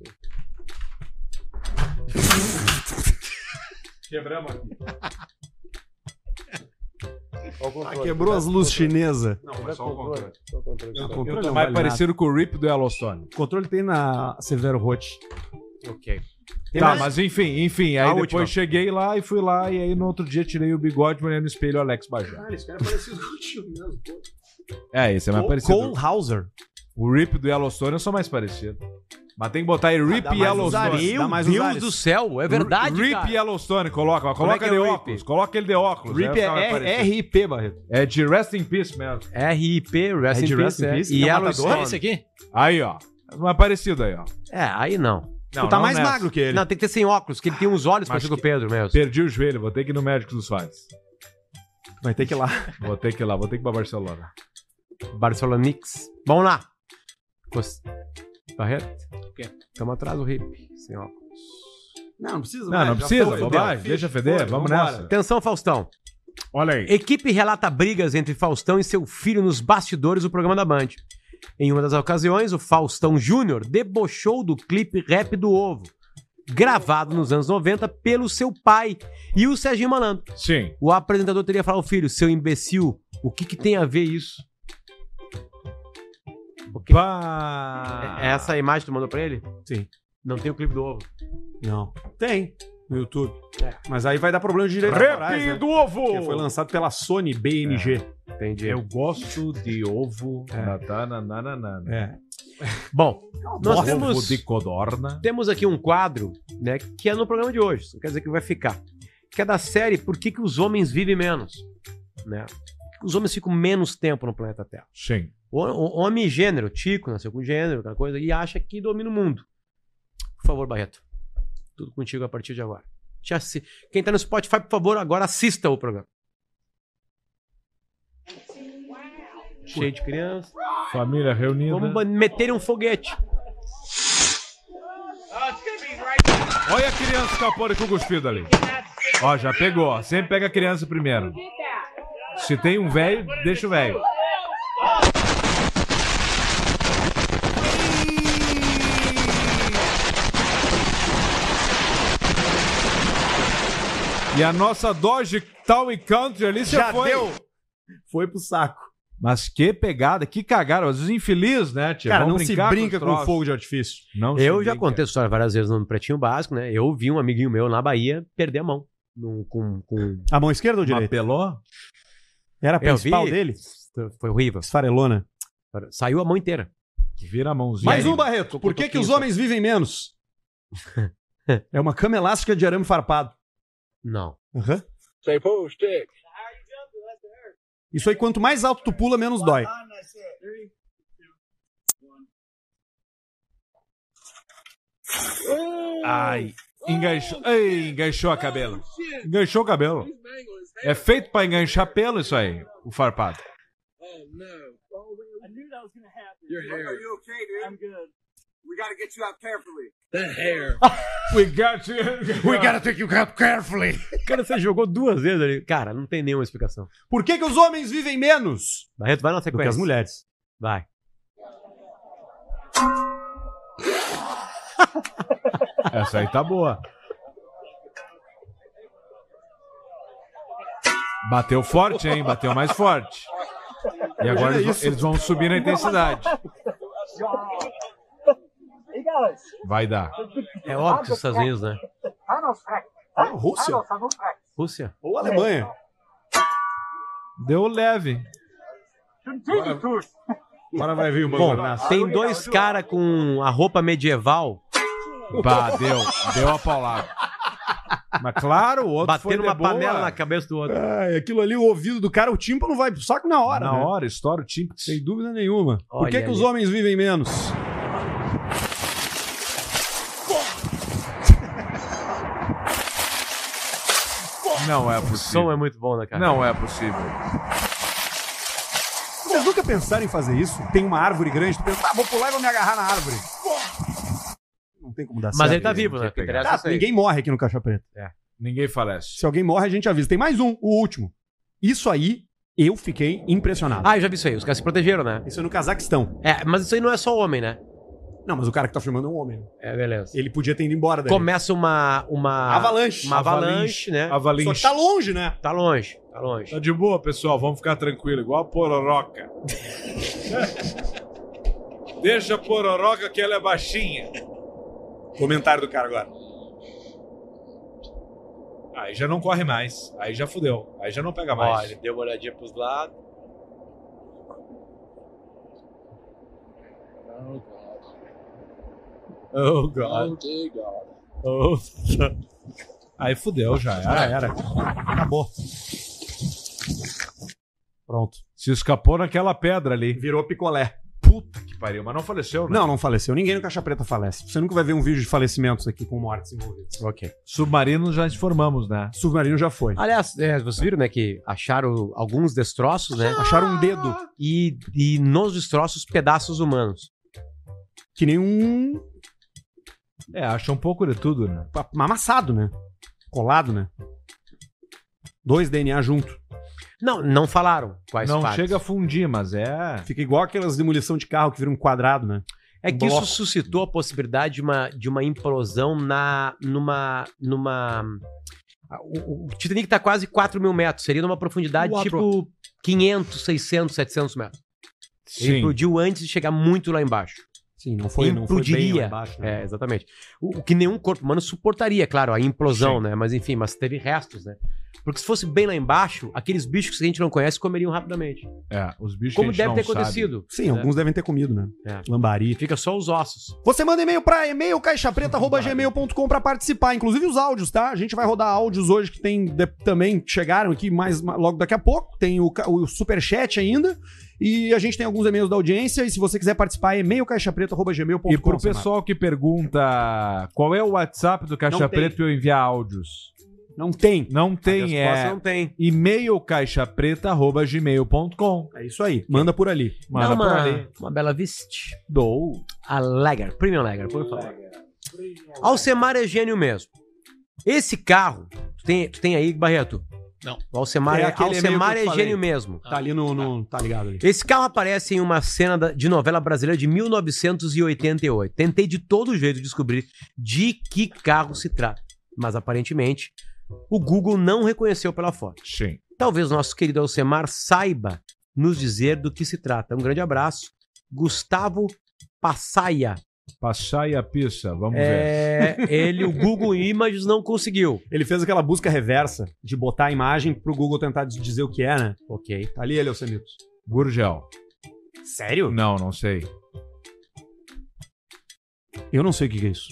Quebramos aqui. Ah, quebrou as luzes chinesas. Não, foi só o controle. O Eu controle tô não mais vale parecido com o Rip do Yellowstone. nada. O controle tem na Severo Roth. Ok. Tem tá, mais- mas enfim, enfim. Aí A depois última. cheguei lá e fui lá. E aí no outro dia tirei o bigode, olhei no espelho, Alex Bajá. Cara, esse cara é parecido contigo mesmo. É, esse é mais Cole, parecido. Cole Hauser. O Rip do Yellowstone eu sou mais parecido. Mas tem que botar aí Rip Ah, dá mais Yellowstone. usaria. Meu Dá mais Deus usares. do céu, é verdade, Rip cara. Yellowstone, coloca, mas Como é coloca que é ele de o Rip? óculos, coloca ele de óculos. aí RIP vai ficar mais é parecido. RIP, Barreto. é de Rest in Peace mesmo. RIP, Rest É de in Rest Peace. in é. Peace? E É um ela matador? É esse aqui? Aí, ó. Mais parecido aí, ó. É, aí não. Não, tu tá não mais nessa. magro que ele. Não, tem que ter sem óculos, que ele tem uns olhos parecidos com o Pedro mesmo. Perdi o joelho, vou ter que ir no médico dos fãs. Vai ter que ir lá. Vou ter que ir lá, vou ter que ir pra Barcelona. Barcelonix. Vamos lá. Cos- Barreto? O quê? Tamo atrás do Rip. Sem óculos. Não, não precisa. né? Não, não precisa, bobagem. Deixa feder, vamos nessa. Atenção, Faustão. Olha aí. Equipe relata brigas entre Faustão e seu filho nos bastidores do programa da Band. Em uma das ocasiões, o Faustão Júnior debochou do clipe Rap do Ovo, gravado nos anos 90 pelo seu pai e o Serginho Malandro. Sim. O apresentador teria falado ao filho, seu imbecil, o que, que tem a ver isso? Porque Bah. é essa a imagem que tu mandou pra ele? Sim. Não tem o clipe do ovo. Não. Tem no YouTube. É. Mas aí vai dar problema de direito autorais, Repinho né? do ovo! Porque foi lançado pela Sony BMG. Entendi. É, Eu gosto de ovo. É. natananana. É. Bom, Então, nós Ovo temos, de codorna. temos aqui um quadro, né, que é no programa de hoje. Isso quer dizer que vai ficar. Que é da série Por que, que os homens vivem menos? Né? Por que que os homens ficam menos tempo no planeta Terra? Sim. O, o- homem e gênero, Tico, nasceu com gênero, aquela coisa, e acha que domina o mundo. Por favor, Barreto. Tudo contigo a partir de agora. Te assi- Quem tá no Spotify, por favor, agora assista o programa. Cheio de criança. Família reunida. Vamos ba- meter um foguete. Olha a criança escapando com o cuspido ali. Ó, já pegou. ó. Sempre pega a criança primeiro. Se tem um velho, deixa o velho. E a nossa Dodge Town and Country ali você Já foi. deu. Foi pro saco. Mas que pegada, que cagaram. Às vezes infeliz, né, tia? Cara, não Vamos se brincar brinca os com troços. fogo de artifício. Não se Eu já brinca. contei essa história várias vezes no Pretinho Básico, né? Eu vi um amiguinho meu na Bahia perder a mão. num- com, com... A mão esquerda ou direita? Apelou? Era Eu a principal vi. dele? Foi horrível. Esfarelona. Saiu a mão inteira. Vira a mãozinha. Mais ali. um, Barreto. Por que, que os Cotoquinho, homens vivem menos? é uma cama elástica de arame farpado. Não. Say pool stick. Isso aí, quanto mais alto tu pula, menos dói. Ai, enganchou. Ei, enganchou a cabelo. Enganchou o cabelo. É feito pra enganchar pelo isso aí, o farpado. We got you. Cara, você jogou duas vezes ali. Cara, não tem nenhuma explicação. Por que, que os homens vivem menos Barreto, vai na do que sequência. as mulheres? Vai. Essa aí tá boa. Bateu forte, hein? Bateu mais forte. E agora eles, vão- eles vão subir na intensidade. Vai dar. É óbvio que os Estados Unidos, né? Ah, Rússia Rússia. ou Alemanha? Deu leve. Agora vai vir o Bom, tem dois caras com a roupa medieval Bah, deu. Deu a paulada. Mas claro, o outro foi batendo de uma boa. panela na cabeça do outro. Ai, aquilo ali, o ouvido do cara, o tímpano vai pro saco na hora. Na né? hora, estoura o time. Sem dúvida nenhuma. Por Olha que, que ali. os homens vivem menos? Não é O som possível. é muito bom, né, cara? Não é possível. Vocês nunca pensaram em fazer isso? Tem uma árvore grande, tu pensa, ah, vou pular e vou me agarrar na árvore. Não tem como dar Mas certo. ele tá vivo, né? O que interessa é Ah, isso aí. É. ninguém morre aqui no Caixa Preta. Ninguém falece. Se alguém morre, a gente avisa. Tem mais um, o último. Isso aí, eu fiquei impressionado. Ah, eu já vi isso aí. Os caras se protegeram, né? Isso é no Cazaquistão. É, mas isso aí não é só homem, né? Não, mas o cara que tá filmando é um homem. É, beleza. Ele podia ter ido embora daí. Começa uma. uma Avalanche. Uma avalanche, né? A Só que Valinche. tá longe, né? Tá longe, tá longe. Tá de boa, pessoal. Vamos ficar tranquilo. Igual a pororoca. Deixa a pororoca que ela é baixinha. Comentário do cara agora. Aí já não corre mais. Aí já fudeu. Aí já não pega Ó, mais. ele deu uma olhadinha pros lados. Oh, God. Oh, God. Aí fudeu já. Já era. era. Acabou. Pronto. Se escapou naquela pedra ali. Virou picolé. Puta que pariu. Mas não faleceu, né? Não, não faleceu. Ninguém no Caixa Preta falece. Você nunca vai ver um vídeo de falecimentos aqui com mortes envolvidas. Ok. Submarino já informamos, né? Submarino já foi. Aliás, é, vocês viram, né, que acharam alguns destroços, né? Acharam um dedo. e, e nos destroços pedaços humanos. Que nem um É, acha um pouco de tudo, né? pa- amassado, né? Colado, né? Dois DNA junto. Não, não falaram quais não partes. chega a fundir, mas é. Fica igual aquelas demolição de carro que viram um quadrado, né? É que bloco. isso suscitou a possibilidade de uma, de uma implosão na numa numa a- o, o Titanic tá tipo quase 4 mil metros, seria numa profundidade Quatro. tipo 500, 600, 700 metros. Ele Sim. explodiu antes de chegar muito lá embaixo. Sim, não foi, não foi bem lá Implodiria. embaixo. né? É, exatamente. O, o que nenhum corpo humano suportaria, claro, a implosão, né? Mas enfim, mas teve restos, né? Porque se fosse bem lá embaixo, aqueles bichos que a gente não conhece comeriam rapidamente. É, os bichos Como que a deve ter gente não sabe. acontecido. Sim, alguns devem ter comido, né? É. Lambari. Fica só os ossos. Você manda e-mail pra e-mail caixapreta.gmail.com pra participar, inclusive os áudios, tá? A gente vai rodar áudios hoje que tem de- também chegaram aqui mais ma- logo daqui a pouco. Tem o, ca- o superchat ainda. E a gente tem alguns e-mails da audiência. E se você quiser participar, é e-mail caixapreta.gmail.com. E pro Samara. pessoal que pergunta qual é o WhatsApp do Caixa Não tem. Preta pra eu enviar áudios. Não tem. Não tem, A resposta é não tem. e-mail caixapreta.gmail.com. É isso aí. Manda por ali. Manda Dá pra uma, ali. uma bela viste. Dou. A Lager, Premium Lager, por favor. Alcemar é gênio mesmo. Esse carro, tu tem, tu tem aí, Barreto? Não. O Alcemar É é, aquele e-mail Alcemar que eu é te falei. gênio mesmo. Tá ali no. no- tá ligado ali. Esse carro aparece em uma cena da- de novela brasileira de 1988. Tentei de todo jeito descobrir de que carro se trata, mas aparentemente o Google não reconheceu pela foto. Sim. Talvez nosso querido Alcemar saiba nos dizer do que se trata. Um grande abraço, Gustavo Passaia. Passar e a pizza, vamos ver. É, ele, o Google Images não conseguiu. Ele fez aquela busca reversa de botar a imagem pro Google tentar des- dizer o que é, né? Ok. Tá ali, ele, Alcemitos. Gurgel. Sério? Não, não sei. Eu não sei o que, que é isso.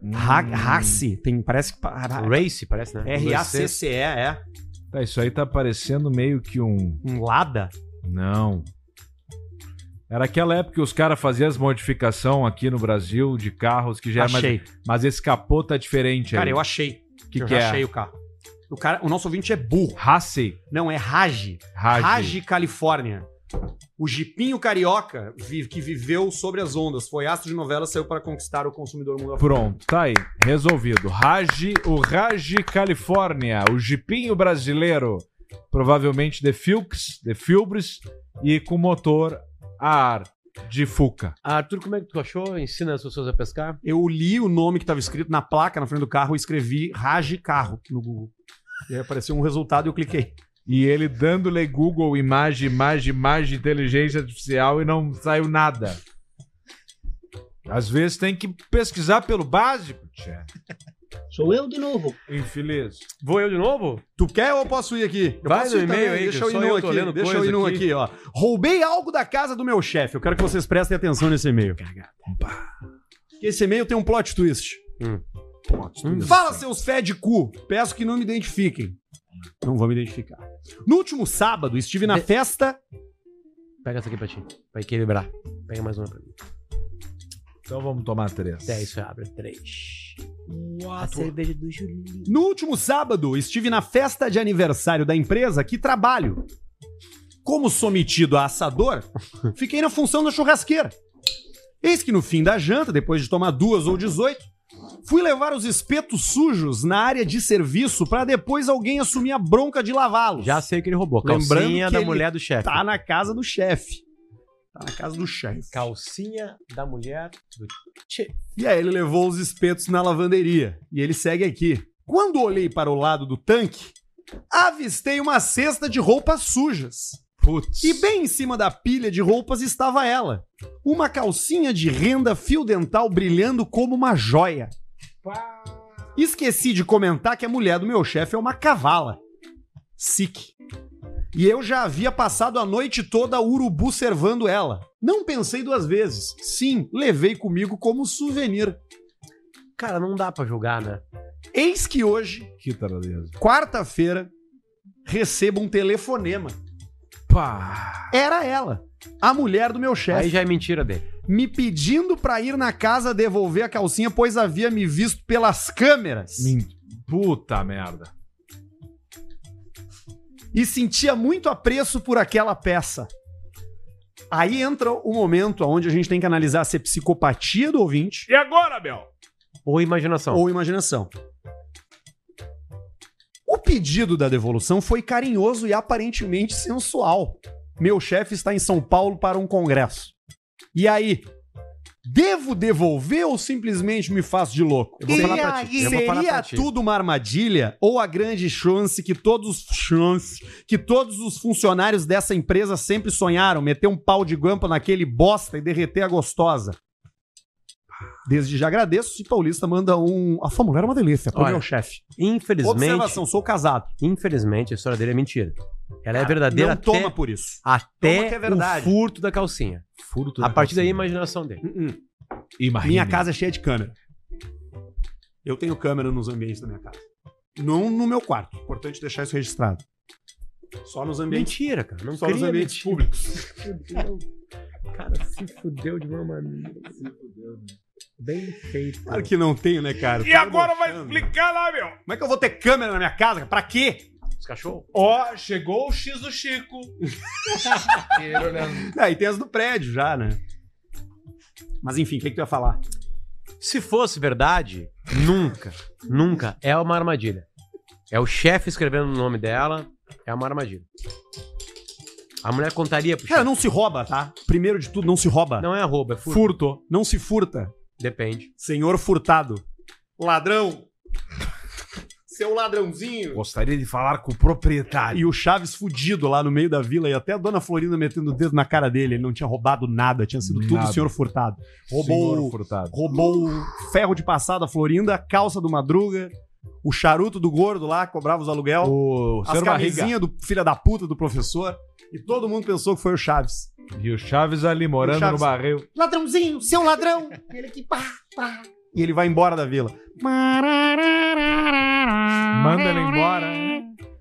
Hum. Ra Race. Tem, parece que. pa- ra- Race, parece, né? R-A-C-C-E, é. Tá, isso aí tá parecendo meio que um. Um Lada? Não. Era aquela época que os caras faziam as modificações aqui no Brasil de carros que já é mais. achei. Mas esse capô tá diferente Cara, aí. eu achei. O que, eu que já é? achei o carro. O, cara, o nosso ouvinte é burro. Race. Não, é Raj. Raj. Raj, Califórnia. O jipinho carioca vi- que viveu sobre as ondas. Foi astro de novela, saiu para conquistar o consumidor mundo afora. Pronto, tá aí. Resolvido. Raj, o Raj Califórnia, o jipinho brasileiro, provavelmente de Filks, de Filbres, e com motor a ar de Fuca. Arthur, como é que tu achou? Ensina as pessoas a pescar? Eu li o nome que estava escrito na placa na frente do carro e escrevi Raj Carro no Google. E aí apareceu um resultado e eu cliquei. E ele dando-lhe Google imagem, imagem, imagem, inteligência artificial e não saiu nada. Às vezes tem que pesquisar pelo básico, tchê. Sou eu de novo. Infeliz. Vou eu de novo? Tu quer ou eu posso ir aqui? Eu Vai posso no ir também, e-mail aí, Deixa que eu ir só num eu tô aqui. lendo Deixa eu coisa ir num aqui. aqui, ó. Roubei algo da casa do meu chefe. Eu quero que vocês prestem atenção nesse e-mail. Porque esse e-mail tem um plot twist. Hum. Fala, seus fé de cu. Peço que não me identifiquem. Não vou me identificar. No último sábado, estive na De- festa. Pega essa aqui pra ti. Vai equilibrar. Pega mais uma pra mim. Então vamos tomar três. Até isso abre. Três. A cerveja do Julinho. No último sábado, estive na festa de aniversário da empresa que trabalho. Como sou metido a assador, fiquei na função da churrasqueira. Eis que no fim da janta, depois de tomar duas ou 18, fui levar os espetos sujos na área de serviço para depois alguém assumir a bronca de lavá-los. Já sei que ele roubou. Lembrando Calcinha que da ele mulher do chefe. tá na casa do chefe. Tá na casa do chefe. Calcinha da mulher do chefe. E aí ele levou os espetos na lavanderia. E ele segue aqui. Quando olhei para o lado do tanque, avistei uma cesta de roupas sujas. Putz. E bem em cima da pilha de roupas estava ela. Uma calcinha de renda fio dental brilhando como uma joia. Esqueci de comentar que a mulher do meu chefe é uma cavala. Sick. E eu já havia passado a noite toda urubu servando ela. Não pensei duas vezes. Sim, levei comigo como souvenir. Cara, não dá pra julgar, né? Eis que hoje, Que taraleza. quarta-feira, recebo um telefonema. Pá. Era ela, a mulher do meu chefe. Aí já é mentira dele. me pedindo pra ir na casa devolver a calcinha, pois havia me visto pelas câmeras. Min- Puta merda. E sentia muito apreço por aquela peça. Aí entra o momento onde a gente tem que analisar se é psicopatia do ouvinte E agora, Bel? Ou imaginação. ou imaginação. O pedido da devolução foi carinhoso e aparentemente sensual. Meu chefe está em São Paulo para um congresso. E aí? Devo devolver ou simplesmente me faço de louco? Eu vou falar pra Seria- ti, eu vou Seria falar pra ti. tudo uma armadilha ou a grande chance que todos chance que todos os funcionários dessa empresa sempre sonharam meter um pau de guampa naquele bosta e derreter a gostosa? Desde já agradeço se Paulista manda um. A sua mulher é uma delícia, pro Olha, meu chefe. Infelizmente, Observação, sou casado. Ah, infelizmente, a história dele é mentira. Ela é verdadeira Não até, toma por isso. toma até que é verdade. o furto da calcinha. Furto A partir daí, a imaginação dele. Hum, Imagina. Minha casa é cheia de câmera. Eu tenho câmera nos ambientes da minha casa. Não no meu quarto. Importante deixar isso registrado. Só nos ambientes. Mentira, cara. Não Só cria nos ambientes mentira. públicos. Cara, se fudeu de uma maneira. Bem feito. Claro que não tenho, né, cara? E agora vai Debochando. explicar lá, meu. Como é que eu vou ter câmera na minha casa? cara? Pra quê? Os cachorros? Ó, chegou o X do Chico. Ah, e tem as do prédio já, né? Mas enfim, o que, que tu ia falar? Se fosse verdade, nunca, nunca é uma armadilha. É o chefe escrevendo o nome dela, é uma armadilha. A mulher contaria pro Cara, chefe. não se rouba, tá? Primeiro de tudo, não se rouba. Não é roubo, é furto. Furto. Não se furta. Depende. Senhor furtado. Ladrão! Seu ladrãozinho! Gostaria de falar com o proprietário. E o Chaves fudido lá no meio da vila e até a dona Florinda metendo o dedo na cara dele. Ele não tinha roubado nada, tinha sido tudo Nada. o senhor furtado. Roubou. um Roubou, roubou o ferro de passar da Florinda, a calça do Madruga, o charuto do gordo lá, cobrava os aluguel. O as senhor Barriga. camisinhas do filha da puta do professor. E todo mundo pensou que foi o Chaves. E o Chaves ali morando O Chaves. no barril. Ladrãozinho, seu ladrão! E ele aqui, pá, pá. E ele vai embora da vila. Manda ele embora.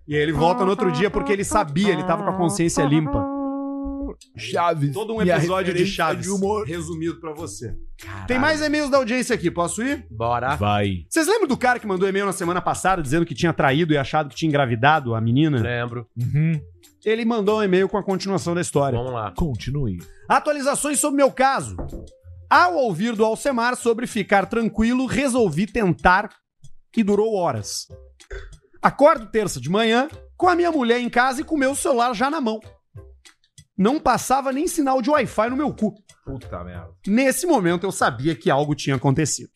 E aí ele volta no outro dia porque ele sabia, ele tava com a consciência limpa. Chaves. Todo um E a episódio de referência Chaves. de humor. Resumido pra você. Tem mais e-mails da audiência aqui, posso ir? Bora. Vai. Vocês lembram do cara que mandou e-mail na semana passada dizendo que tinha traído e achado que tinha engravidado a menina? Lembro. Ele mandou um e-mail com a continuação da história. Vamos lá. Continue. Atualizações sobre meu caso. Ao ouvir do Alcemar sobre ficar tranquilo, resolvi tentar e durou horas. Acordo terça de manhã com a minha mulher em casa e com meu celular já na mão. Não passava nem sinal de Wi-Fi no meu cu. Puta merda. Nesse momento eu sabia que algo tinha acontecido.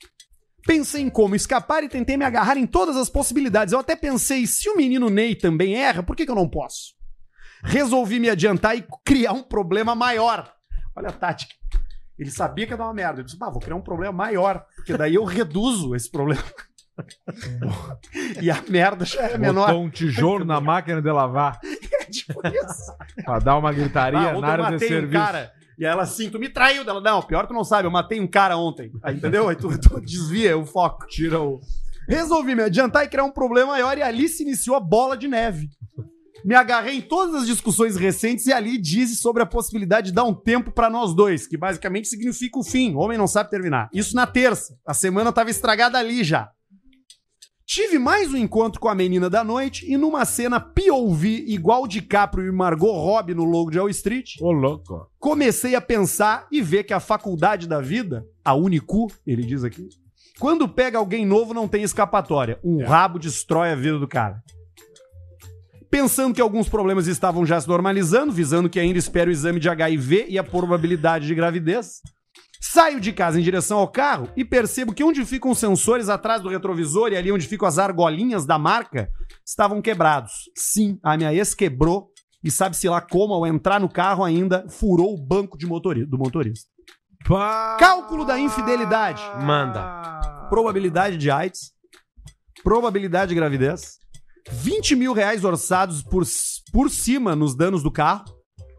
Pensei em como escapar e tentei me agarrar em todas as possibilidades. Eu até pensei, se o menino Ney também erra, por que, que eu não posso? Resolvi me adiantar e criar um problema maior. Olha a tática. Ele sabia que ia dar uma merda. Ele disse, bah, vou criar um problema maior, porque daí eu reduzo esse problema. e a merda já é menor. Botou um tijolo na máquina de lavar É tipo isso. pra dar uma Ah, gritaria ontem na eu área de matei um serviço. cara. E aí ela assim, tu me traiu dela. Não, pior que tu não sabe, eu matei um cara ontem. Aí, entendeu? Aí tu, tu desvia o foco. Tira o. Resolvi me adiantar e criar um problema maior, e ali se iniciou a bola de neve. Me agarrei em todas as discussões recentes e ali diz sobre a possibilidade de dar um tempo pra nós dois, que basicamente significa o fim. Homem não sabe terminar. Isso na terça. A semana tava estragada ali já. Tive mais um encontro com a menina da noite e numa cena POV igual DiCaprio e Margot Robbie no logo de All Street, Ô, louco. comecei a pensar e ver que a faculdade da vida, a Unicu, ele diz aqui, quando pega alguém novo não tem escapatória. É. Um rabo destrói a vida do cara. Pensando que alguns problemas estavam já se normalizando, visando que ainda espera o exame de HIV e a probabilidade de gravidez, saio de casa em direção ao carro e percebo que onde ficam os sensores atrás do retrovisor e ali onde ficam as argolinhas da marca estavam quebrados. Sim, a minha ex quebrou e sabe-se lá como, ao entrar no carro ainda, furou o banco de motori- do motorista. Cálculo da infidelidade. Manda. Probabilidade de AIDS. Probabilidade de gravidez. 20 mil reais orçados por, c- por cima nos danos do carro.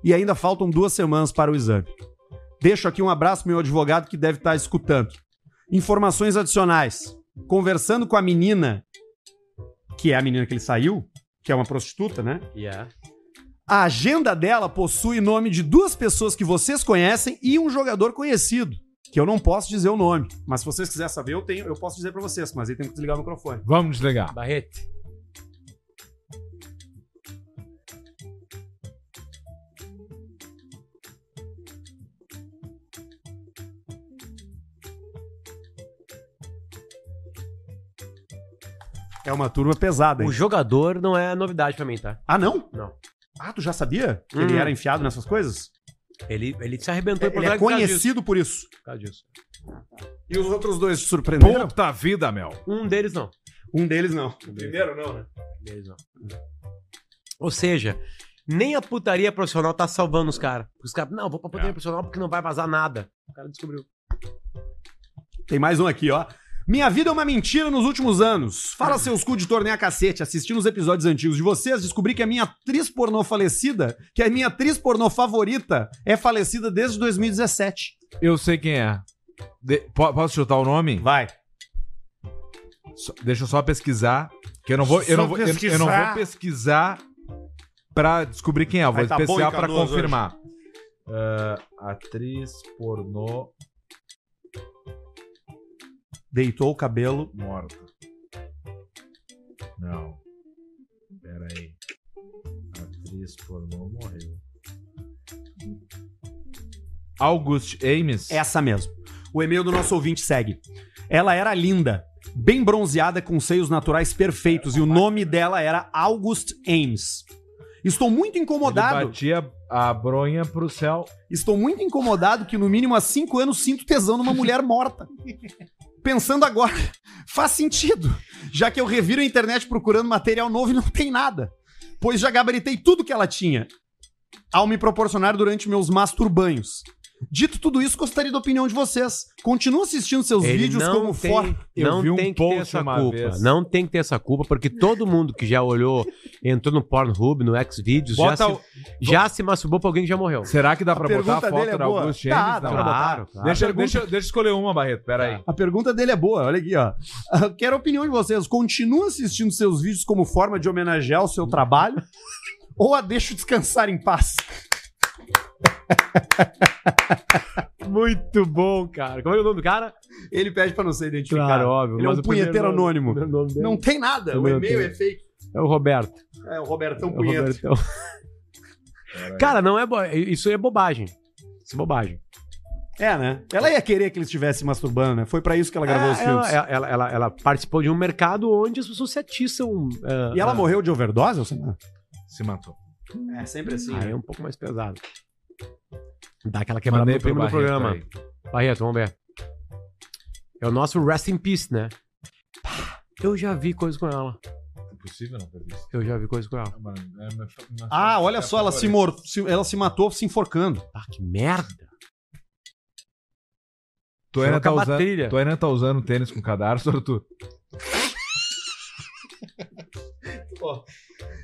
E ainda faltam duas semanas para o exame. Deixo aqui um abraço pro meu advogado que deve estar escutando. Informações adicionais. Conversando com a menina, que é a menina que ele saiu, que é uma prostituta, né? Yeah. A agenda dela possui nome de duas pessoas que vocês conhecem e um jogador conhecido, que eu não posso dizer o nome. Mas se vocês quiserem saber, eu tenho, eu posso dizer pra vocês, mas aí tem que desligar o microfone. Vamos desligar. Barrete. É uma turma pesada, hein? O jogador não é novidade pra mim, tá? Ah, não? Não. Ah, tu já sabia que ele Hum. era enfiado nessas coisas? Ele, ele se arrebentou em Porto Ele é Alegre por causa conhecido por isso. disso, por causa disso. E os outros dois te surpreenderam? Puta vida, Mel. Um deles não. Um deles não. Primeiro não, né? Um deles não. Ou seja, nem a putaria profissional tá salvando os caras. Os caras, não, vou pra putaria É. profissional porque não vai vazar nada. O cara descobriu. Tem mais um aqui, ó. Minha vida é uma mentira nos últimos anos. Hum. Fala seus cu de torneio a cacete. Assistindo os episódios antigos de vocês, descobri que a minha atriz pornô falecida, que é a minha atriz pornô favorita, é falecida desde 2017. Eu sei quem é. De- po- posso chutar o nome? Vai. Só- deixa eu só pesquisar. Que eu não vou, eu não vou, eu- eu não vou pesquisar pra descobrir quem é. Eu vou Vai tá bom especial em pra Canoas confirmar. Ah, atriz pornô Deitou o cabelo. morta. Não. Pera aí. Atriz pornô morreu. August Ames? Essa mesmo. O e-mail do nosso ouvinte segue. Ela era linda, bem bronzeada, com seios naturais perfeitos, e o nome dela era August Ames. Estou muito Ele incomodado. batia a bronha pro céu. Estou muito incomodado que no mínimo há cinco anos sinto tesão numa mulher morta. Pensando agora, faz sentido, já que eu reviro a internet procurando material novo e não tem nada, pois já gabaritei tudo que ela tinha ao me proporcionar durante meus masturbanhos. Dito tudo isso, gostaria da opinião de vocês. Continuo assistindo seus Ele vídeos não como tem- for. Eu não vi um tem que ter post essa uma culpa. vez. Não tem que ter essa culpa, porque todo mundo que já olhou, entrou no Pornhub, no Xvideos, já, Bota se, o- já se masturbou pra alguém que já morreu. Será que dá pra botar a pergunta foto dele é da boa. August Tá, Ames? dá Não. pra botar. Deixa, pergunta- deixa, deixa eu escolher uma, Barreto. Pera aí. A pergunta dele é boa, olha aqui, ó. Ah, Quero a opinião de vocês. Continua assistindo seus vídeos como forma de homenagear o seu trabalho? ou a deixo descansar em paz? Muito bom, cara. Como é o nome do cara? Ele pede pra não ser identificado. Claro, óbvio. Ele é mas um o primeiro punheteiro nome- anônimo. o primeiro nome dele Não tem nada. Eu o não e-mail tenho. é fake. É o Roberto. É o Robertão É o Punheta. Robertão. Cara, não é bo... isso é bobagem. Isso é bobagem. É, né? Ela ia querer que ele estivesse masturbando, né? Foi pra isso que ela gravou os É, filmes. ela, ela- ela- ela participou de um mercado onde as pessoas se atiçam. é, E ela é. morreu de overdose, Alcimar? Se matou. É, sempre assim. Aí é um pouco mais pesado. Dá aquela quebrada Mandei no pro primo do Barreto programa. aí. Barreto, vamos ver. É o nosso Rest in Peace, né? Pá, Eu já vi coisa com ela. Impossível não ter visto. Eu já vi coisa com ela. Ah, mano, é minha fa- minha Ah, fa- olha é só, ela se, favorita. mor... se- ela se matou se enforcando. Ah, que merda. Tu ainda tá Troca a usando- trilha. Tu ainda tá usando tênis com cadarço, Arthur?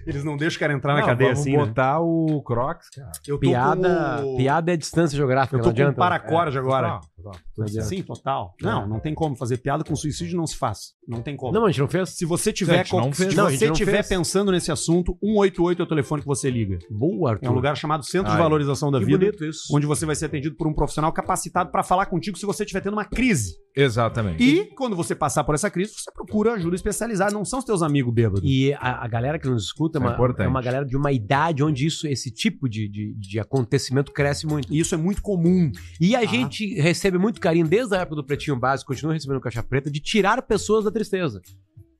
Eles não deixam o cara entrar Não, na cadeia vamos assim, né? botar Ah, o Crocs, cara. Eu tô Piada, com o- piada é distância geográfica, Eu não tô com um adianta. né? paracorde agora. Tá, tá. É. Não adianta. É. Sim, total. Não, não tem como. Fazer piada com suicídio não se faz. Não tem como. Não, a gente não fez? Se você A tiver, gente não co- se fez. Não, a gente você não tiver fez. pensando nesse assunto, 188 é o telefone que você liga. Boa, Arthur. É um lugar chamado Centro Ai, de Valorização da que Vida, bonito isso. onde você vai ser atendido por um profissional capacitado para falar contigo se você estiver tendo uma crise. Exatamente. E quando você passar por essa crise, você procura ajuda especializada, Ah, não são os teus amigos bêbados. E a, a galera que nos escuta é Isso é uma, importante. é uma galera de uma idade onde isso, esse tipo de, de, de acontecimento cresce muito. E isso é muito comum. E a Tá. gente recebe muito carinho desde a época do Pretinho Básico, continua recebendo Caixa Preta, de tirar pessoas da tristeza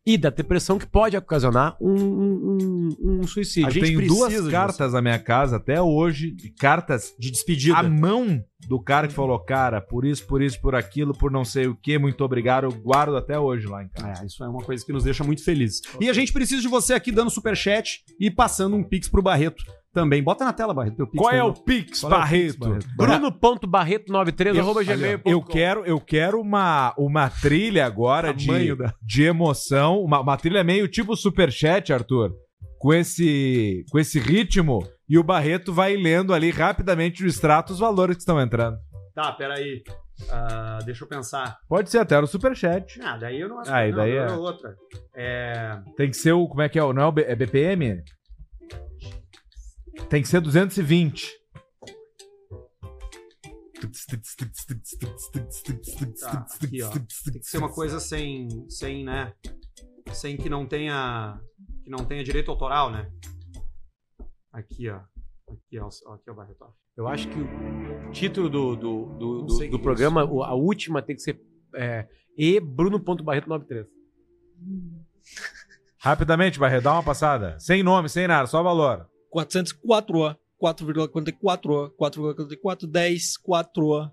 e da depressão que pode ocasionar um, um- um- um Eu suicídio. A gente tenho precisa duas de cartas na minha casa até hoje, de cartas De despedida. à mão do cara que falou, cara, por isso, por isso, por aquilo, por não sei o que, muito obrigado, eu guardo até hoje lá em casa. É, isso é uma coisa que nos deixa muito felizes. E a gente precisa de você aqui dando superchat e passando um pix pro Barreto também. Bota na tela, Barreto, teu pix. Qual aí, é o ó. Pix, Qual é o Barreto? Pix, Barreto? Bruno.barreto93 Eu, arroba olha, gmail.com. eu quero, eu quero uma, uma trilha agora de, Tamanho da- de emoção, uma, uma trilha meio tipo superchat, Arthur, com esse, com esse ritmo, e o Barreto vai lendo ali rapidamente no extrato os valores que estão entrando. Tá, peraí. Ah, deixa eu pensar. Pode ser até o superchat. Ah, daí eu não acho Ah, e não, daí não, é- não, outra. É. Tem que ser o. Como é que é? o- Não é o B- é BPM? Tem que ser 220. Tá, aqui, ó. Tem que ser uma coisa sem. sem, né? Sem que não tenha. Que não tenha direito autoral, né? Aqui, ó. Aqui, ó. ó, Aqui, ó, Barreto. ó. Eu acho que o título do, do, do, Não do- sei do que é programa, o- a última, tem que ser é, e Bruno.barreto93. Rapidamente, Barreto, dá uma passada. Sem nome, sem nada, só valor. 404 a 4,44, 4,44, 10, 4,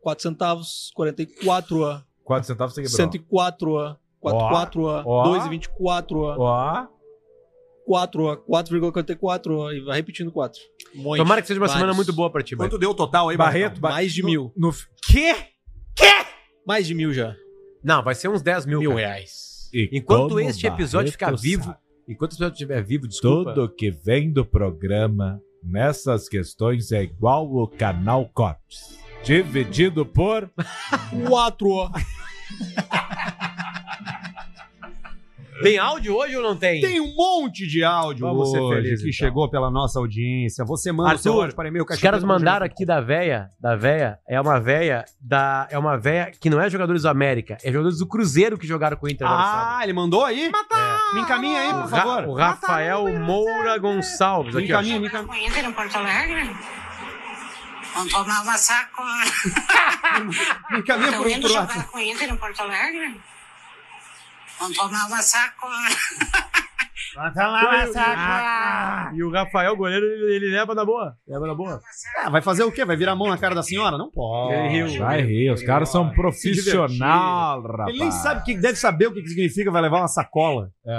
4 centavos, 44, 4 centavos você quebrou. 104, 44, Ó. 2,24, Ó. 4, 4,44 e vai repetindo 4. Um monte. Tomara que seja uma Vários. semana muito boa pra ti, Barreto. Quanto deu o total aí, Barreto, ba- Mais de no- mil. No, Quê? Mais de mil já. Não, vai ser uns 10 mil, Mil cara. reais. Enquanto este episódio ficar vivo, enquanto esse episódio É estiver vivo, desculpa. Tudo que vem do programa nessas questões é igual o canal Cortes. Dividido por 4. Tem áudio hoje ou não tem? Tem um monte de áudio Vamos ser hoje felizes, que então. chegou pela nossa audiência. Você manda Arthur, o tá seu áudio para e-mail. Os caras mandaram aqui da véia, da véia, é uma véia da é uma véia que não é jogadores do América, é jogadores do Cruzeiro que jogaram com o Inter agora sábado. Ah, ele mandou aí? É. Me encaminha aí, O, por Ra- favor. o Rafael Moura Gonçalves Me aqui, ó. encaminha, me encaminha. Ainda em Porto Alegre? Vamos tomar uma saco. Me encaminha Estão pro, indo pro Arthur. jogar com o Inter em Porto Alegre? Vamos tomar uma saco. E o Rafael goleiro ele, ele leva na boa, leva na boa. Ah, vai fazer o quê? Vai virar a mão na cara da senhora? Não pode. Ele riu. Vai rir, os caras são profissional, rapaz. Ele nem sabe, o que deve saber o que que significa vai levar uma sacola. Estão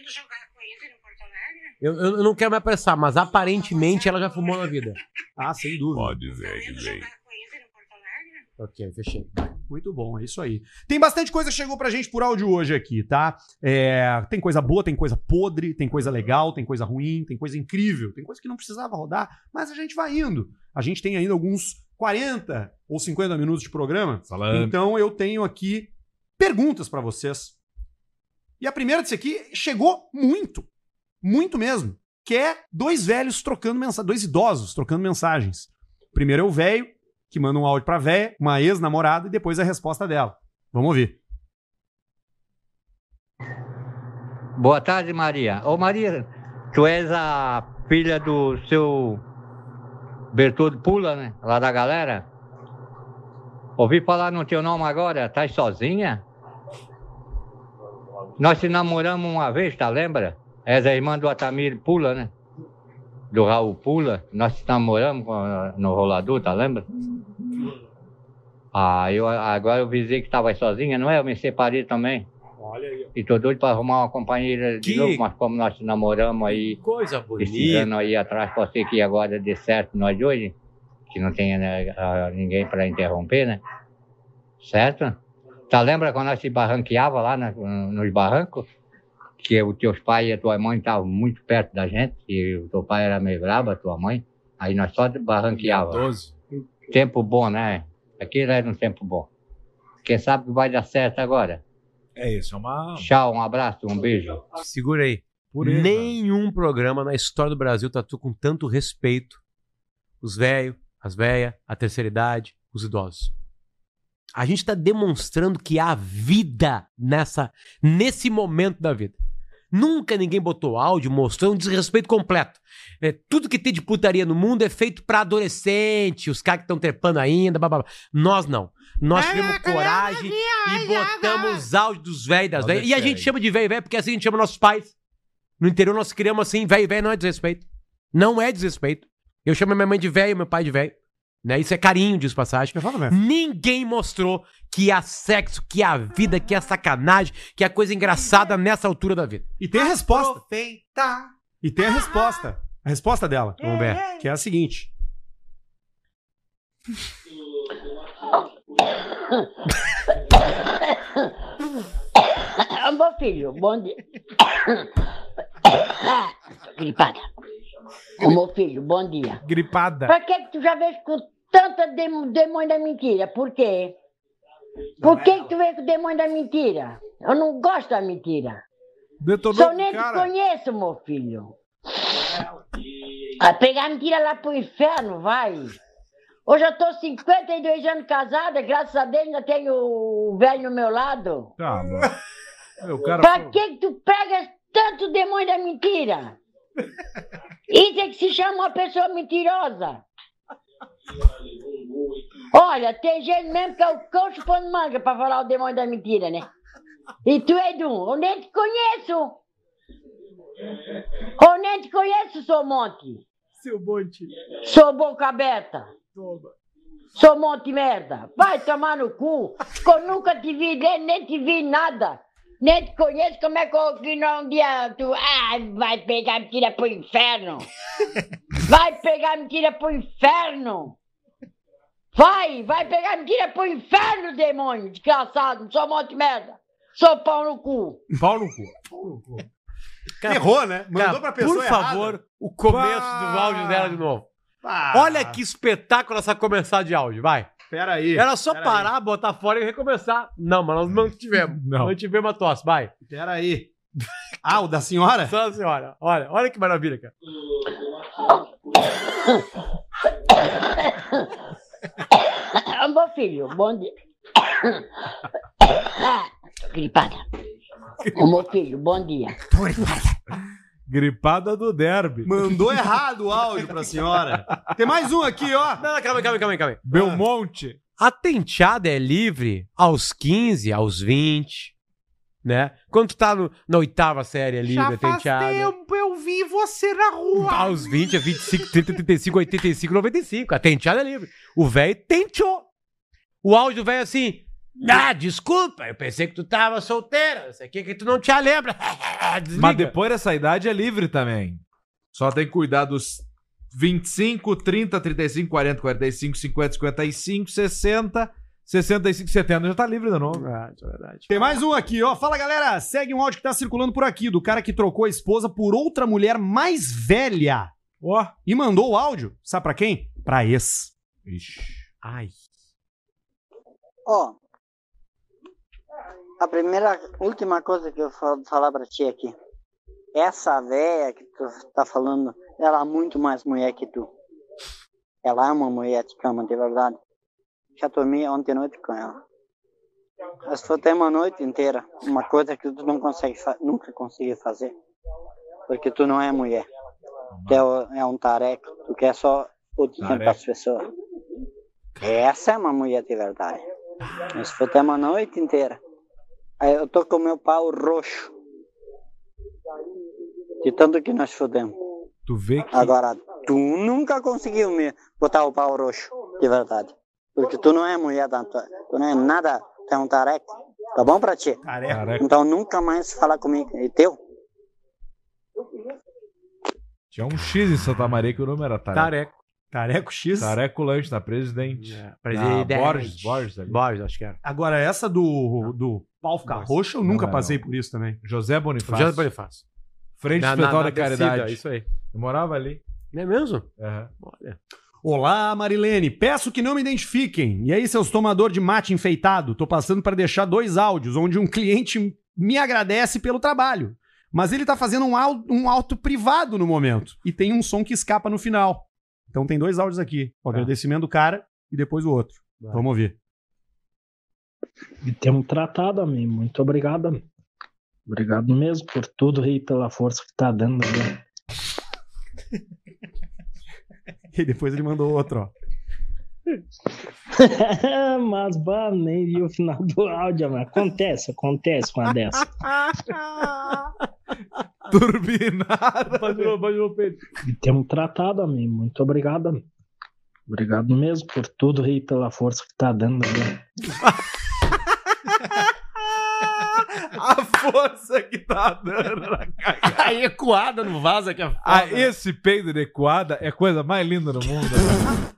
indo jogar com o Inter em Porto Alegre? É. Eu, eu eu não quero me apressar, mas aparentemente ela já fumou na vida. Ah, sem dúvida. Pode Estão ver que indo vem. jogar com o Inter em Porto Alegre? Ok, fechei. Muito bom, é isso aí. Tem bastante coisa que chegou pra gente por áudio hoje aqui, tá? É, tem coisa boa, tem coisa podre, tem coisa legal, tem coisa ruim, tem coisa incrível, tem coisa que não precisava rodar, mas a gente vai indo. A gente tem ainda alguns 40 ou 50 minutos de programa, Salame. então eu tenho aqui perguntas pra vocês. E a primeira disso aqui chegou muito, muito mesmo, que é dois velhos trocando mensagens, dois idosos trocando mensagens. Primeiro é o velho, que manda um áudio pra véia, uma ex-namorada, e depois a resposta dela. Vamos ouvir. Boa tarde, Maria. Ô, Maria, tu és a filha do seu Bertoldo Pula, né? Lá da galera. Ouvi falar no teu nome agora, tá sozinha? Nós te namoramos uma vez, tá? Lembra? És a irmã do Atamir Pula, né? Do Raul Pula. Nós te namoramos com- no rolador, tá? Lembra? Ah, eu, agora eu visei que tava sozinha, não é? Eu me separei também. E tô doido pra arrumar uma companheira de Que- novo, mas como nós te namoramos aí, Coisa esse bonita. ano aí atrás, pode ser que agora dê certo nós dois, que não tenha né, ah, ninguém pra interromper, né? Certo? Tá lembra quando nós se barranqueava lá na- nos barrancos? Que os teus pais e a tua mãe estavam muito perto da gente, e o teu pai era meio brabo, a tua mãe. Aí nós só barranqueava. 12. Tempo bom, né? Aquilo era um tempo bom. Quem sabe que vai dar certo agora. É isso, é uma. Tchau, um abraço, um beijo. Segura aí. Pureza. Nenhum programa na história do Brasil tratou com tanto respeito os velhos, as velhas, a terceira idade, os idosos. A gente está demonstrando que há vida nessa, nesse momento da vida. Nunca ninguém botou áudio, mostrou um desrespeito completo. É, tudo que tem de putaria no mundo é feito pra adolescente, os caras que estão trepando ainda, blá, blá, blá. Nós não. Nós tivemos coragem e botamos os áudios dos velhos e das Nós velhas. E a é gente velho. chama de velho e velho porque assim a gente chama nossos pais. No interior nós criamos assim, velho e velho não é desrespeito. Não é desrespeito. Eu chamo minha mãe de velho, meu pai de velho. Né? Isso é carinho, diz passagem. Ninguém mostrou que há sexo, que há vida, que há sacanagem, que há coisa engraçada nessa altura da vida. E tem a resposta. E tem a resposta. A resposta dela, Vamos ver. que é a seguinte. Bom filho, bom dia. Gripada. Ô, meu filho, bom dia. Gripada. Pra que que tu já veio com tanta dem- demônio da mentira? Por quê? Por que que tu veio com demônio da mentira? Eu não gosto da mentira. Detonou Só o nem te cara. conheço, meu filho. Vai pegar a mentira lá pro inferno, vai. Hoje eu tô 52 anos casada, graças a Deus ainda tenho o velho no meu lado. Tá, bom. O cara. Pra que que tu pegas tanto demônio da mentira? Isso é que se chama uma pessoa mentirosa. Olha, tem gente mesmo que é o cão chupando manga pra falar o demônio da mentira, né? E tu é de um. Eu nem te conheço. Eu nem te conheço, é seu monte. Seu monte. Sou boca aberta. Sou um monte de merda. Vai tomar no cu. Que eu nunca te vi, nem, nem te vi nada. Nem te conheço. Como é que eu que não um dia tu. Ah, vai pegar me tira pro inferno. Vai pegar me tira pro inferno. Vai, vai pegar me tira pro inferno, demônio. Desgraçado. Sou um monte de merda. Sou pau no cu. Pau no cu. Pau no cu. Errou, né? Mandou Cara, pra pessoa Por favor, errada. o começo Bah. do áudio dela de novo. Ah. Olha que espetáculo essa começar de áudio, vai. Pera aí. Era só pera parar, botar fora e recomeçar. Não, mas nós mantivemos. Não. Mantivemos a tosse, vai. Pera aí. Ah, o da senhora? Só a senhora. Olha, olha que maravilha, cara. Ah, Meu filho, bom dia. Gripada. Ô, Meu filho, bom dia. Gripada do derby. Mandou errado o áudio pra senhora. Tem mais um aqui, ó. Não, calma, calma, calma, calma. Um Belmonte. A tenteada é livre aos 15, aos 20, né? Quando tu tá no- na oitava série é livre a tenteada. eu vi você na rua. Aos 20, é 25, 30, 35, 85, 95. A tenteada é livre. O velho tenteou. O áudio velho assim. Ah, desculpa, eu pensei que tu tava solteira. Isso aqui que tu não te lembra. Desliga. Mas depois dessa idade é livre também. Só tem que cuidar dos 25, 30, 35, 40, 45, 50, 55, 60, 65, 70. Já tá livre de novo. Verdade, é verdade. Tem mais um aqui, ó. Fala, galera. Segue um áudio que tá circulando por aqui do cara que trocou a esposa por outra mulher mais velha. Ó. E mandou o áudio. Sabe pra quem? Pra ex. Ixi. Ai. Ó, a primeira, última coisa que eu vou falar pra ti aqui. Essa véia que tu tá falando, ela é muito mais mulher que tu. Ela é uma mulher de cama, de verdade. Já dormi ontem à noite com ela. Mas tu tem uma noite inteira, uma coisa que tu não consegue, fa- nunca conseguiu fazer. Porque tu não é mulher. Tu é, o- é um tareco, tu quer só o dinheiro Tareco. das pessoas. Essa é uma mulher de verdade. Nós fizemos a noite inteira. Aí eu tô com meu pau roxo. De tanto que nós fudemos. Tu vê que. Agora, tu nunca conseguiu me botar o pau roxo, de verdade. Porque tu não é mulher, da tua- tu não é nada, tu é um tareco. Tá bom pra ti? Tareco. Então nunca mais falar comigo. E teu? Tinha um X em Santa Maria que o nome era Tareco. Tareco. É, Tareco X? Tareco Lanche, na Presidente. Presidente. Na Borges, Borges ali. Borges, acho que era. Agora, essa do, do pau ficar roxo, eu Não nunca é, passei por isso também. José Bonifácio. José Bonifácio. Frente Na- do na- Hospital na da Caridade. descida, isso aí. Eu morava ali. Não é mesmo? Aham. Olha. Olá, Marilene. Peço que não me identifiquem. E aí, seus tomador de mate enfeitado? Tô passando para deixar dois áudios onde um cliente me agradece pelo trabalho. Mas ele tá fazendo um au- um auto privado no momento. E tem um som que escapa no final. Então tem dois áudios aqui. Tá. O agradecimento do cara e depois o outro. Vamos ouvir. E temos É um tratado, amém. Muito obrigado, amém. Obrigado mesmo por tudo e pela força que tá dando. amém. E depois ele mandou outro, ó. Mas, bah, nem vi o final do áudio, amém. Acontece, acontece com a dessa. Turbinada. E temos tratado, amém. Muito obrigado, amém. Obrigado mesmo por tudo e pela força que tá dando. amém. A força que tá dando na cagada. A ecoada no vaso aqui. Ah, tá. esse peido de ecoada é a coisa mais linda do mundo. né?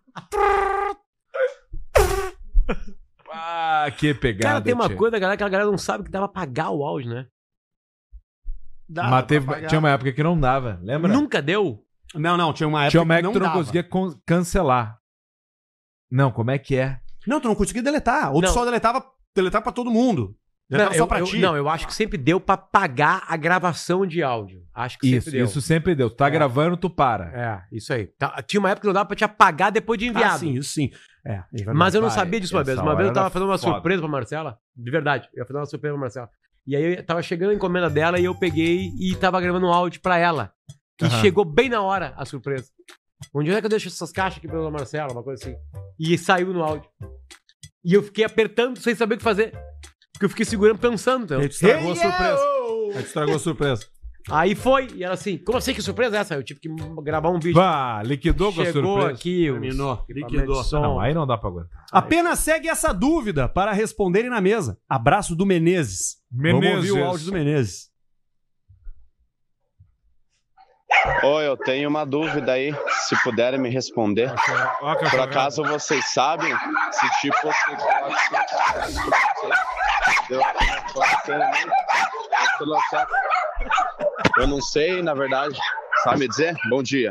ah, que pegada. Cara, tem uma tchê. coisa, galera, que a galera não sabe que dava pra apagar o áudio, né? Tá, Mas teve- tinha uma época que não dava, lembra? Nunca deu? Não, não, tinha uma época Tinha uma que época que não tu não dava. conseguia con- cancelar. Não, como é que é? Não, tu não conseguia deletar. Ou tu Não. só deletava, deletava pra todo mundo. Não, Deletava tá só eu, pra eu- ti. não, eu acho que sempre deu pra pagar a gravação de áudio. Acho que Isso, sempre deu. isso sempre deu. Tu Tá É. gravando, tu para. É, isso aí. Tá- tinha uma época que não dava pra te apagar depois de enviado. Ah, sim, isso sim. É, é verdade. Mas eu não Vai, sabia disso uma essa vez. Uma hora vez eu era tava fazendo uma foda. surpresa pra Marcela. De verdade, eu ia fazer uma surpresa pra Marcela. E aí eu tava chegando a encomenda dela e eu peguei e tava gravando um áudio pra ela. Que Aham. chegou bem na hora a surpresa. Onde é que eu deixo essas caixas aqui pela Marcela? Uma coisa assim. E saiu no áudio. E eu fiquei apertando sem saber o que fazer. Porque eu fiquei segurando, pensando. Então. Aí tu estragou a surpresa. Aí tu estragou a surpresa. Aí foi, e ela assim, como assim, que surpresa é essa? Eu tive que gravar um vídeo. Bah, liquidou com a Chegou surpresa. aqui os Terminou. equipamentos Liquidou. de som. Não, aí não dá pra aguentar. Apenas segue essa dúvida para responderem na mesa. Abraço do Menezes. Vamos Menezes. ouvir o áudio do Menezes. Oi, eu tenho uma dúvida aí, se puderem me responder. Por acaso vocês sabem se tipo você coloca. Eu não sei, na verdade. Sabe me dizer? Bom dia.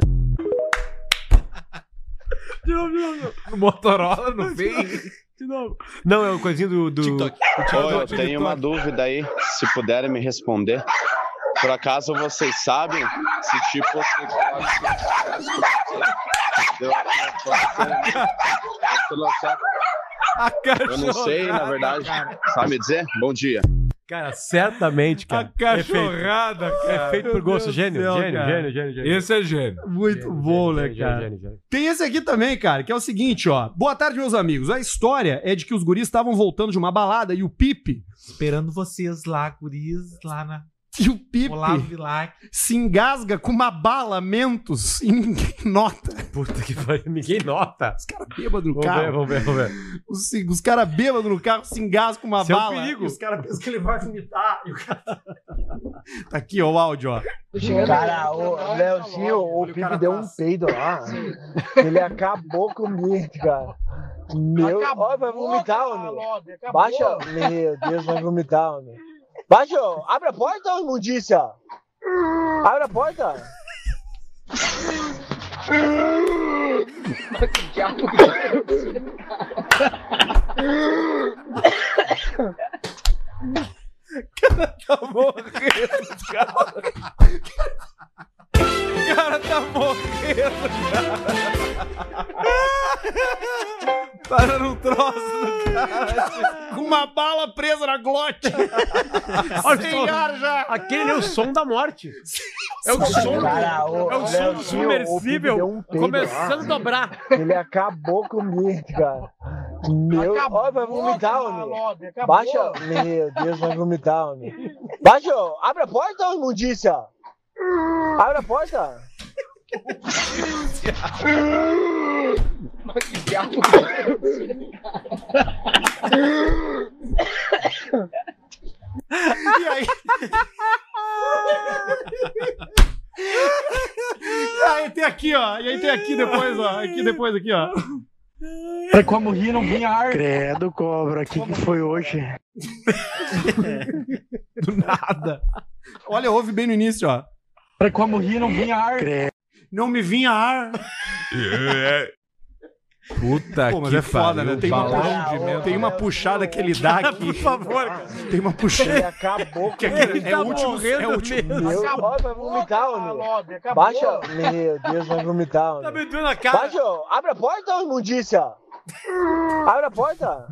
De novo, de novo. No Motorola, no Face. De novo. Não, é o coisinho do. do... TikTok. Oi, eu tenho uma dúvida aí, se puderem me responder. Por acaso vocês sabem se tipo você coloca. Eu não sei, na verdade. Sabe me dizer? Bom dia. Cara, certamente, cara. Cachorrada, cara. É feito por Meu gosto. Deus Gênio, do céu, gênio, cara. gênio, gênio, gênio. Esse é gênio. Muito bom, né, cara? Tem esse aqui também, cara, que é o seguinte, ó. Boa tarde, meus amigos. A história é de que os guris estavam voltando de uma balada e o Pipe, Esperando vocês lá, guris, lá na. E o Pipe Olavo Vilac. se engasga com uma bala Mentos e ninguém nota. Puta que pariu, ninguém nota. Os caras bêbados no Vamos carro. ver, vamos ver, vamos ver. Os, os caras bêbados no carro se engasgam com uma Isso é um bala. perigo. e os caras pensam que ele vai vomitar. E o cara... tá aqui, ó, o áudio, ó. Cara, o Leozinho, o Pipe deu um peido lá. Ele acabou comigo, cara. Meu, olha, vai vomitar, homem. Baixa, meu Deus, vai vomitar, homem. Baixa, abre a porta, ô imundícia. Abre a porta. cara tá morrendo, cara. O cara tá morrendo, cara. Parando um troço do cara. Com uma bala presa na glote. Tá Sem ar já. Aquele é o som da morte. É o som do- Cara, ô, é o som Leozinho, do o Pipe deu submersível um peido começando lá. a dobrar. Ele acabou comigo, cara. Meu, olha, vai vomitar, homem. acabou. Baixa, meu Deus, vai vomitar, homem. Baixa, abre a porta, ô imundícia. Abre a porta. E aí? Ah, E aí tem aqui, ó. E aí tem aqui depois, ó. Aqui depois, aqui, ó. Pra como rir não vinha ar. Credo, cobra, o que, que foi hoje? Do nada. Olha, ouve bem no início, ó. Pra como rir não vinha ar. Não me vinha ar. Puta Pô, mas que é foda, pariu, né? Tem uma, balão de puxada, merda. tem uma puxada que ele dá aqui. Por favor, cara. Tem uma puxada. Ele acabou Que é- comigo. é Ele tá últimos- morrendo é últimos- mesmo. Meu, Acabou. olha, vai vomitar, homem. acabou. Baixa, meu Deus, vai vomitar, homem. Tá me doendo a cara. Baixa, abre a porta, ô imundícia. Abre a porta.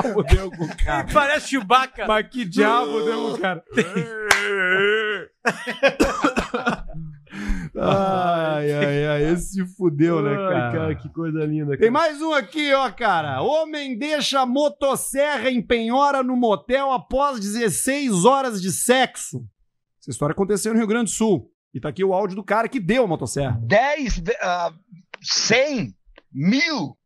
diabo deu com o cara? Parece Chewbacca. Mas que diabo deu com o cara? Ai, ai, ai. Esse se fudeu, né, Ai, cara? cara, que coisa linda. Tem mais um aqui, ó, cara. Homem deixa motosserra em penhora no motel após 16 horas de sexo. Essa história aconteceu no Rio Grande do Sul. E tá aqui o áudio do cara que deu a motosserra. 10, ve- ah, 100, mil,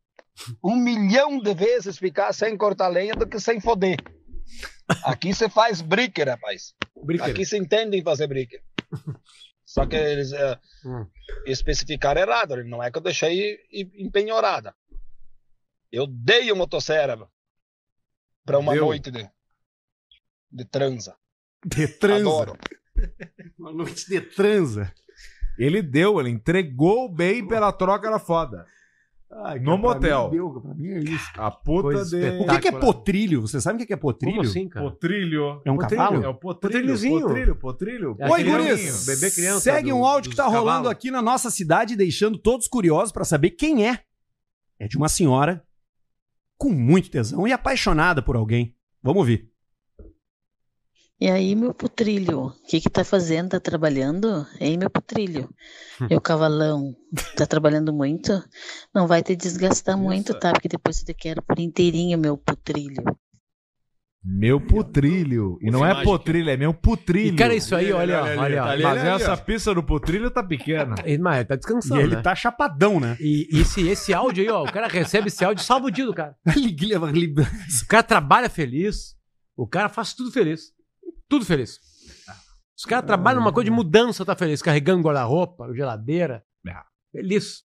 um milhão de vezes ficar sem cortar lenha do que sem foder. Aqui você faz bricker, rapaz. Bricker. Aqui se entendem fazer bricker. Só que eles eh, Hum. especificaram errado, não é que eu deixei e- empenhorada. Eu dei o motocérebro para uma Deu. noite né? de, de transa. De transa. Adoro. Uma noite de transa. Ele deu, ele entregou bem pela troca, era foda. no motel. A puta assim, Coisa de... O que que, é potrilho? Você sabe o que que é potrilho? assim, Potrilho. É um cavalo? É o potrilho. Potrilhozinho. Potrilho, potrilho. É Oi, Potrilhozinho. guris! Bebê criança. Segue do- um áudio que dos tá rolando cavalos. aqui na nossa cidade, deixando todos curiosos pra saber quem é. É de uma senhora com muito tesão e apaixonada por alguém. Vamos ouvir. E aí, meu putrilho, o que que tá fazendo? Tá trabalhando? Ei, meu putrilho, meu cavalão, tá trabalhando muito? Não vai te desgastar muito, tá? Porque depois eu te quero por inteirinho, meu putrilho. Meu putrilho. E não é Imagem. potrilho, é meu putrilho. E, cara, isso aí, olha, olha, tá olha, Mas olha, olha, essa olha. pista do putrilho tá pequena. Mas ele tá descansando. E ele tá chapadão, né? E, e esse, esse áudio aí, ó, o cara recebe esse áudio, salva o dia do cara. o cara trabalha feliz, o cara faz tudo feliz. Tudo feliz. Os caras trabalham numa coisa de mudança, tá feliz, carregando guarda-roupa, geladeira. Feliz. É.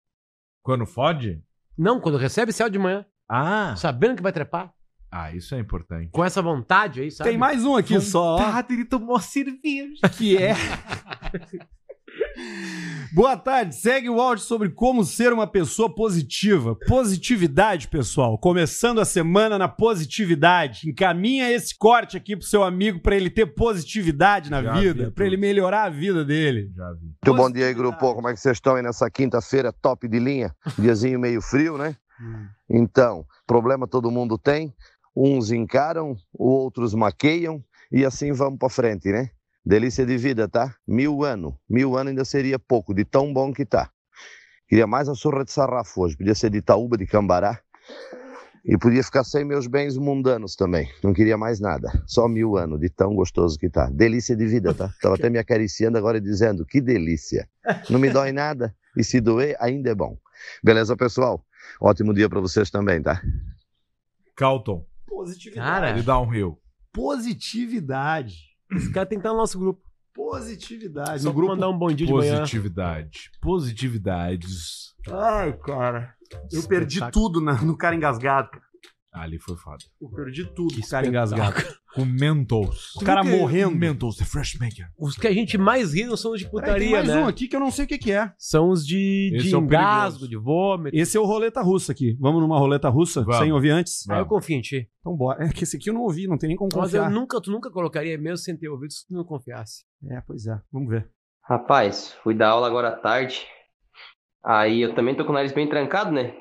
Quando fode? Não, quando recebe esse áudio de manhã. Ah. Sabendo que vai trepar. Ah, isso é importante. Com essa vontade aí, sabe? Tem mais um aqui só. Vontade, ele tomou cerveja. Que é. Boa tarde, segue o áudio sobre como ser uma pessoa positiva. Positividade, pessoal. Começando a semana na positividade. Encaminha esse corte aqui pro seu amigo pra ele ter positividade na Já vi vida, tudo. pra ele melhorar a vida dele. Muito bom dia aí, grupo. Como é que vocês estão aí nessa quinta-feira top de linha? Diazinho meio frio, né? Então, problema todo mundo tem. Uns encaram, outros maqueiam e assim vamos pra frente, né? Delícia de vida, tá? Mil anos. Mil anos ainda seria pouco, de tão bom que tá. Queria mais a surra de sarrafo hoje. Podia ser de Itaúba, de Cambará. E podia ficar sem meus bens mundanos também. Não queria mais nada. Só mil anos de tão gostoso que tá. Delícia de vida, tá? Tava até me acariciando agora e dizendo, que delícia. Não me dói nada. E se doer, ainda é bom. Beleza, pessoal? Ótimo dia pra vocês também, tá? Calton. Positividade. Cara. Ele dá um rio. Positividade. Esse cara tem que estar no nosso grupo. Positividade. Só No grupo mandar um bom dia de manhã. Positividade. Positividades. Ai, cara. Eu perdi tudo na- no cara engasgado. cara. Ali foi foda. Eu perdi tudo. no cara Cara engasgado. Com Mentos. O cara Como que é? morrendo. Mentos, The Fresh Maker. Os que a gente mais ri não são os de Peraí, tem putaria, mais né? um aqui que eu não sei o que, que é. São os de, Esse de é o engasgo, de vômito. Esse é o roleta russa aqui. Vamos numa roleta russa? Vamos. Sem ouvir antes? Aí eu confio em ti. Então bora. É que esse aqui eu não ouvi, não tem nem como Mas confiar. eu nunca, tu nunca colocaria mesmo sem ter ouvido se tu não confiasse. É, pois é. Vamos ver. Rapaz, fui dar aula agora à tarde. Aí eu também tô com o nariz bem trancado, né?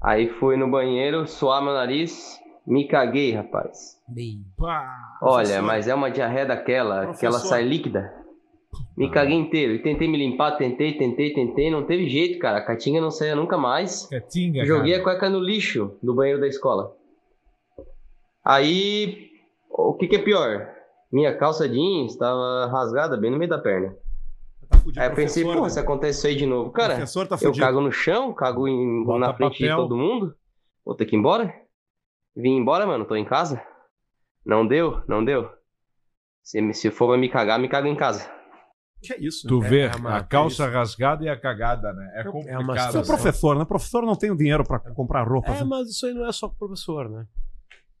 Aí fui no banheiro suar meu nariz, me caguei, rapaz. Olha, mas é uma diarreia daquela, que ela Professor. sai líquida. Me caguei inteiro. E tentei me limpar, tentei, tentei, tentei. Não teve jeito, cara. A catinga não saía nunca mais. Catinga, Joguei a cueca no lixo do banheiro da escola. Aí, o que, que é pior? Minha calça jeans estava rasgada bem no meio da perna. aí eu pensei, Tá professor, pô, né? se acontece isso aí de novo, cara, Professor tá eu fudido. cago no chão, cago em- na frente de papel. todo mundo, vou ter que ir embora. Vim embora, mano, tô em casa. Não deu, não deu. Se, se for pra me cagar, me cago em casa. Que é isso? Tu É, vê é uma- a calça rasgada e a cagada, né? É complicado. Eu sou professor, né? Professor não tem o dinheiro pra comprar roupa. né? É, mas isso aí não é só com o professor, né?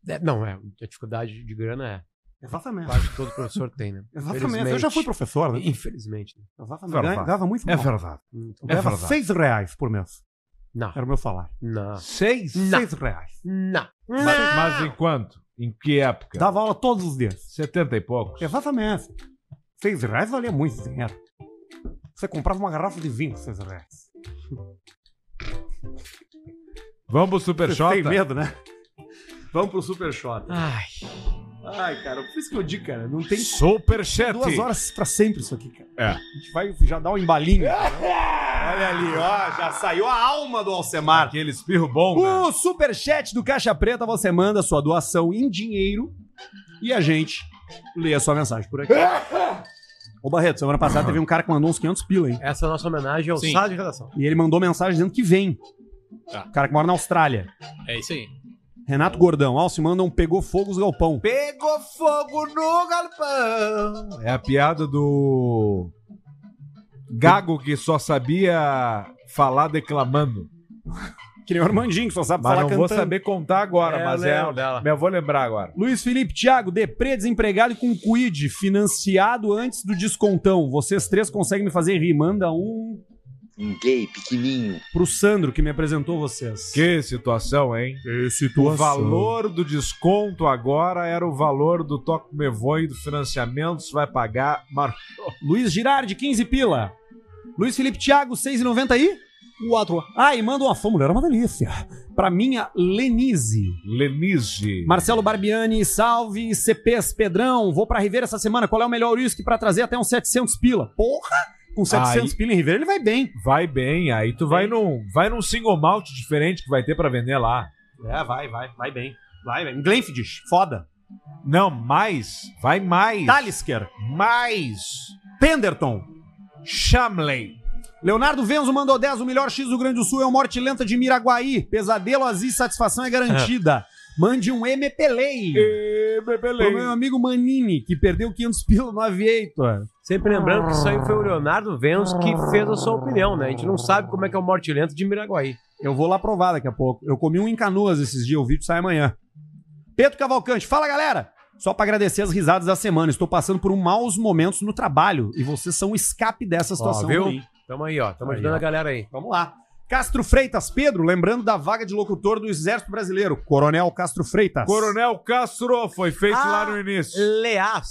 É, não, é. A dificuldade de grana é. Exatamente. Quase todo professor tem, né? Exatamente. Eu já fui Infelizmente. professor, né? Infelizmente. né? Exatamente. Ganha- Dava muito É mal. verdade. Eu É Ganhava verdade. seis reais por mês. Não. Era o meu salário. Não. Seis? Seis reais. Não. Mas, mas em quanto? Em que época? Dava aula todos os dias. 70 e poucos. Exatamente. Seis reais valia muito dinheiro. Você comprava uma garrafa de vinho com seis reais. Vamos pro Super Shot? Tem medo, né? Vamos pro Super Shot. Ai. Ai, cara, por isso que eu digo, cara, não tem Super Chat. duas horas pra sempre isso aqui, cara. É. A gente vai já dar um embalinho. Olha ali, ó, já saiu a alma do Alcemar. Aquele espirro bom. O superchat do Caixa Preta, você manda sua doação em dinheiro e a gente lê a sua mensagem por aqui. Ô Barreto, semana passada teve um cara que mandou uns 500 pila, hein? Essa é a nossa homenagem ao Sim. Sala de Redação. E ele mandou mensagem dizendo que vem. Tá. O cara que mora na Austrália. É isso aí. Renato Gordão, ó, se mandam pegou fogo os galpão. Pegou fogo no galpão. É a piada do. Gago que só sabia falar declamando. Que nem o Armandinho, que só sabe mas falar não vou cantando. saber contar agora, É, eu mas é. lembro dela. Mas eu vou lembrar agora. Luiz Felipe Thiago, deprê desempregado e com quid, financiado antes do descontão. Vocês três conseguem me fazer rir. Manda um. Um gay pequenininho. Pro Sandro, que me apresentou vocês. Que situação, hein? Que O valor do desconto agora era o valor do Toque Me Voe do financiamento. Você vai pagar. Mar... Luiz Girardi, 15 pila. Luiz Felipe Thiago, 6,90 e... Quatro. Ah, e manda uma fã, mulher, é uma delícia. Pra minha Lenise. Lenise. Marcelo Barbiani, salve. CPs Pedrão, vou pra Ribeira essa semana. Qual é o melhor uísque pra trazer até uns 700 pila? Porra! Com 700 Aí- pila em Ribeira ele vai bem. Vai bem, aí tu vai num, vai num single malt diferente que vai ter pra vender lá. É, vai, vai, vai bem. Vai, bem. Glenfiddich, foda. Não, mais. Vai mais. Talisker. Mais. Penderton. Chamley. Leonardo Venzo mandou 10. O melhor X do Grande do Sul é o Morte Lenta de Miraguaí. Pesadelo, azia e satisfação é garantida. Mande um MPLay. Pro meu amigo Manini, que perdeu 500 pila no Aviator. Sempre lembrando que isso aí foi o Leonardo Venus que fez a sua opinião, né? A gente não sabe como é que é o Morte Lento de Miraguaí. Eu vou lá provar daqui a pouco. Eu comi um em canoas esses dias, o vídeo sai amanhã. Pedro Cavalcante, fala galera! Só pra agradecer as risadas da semana. Estou passando por um maus momentos no trabalho e vocês são o escape dessa situação. Ó, viu? ruim. Tamo aí, ó. Tamo Aí, ajudando ó. a galera aí. Vamos lá. Castro Freitas, Pedro, lembrando da vaga de locutor do Exército Brasileiro, Coronel Castro Freitas. Coronel Castro foi feito lá no início. Aliás,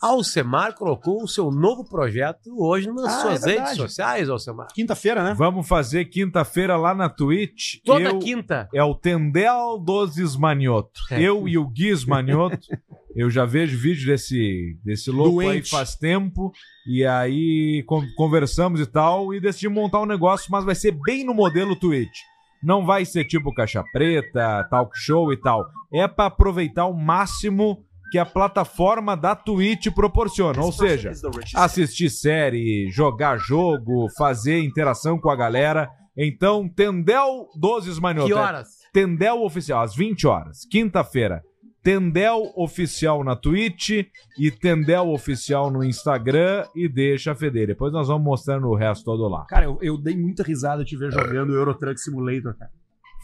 Alcemar colocou o seu novo projeto hoje nas Ah, suas é redes verdade. sociais, Alcemar. Quinta-feira, né? Vamos fazer quinta-feira lá na Twitch. Toda quinta. É o Tendel dos Esmanioto. É. Eu e o Gui Esmanioto. eu já vejo vídeo desse, desse louco aí Doente. faz tempo. E aí con- conversamos e tal. E decidi montar um negócio, mas vai ser bem no modelo Twitch. Não vai ser tipo caixa preta, talk show e tal. É pra aproveitar o máximo que a plataforma da Twitch proporciona. Ou seja, é assistir série, jogar jogo, fazer interação com a galera. Então, Tendel 12 Esmanioto. Que horas? Tendel Oficial, às 20 horas, quinta-feira. Tendel Oficial na Twitch e Tendel Oficial no Instagram e deixa feder. Depois nós vamos mostrando o resto todo lá. Cara, eu, eu dei muita risada de te ver jogando Eurotruck Simulator, cara.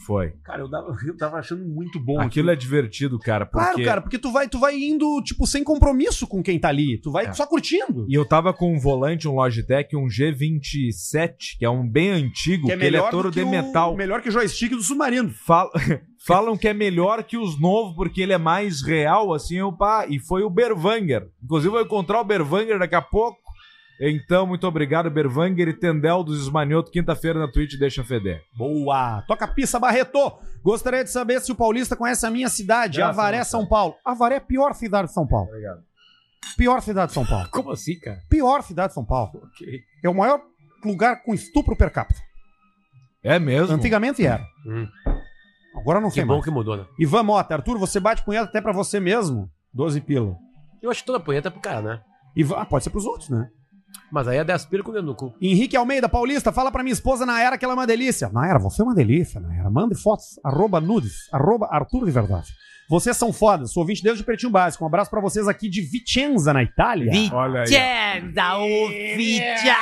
Foi. Cara, eu dava- eu tava achando muito bom. Aquilo é divertido, cara, porque... Claro, cara, porque tu vai, tu vai indo, tipo, sem compromisso com quem tá ali. Tu vai só curtindo. É. E eu tava com um volante, um Logitech, um G27, que é um bem antigo, Que que, é ele é melhor todo do que de o- metal. melhor que o joystick do submarino. falam que é melhor que os novos, porque ele é mais real, assim, eu, pá, e foi o Berwanger. Inclusive, eu vou encontrar o Berwanger daqui a pouco. Então, muito obrigado, Berwanger e Tendel dos Esmanioto, quinta-feira na Twitch, deixa feder. Boa! Toca pista, Barreto! Gostaria de saber se o paulista conhece a minha cidade, Graças a Avaré, Deus, São Paulo. Avaré é a pior cidade de São Paulo. Obrigado. Pior cidade de São Paulo. Como assim, cara? Pior cidade de São Paulo. Ok. É o maior lugar com estupro per capita. É mesmo? Antigamente era. Hum. Agora não Que sei bom mais. que mudou, né? Ivan Mota, Arthur, você bate punheta até pra você mesmo? 12 pila. Eu acho que toda punheta é pro cara, né? Ivan, ah, pode ser pros outros, né? Mas aí é 10 pila com o dedo no cu. Henrique Almeida, Paulista, fala pra minha esposa Nayara que ela é uma delícia. Nayara, você é uma delícia, Nayara. Mande fotos, arroba nudes, arroba Arthur de Verdade. Vocês são fodas, sou ouvinte desde o Pretinho Básico. Um abraço pra vocês aqui de Vicenza, na Itália. Olha aí. Tenda oficial!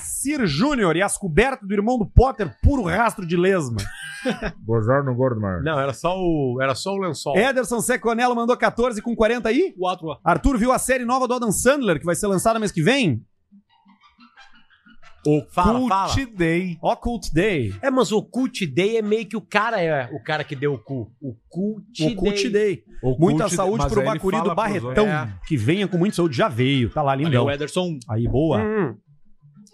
Cir Júnior e as cobertas do irmão do Potter, puro rastro de lesma. Bozar no gordo, mano. Não, era só o, era só o lençol. Ederson Seconello mandou 14 com 40 aí. Arthur viu a série nova do Adam Sandler, que vai ser lançada mês que vem? O fala, Cult fala. Day. Occult Day. É, mas o Cult Day é meio que o cara é o cara que deu o cu. O Cult O Cult Day. O Muita Cult Day, saúde mas pro aí ele Bacuri do fala pros Barretão. É. outros. Que venha com muita saúde, já veio. Tá lá, lindão. Valeu, Ederson. Aí, boa. Hum.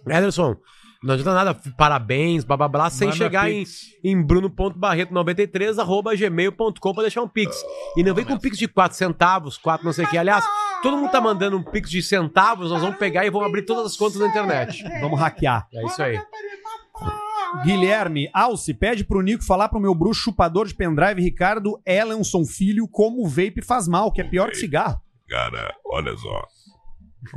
Ederson, não adianta nada, parabéns, blá blá blá, sem Manda chegar em, em bruno.barreto93, arroba gmail.com pra deixar um pix. E não vem com pix de 4 centavos, 4 não sei o que. Aliás, todo mundo tá mandando um pix de centavos, nós vamos pegar e vamos abrir todas as contas da internet. Vamos hackear. É isso aí. Guilherme Alce pede pro Nico falar pro meu bruxo chupador de pendrive Ricardo Ellenson Filho como o vape faz mal, que é pior que cigarro. Cara, olha só.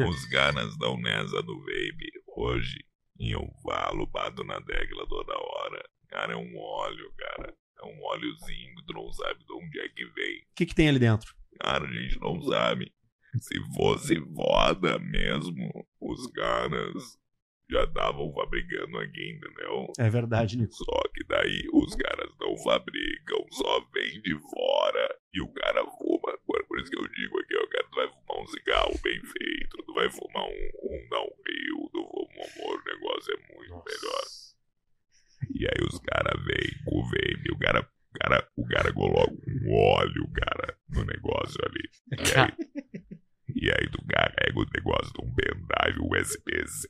Os caras dão nessa do Baby hoje. E eu falo, bato na tecla toda hora. Cara, é um óleo, cara. É um óleozinho que tu não sabe de onde é que vem. O que, que tem ali dentro? Cara, a gente não sabe. Se fosse foda mesmo, os caras já estavam fabricando aqui, entendeu? É verdade, Nico. Só que daí os caras não fabricam, só vem de fora e o cara fuma. Agora, por isso que eu digo aqui, ó, cara, tu vai fumar um cigarro bem feito, tu vai fumar um, um não rio, tu fuma um amor, o negócio é muito melhor. E aí os caras vêm com o vape, o cara, o cara, o cara coloca um óleo, cara, no negócio ali. E aí, e aí tu carrega o negócio de um pendrive USB-C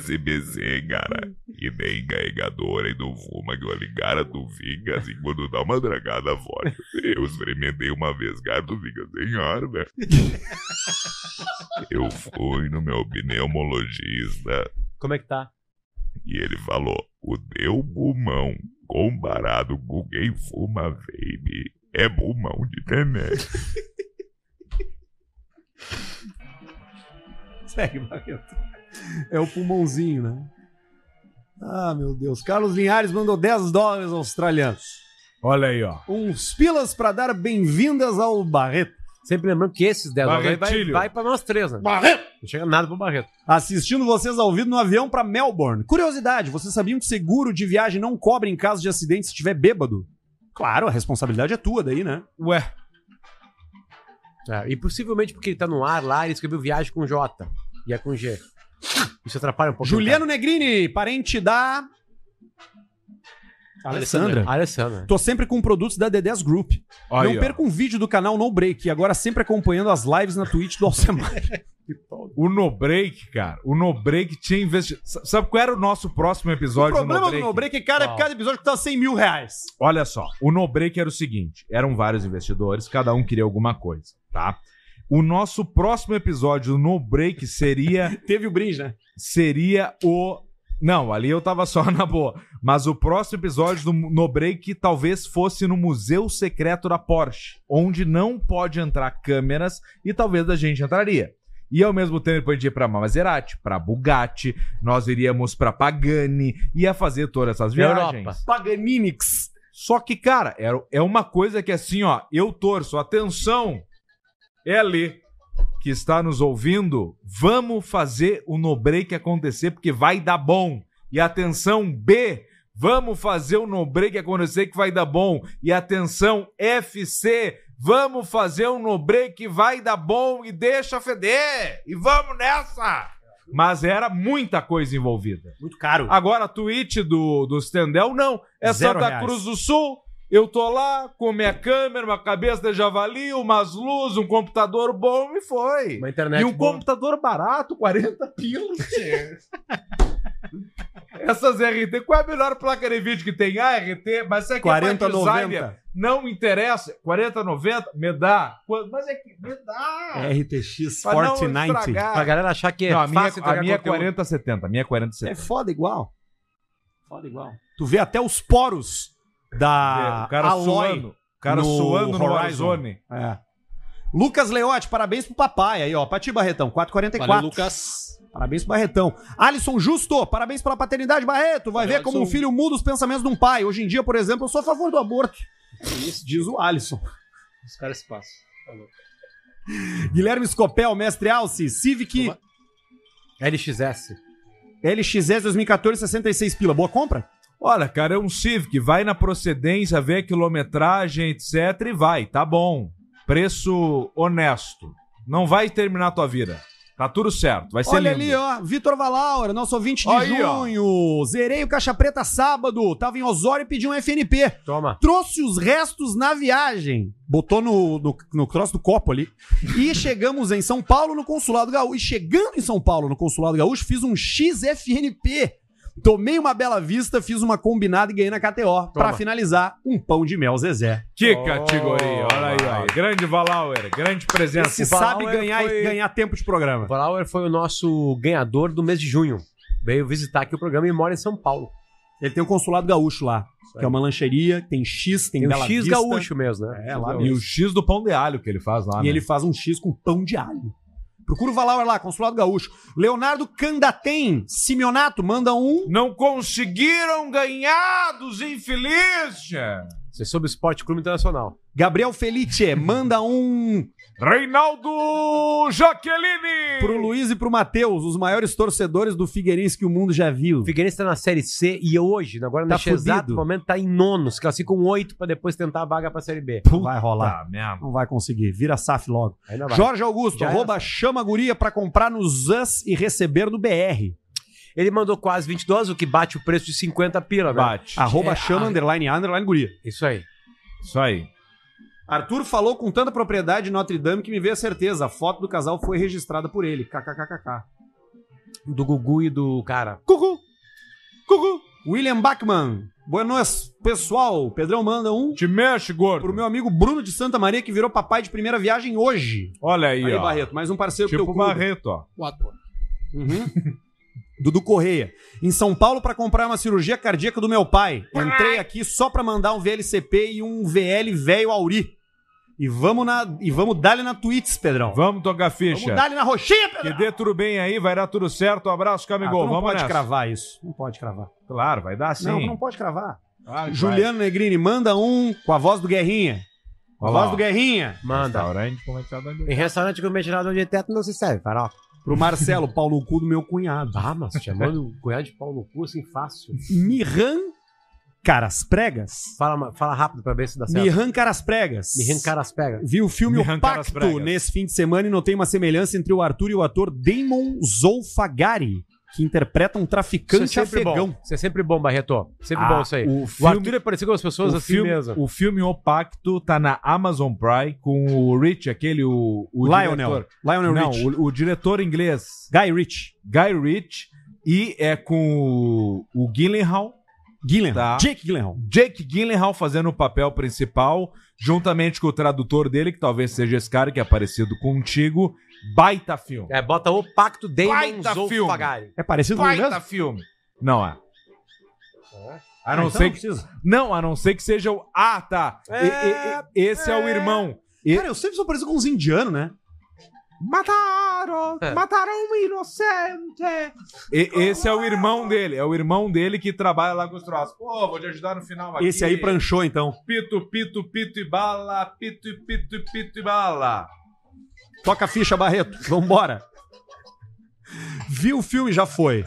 SBC, cara. E nem carregadora e não fuma que ali, cara, tu fica assim quando dá uma dragada forte. Eu experimentei uma vez, cara, tu fica sem ar, velho. Eu fui no meu pneumologista Como é que tá? e ele falou: o teu pulmão comparado com quem fuma vape é pulmão de neném. Segue, Barreto. É o pulmãozinho, né? Ah, meu Deus. Carlos Linhares mandou 10 dólares australianos. Olha aí, ó. Uns pilas pra dar bem-vindas ao Barreto. Sempre lembrando que esses 10 dólares É, vai- vai, vai pra nós três, né? Barreto! Não chega nada pro Barreto. Assistindo vocês ao vivo no avião pra Melbourne. Curiosidade, vocês sabiam que seguro de viagem não cobre em caso de acidente se estiver bêbado? Claro, a responsabilidade é tua daí, né? Ué. É, e possivelmente porque ele tá no ar lá, ele escreveu viagem com J. E é com G. Isso atrapalha um pouco. Juliano Negrini, parente da. Alessandra. Alessandra. Tô sempre com produtos da D10 Group. Aí, Não ó. perca um vídeo do canal No Break e agora sempre acompanhando as lives na Twitch do Alcemar. O No Break, cara. O No Break tinha investido. Sabe qual era o nosso próximo o episódio problema do No Break, cara, é Qual? por cada episódio que tá 100 mil reais. Olha só, o no break era o seguinte: eram vários investidores, cada um queria alguma coisa, tá? O nosso próximo episódio do no break seria. Teve o brinde, né? Seria o. Não, ali eu tava só na boa. Mas o próximo episódio do No Break talvez fosse no Museu Secreto da Porsche, onde não pode entrar câmeras e talvez a gente entraria. E ao mesmo tempo depois a gente ia pra Maserati, pra Bugatti, nós iríamos pra Pagani, ia fazer todas essas viagens. Europa. Paganinix. Só que, cara, é- é uma coisa que assim, ó, eu torço, atenção, L, que está nos ouvindo, vamos fazer o no break acontecer, porque vai dar bom. E atenção, B, vamos fazer o no break acontecer, que vai dar bom. E atenção, FC, vamos fazer o no break, que vai dar bom e deixa feder. E vamos nessa! Mas era muita coisa envolvida. Muito caro. Agora, a tweet do, do Stendel, não. É Zero Santa reais. Cruz do Sul. Eu tô lá com minha câmera, uma cabeça de javali, umas luzes, um computador bom e foi. Uma internet e um computador barato, 40 pilos. Essas RT, qual é a melhor placa de vídeo que tem? Ah, RT, mas isso aqui é 40, pra designer. 90. Não interessa. 4090, me dá. Quanto- Mas é que me dá. RTX Pra não 4090. estragar. Pra galera achar que é Não, a minha, fácil a minha é conteúdo. 4070, a minha é 4070. É foda igual. Foda igual. Tu vê até os poros da Vê, o cara Aloy suando. O cara suando no Horizon. É. Lucas Leote, parabéns pro papai aí, ó. Pra ti, Barretão, 444. Valeu, Lucas. Parabéns pro Barretão. Alisson Justo, parabéns pela paternidade, Barreto. Vai ver como um Alisson. filho muda os pensamentos de um pai. Hoje em dia, por exemplo, eu sou a favor do aborto. Isso diz o Alisson. Os caras se passam. Falou. Guilherme Scopel, mestre Alce, Civic LXS. LXS 2014, 66 pila. Boa compra? Olha, cara, é um Civic, vai na procedência, vê a quilometragem, etc. e vai, tá bom. Preço honesto. Não vai terminar a tua vida. Tá tudo certo, vai ser Olha lindo. ali, ó. Vitor Valaura, nosso ouvinte de Aí, ó. junho. Zerei o Caixa Preta sábado. Tava em Osório e pedi um FNP. Toma. Trouxe os restos na viagem. Botou no, no, no cross do copo ali. E chegamos em São Paulo no Consulado Gaúcho. E chegando em São Paulo no Consulado Gaúcho, fiz um XFNP. Tomei uma bela vista, fiz uma combinada e ganhei na KTO. Pra finalizar, um pão de mel Zezé. Que categoria, olha aí, ó. Grande Valauer, grande presença. Esse sabe ganhar e ganhar tempo de programa. O Valauer foi o nosso ganhador do mês de junho. Veio visitar aqui o programa e mora em São Paulo. Ele tem o Consulado Gaúcho lá, que é uma lancheria, tem X, tem, Tem o Bela X Vista. gaúcho mesmo, né? É, lá E mesmo. o X do pão de alho que ele faz lá, E né? ele faz um X com pão de alho. Procura o Valauer lá, Consulado Gaúcho. Leonardo Candatem, Simeonato, manda um. Não conseguiram ganhar dos infelizes! Você soube o Esporte Clube Internacional. Gabriel Felice, manda um. Reinaldo Jaqueline! Pro Luiz e pro Matheus, os maiores torcedores do Figueirense que o mundo já viu. O Figueirense tá na Série C e hoje, agora Tá neste exato fudido. momento, tá em nono. Se classifica com oito pra depois tentar a vaga pra Série B. Não vai rolar. Tá Não vai conseguir. Vira SAF logo. Ainda vai. Jorge Augusto, Já arroba chama guria pra comprar no Zans e receber no BR. Ele mandou quase 20 dólares, o que bate o preço de 50 pila, né? Bate. Arroba chama, underline, underline guria. Isso aí. Isso aí. Arthur falou com tanta propriedade de Notre Dame que me veio a certeza. A foto do casal foi registrada por ele. KKKKK. Do Gugu e do cara. Cucu! Cucu! William Bachmann. Boa noite, pessoal. Pedrão manda um. Te mexe, gordo. Pro meu amigo Bruno de Santa Maria, que virou papai de primeira viagem hoje. Olha aí, Aí, ó. Barreto, mais um parceiro tipo teu clube. Barreto, ó. Quatro. Uhum. Dudu Correia. Em São Paulo pra comprar uma cirurgia cardíaca do meu pai. Entrei aqui só pra mandar um VLCP e um VL velho Auri. E vamos na e vamos dar na Twitch, Pedrão. Vamos tocar ficha. Vamos dar na roxinha, tá, Que dê tudo bem aí, vai dar tudo certo. Um abraço, Camigol. Ah, tu não Vamos pode nessa. cravar isso. Não pode cravar. Claro, vai dar sim. Não, não pode cravar. Vai, Juliano Negrini, manda um com a voz do Guerrinha. Com a Olha lá, voz do ó. Guerrinha. Manda. Restaurante é com tá, retirada de- Em restaurante com mentirado onde é teto não se serve, farol. Pro Marcelo, pau no cu do meu cunhado. Ah, mas chamando o cunhado de pau no cu, assim, fácil. Miran Caras Pregas. Fala, ma- fala rápido pra ver se dá certo. Miran Caras Pregas. Miran Caras Pregas. Vi o filme Miran O Caras Pacto Pregas. nesse fim de semana e notei uma semelhança entre o Arthur e o ator Damon Zoufagari, que interpreta um traficante Isso é sempre afegão. bom. Isso é sempre bom, Barreto. Sempre Ah, bom isso aí. o O, filme- Arthur é parecido com as pessoas o assim filme, mesmo. O filme O Pacto tá na Amazon Prime com o Rich, aquele o, o Lionel. diretor. Lionel Não, Rich. O, o diretor inglês. Guy Rich. Guy Rich e é com o, o Gyllenhaal. Tá. Gyllenhaal. Jake Gyllenhaal. Jake Gyllenhaal fazendo o papel principal, juntamente com o tradutor dele, que talvez seja esse cara que é parecido contigo. Baita filme. É, bota o Pacto Damon Baita filme. Zoufagari. É parecido Baita filme. Não é. É? A não Ah, então ser não que... precisa. Não, a não ser que seja o. Ah, tá. E- e- e- esse é, o irmão. E- Cara, eu sempre sou parecido com uns indianos, né? É. Mataram! Mataram um inocente! E- esse é o irmão dele. É o irmão dele que trabalha lá com os troços. Pô, vou te ajudar no final aqui. Esse aí pranchou, então. Pito, pito, pito e bala. Pito, pito, pito e bala. Toca a ficha, Barreto. Vambora. Viu o filme, já foi.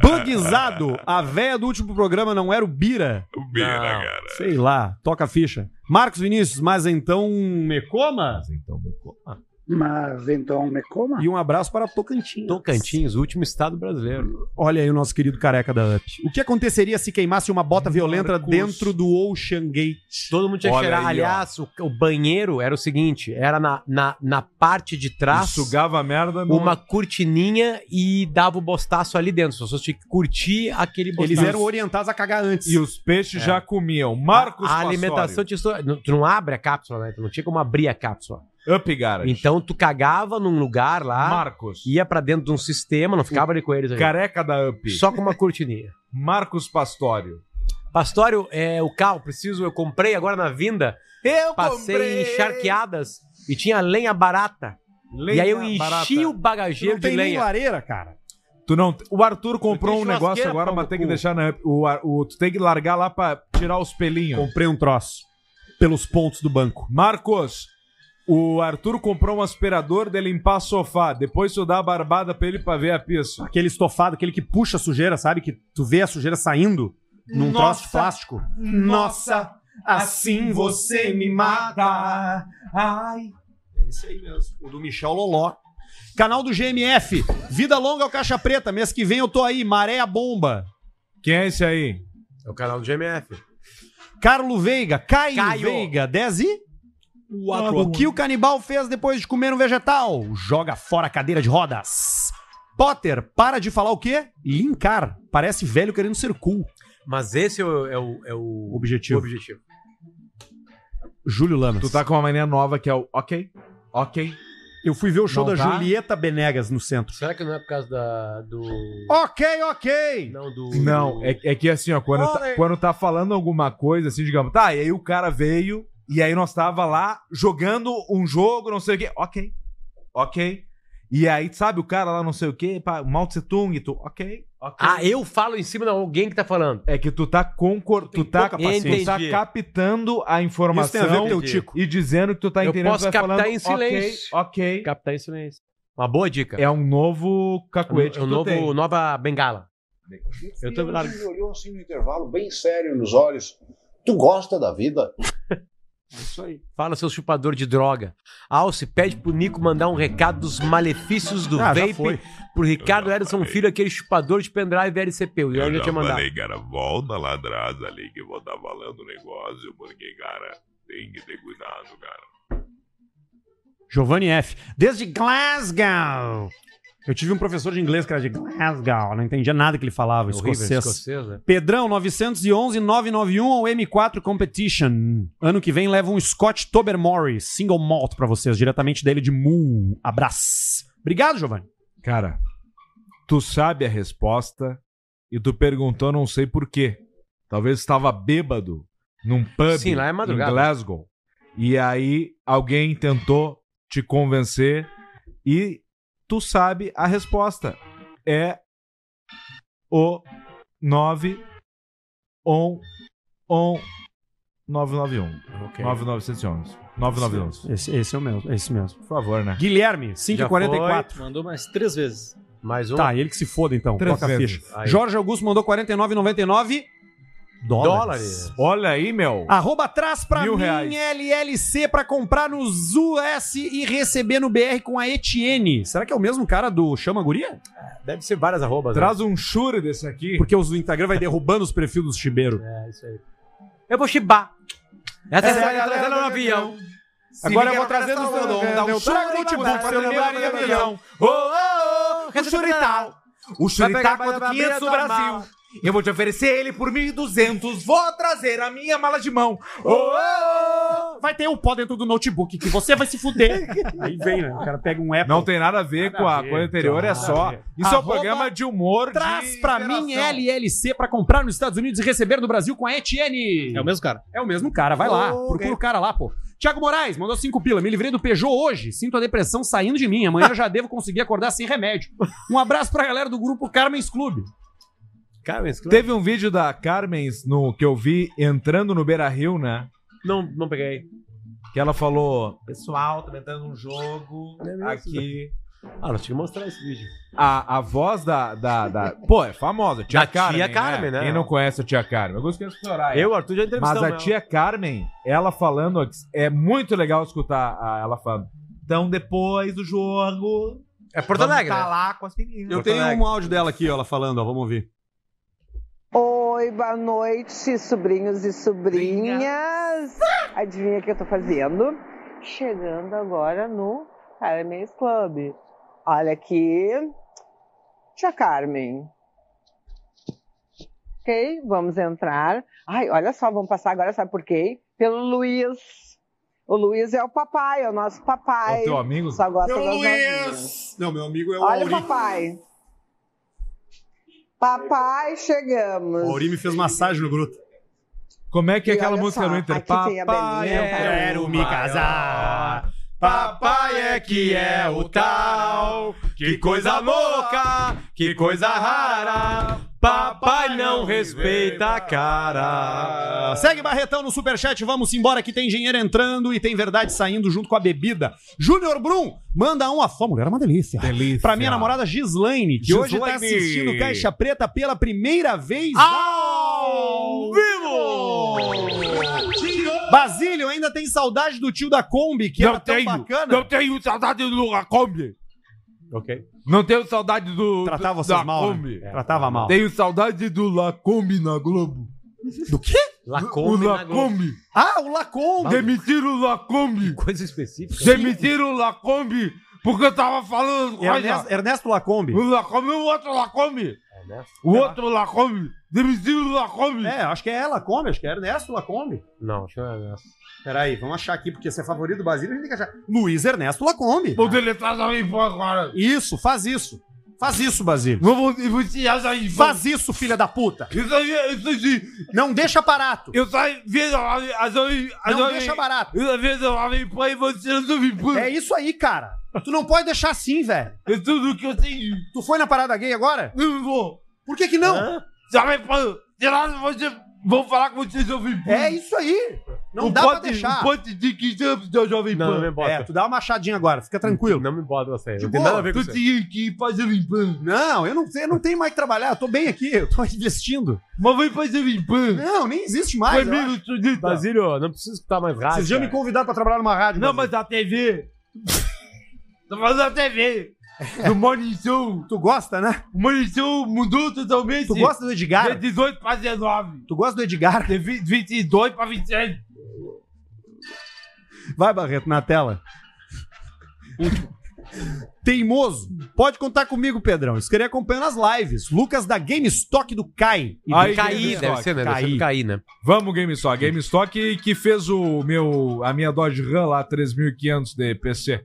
Bugizado, a véia do último programa não era o Bira. O Bira, cara. Sei lá, toca a ficha. Marcos Vinícius, mas então me coma? Mas então me coma. Mas então me coma? E um abraço para Tocantins. Tocantins, último estado brasileiro. Olha aí o nosso querido careca da UP. O que aconteceria se queimasse uma bota violenta dentro do Ocean Gate? Todo mundo tinha que Olha cheirar. aí, ó. Aliás, o, o banheiro era o seguinte: era na, na, na parte de trás. sugava merda no- Uma cortininha e dava o bostaço ali dentro. As pessoas tinham que curtir aquele bostaço. Eles eram orientados a cagar antes. E os peixes É. já comiam. Marcos A Passori. alimentação tinha. esto- não- Tu não abre a cápsula, né? Tu não tinha como abrir a cápsula. Up, Garage. Então tu cagava num lugar lá. Marcos. Ia pra dentro de um sistema, não ficava ali com eles aí. Careca da Up. Só com uma cortininha. Marcos Pastório. Pastório, é, o carro, preciso, eu comprei agora na vinda. Eu Passei comprei. em charqueadas e tinha lenha barata. Lenha e aí eu enchi barata. o bagageiro Não de tem nem lenha. lareira, cara. Tu não, o Arthur comprou tenho um negócio churrasqueira, agora, pau mas no tem que cu. deixar na. O, ar- o, tu tem que largar lá pra tirar os pelinhos. Comprei um troço. Pelos pontos do banco. Marcos, o Arthur comprou um aspirador de limpar sofá. Depois tu dá a barbada pra ele pra ver a pista. Aquele estofado, aquele que puxa a sujeira, sabe? Que tu vê a sujeira Tá saindo num troço de plástico. Nossa, assim você me mata. Ai. É esse aí mesmo. O do Michel Loló. Canal do GMF. Vida longa ao Caixa Preta. Mês que vem eu tô aí. Maré a bomba. Quem é esse aí? É o canal do GMF. Carlo Veiga. Caio, Caio. Veiga. 10 e... Quatro. O que o canibal fez depois de comer um vegetal? Joga fora a cadeira de rodas. Potter, para de falar o quê? Linkar. Parece velho querendo ser cool. Mas esse é o, é o, é o Objetivo. objetivo. Júlio Lamas. Tu tá com uma mania nova que é o ok, ok. Eu fui ver o show Não da tá? Julieta Benegas no centro. Será que não é por causa da, do. Ok, ok. Não, do. Não, é, é que assim, ó, quando tá, quando tá falando alguma coisa, assim, digamos, tá, e aí o cara veio, e aí nós tava lá jogando um jogo, não sei o quê, ok, ok. E aí, sabe, o cara lá, não sei o quê, pá, Mao Tse Tung, tu, ok, ok. Ah, eu falo em cima de alguém que tá falando. É que tu tá concor... tu tá, pouca paciência. tu tá Entendi. captando a informação Isso tem a ver com teu tico. e dizendo que tu tá eu entendendo posso tu tá captar falando, em silêncio. Ok, ok. Captar em silêncio. Uma boa dica. É um novo cacuete É um que tu novo, tem. nova bengala. Eu tô largo. Ele olhou assim no intervalo, bem sério nos olhos. Tu gosta da vida? Isso aí. Fala, seu chupador de droga. Alce, pede pro Nico mandar um recado dos malefícios do Ah, já vape foi. pro Ricardo Edson Filho, aquele chupador de pendrive LCP. Eu, eu já tinha mandado. falei, cara, volta lá atrás ali que eu vou estar falando o negócio, porque, cara, tem que ter cuidado, cara. Giovanni F. Desde Glasgow. Eu tive um professor de inglês que era de Glasgow, não entendia nada que ele falava, Horrível, escocês. escocês, é. Pedrão, 911-991 ao M4 Competition. Ano que vem leva um Scott Tobermory, single malt pra vocês, diretamente dele de Mu. Abraço. Obrigado, Giovanni. Cara, tu sabe a resposta e tu perguntou não sei por quê. Talvez estava bêbado num pub Sim, lá é madrugada. em Glasgow. E aí alguém tentou te convencer e tu sabe a resposta. É o um 9 on on 991. 9911. 991. Esse, esse é o mesmo, esse mesmo. Por favor, né? Guilherme, 5h44. Mandou mais três vezes. Mais um. Tá, ele que se foda então. Três Toca a vezes. ficha. Jorge Augusto mandou 49,99 dólares. Dólares. Olha aí, meu. Arroba atrás pra Mil mim, reais. LLC, pra comprar nos US e receber no BR com a Etienne. Será que é o mesmo cara do Chama Guria? Deve ser várias arrobas. Traz um chure desse aqui. Porque os do Instagram vai derrubando os perfis dos chibeiros. É, isso aí. Eu vou chibar. Essa Essa é é a a galera no avião. Se Agora eu vou tá trazer no seu dom, dá um trago no tibu, seu celular é e avião. Ô, ô, ô, o Churital. O tá Churital quanto 500 do Brasil. Eu vou te oferecer ele por 1.200. Vou trazer a minha mala de mão. Oh! Ô, ô, ô. Vai ter um pó dentro do notebook que você vai se fuder. Aí vem, né? O cara pega um Apple. Não tem nada a ver Nada com a a ver, coisa anterior, nada é só. a ver. Isso é um Arroba programa de humor. de Traz pra mim interação. LLC pra comprar nos Estados Unidos e receber no Brasil com a Etienne. É o mesmo cara. É o mesmo cara, vai lá. Ok. Procura o cara lá, pô. Tiago Moraes, mandou cinco pila. Me livrei do Peugeot hoje. Sinto a depressão saindo de mim. Amanhã eu já devo conseguir acordar sem remédio. Um abraço pra galera do grupo Carmen's Clube. Carmen, né? claro. Teve um vídeo da Carmen no, que eu vi entrando no Beira Rio, né? Não, não peguei. Que ela falou. Pessoal, tá entrando um jogo aqui. Ah, nós tinha que mostrar esse vídeo. A, a voz da, da, da- Pô, é famosa. Tia Da tia Carmen. Carmen, né? Quem não conhece a tia Carmen? Eu gosto que chorar. é. Eu, Arthur, já entrevistamos Mas a ela. tia Carmen, ela falando, é muito legal escutar a- ela falando. Então, depois do jogo. É Porto Alegre, Tá né? lá com as meninas. um áudio dela aqui, ó, ela falando, ó. Vamos ouvir. Oi, boa noite, sobrinhos e sobrinhas. Adivinha o que eu tô fazendo? Chegando agora no Carmen's Club. Olha aqui. Tia Carmen. Ok, vamos entrar. Ai, olha só, vamos passar agora, sabe por quê? Pelo Luiz. O Luiz é o papai, é o nosso papai. É o teu amigo? Só gosta Meu das Luiz! novinhas. Não, meu amigo é o Olha Auri. o papai. Papai, chegamos. O Auri me fez massagem no grupo. Como é que é E aquela olha música só, do Inter? aqui tem a Papai, Belinha, eu tá? é quero me casar. Papai é que é o tal. Que coisa louca, que coisa rara. Papai não respeita a cara. Segue Barretão no Superchat, vamos embora que tem dinheiro entrando e tem verdade saindo junto com a bebida. Júnior Brum, manda um a fã, mulher é uma delícia. Delícia. Pra minha namorada Gislaine, que hoje tá Gislaine. assistindo Caixa Preta pela primeira vez. Ao um vivo! Basílio, ainda tem saudade do tio da Kombi, que era tão bacana. não tenho saudade do Kombi. Ok. Não tenho saudade do. Tratava do- vocês da mal, né? Kombi. É, Tratava mal. Tenho saudade do Lacombe na Globo. Do quê? Lacombe. O Lacombe. Ah, o Lacombe. Demitiram o Lacombe. Coisa específica. Demitiram o Lacombe. Porque eu tava falando. Ernesto, Ernesto Lacombe. O Lacombe o outro Lacombe. né? O outro Lacombe. Demitiram o Lacombe. É, acho que é Lacombe, acho que é Ernesto Lacombe. Não, deixa eu ver essa. Peraí, vamos achar aqui, porque se é favorito do Basílio, a gente tem que achar. Luiz Ernesto Lacombe. Vou deletar essa info agora. Isso, faz isso. Faz isso, Basílio. Vou denunciar essa info. Faz isso, filha da puta. Isso aí, isso aí. Não deixa barato. Eu só vejo a as as Não deixa barato. Eu vejo a Jovem Pan e você não Jovem Pan. É isso aí, cara. Tu não pode deixar assim, velho. É tudo que eu tenho. Tu foi na parada gay agora? Não vou. Por que que não? Jovem Pan, será que você... Vou falar com vocês, Jovem Pan. É isso aí. Não O dá pote- pra deixar. O pote de quinzão da Jovem Não, não me Pan. bota. É, tu dá uma machadinha agora, fica tranquilo. Não me bota você. De Não tem boa, nada a ver com Tu isso. tinha que ir pra Jovem Pan. Não, eu não, eu não tenho mais que trabalhar, eu tô bem aqui, eu tô investindo. Mas vai pra Jovem Pan. Não, nem existe mais. eu acho. Comigo, Tudita. Basílio, não precisa escutar mais rádio. Vocês já me cara. convidaram pra trabalhar numa rádio. Não, Basílio. mas da TV. Tô falando da TV. Do Morning Show. É. Tu gosta, né? O Morning Show mudou totalmente. Tu gosta do Edgar? De 18 pra 19. Tu gosta do Edgar? De 20 22 pra 27. Vai, Barreto, na tela. Teimoso. Pode contar comigo, Pedrão. Estarei acompanhando as lives. Lucas da GameStock do Kai. E do Aí, Kai, GameStock. deve ser, né? Deve ser do Kai. né? Vamos, GameStop. GameStop que, que fez o meu, a minha Dodge Ram lá, 3500 de PC.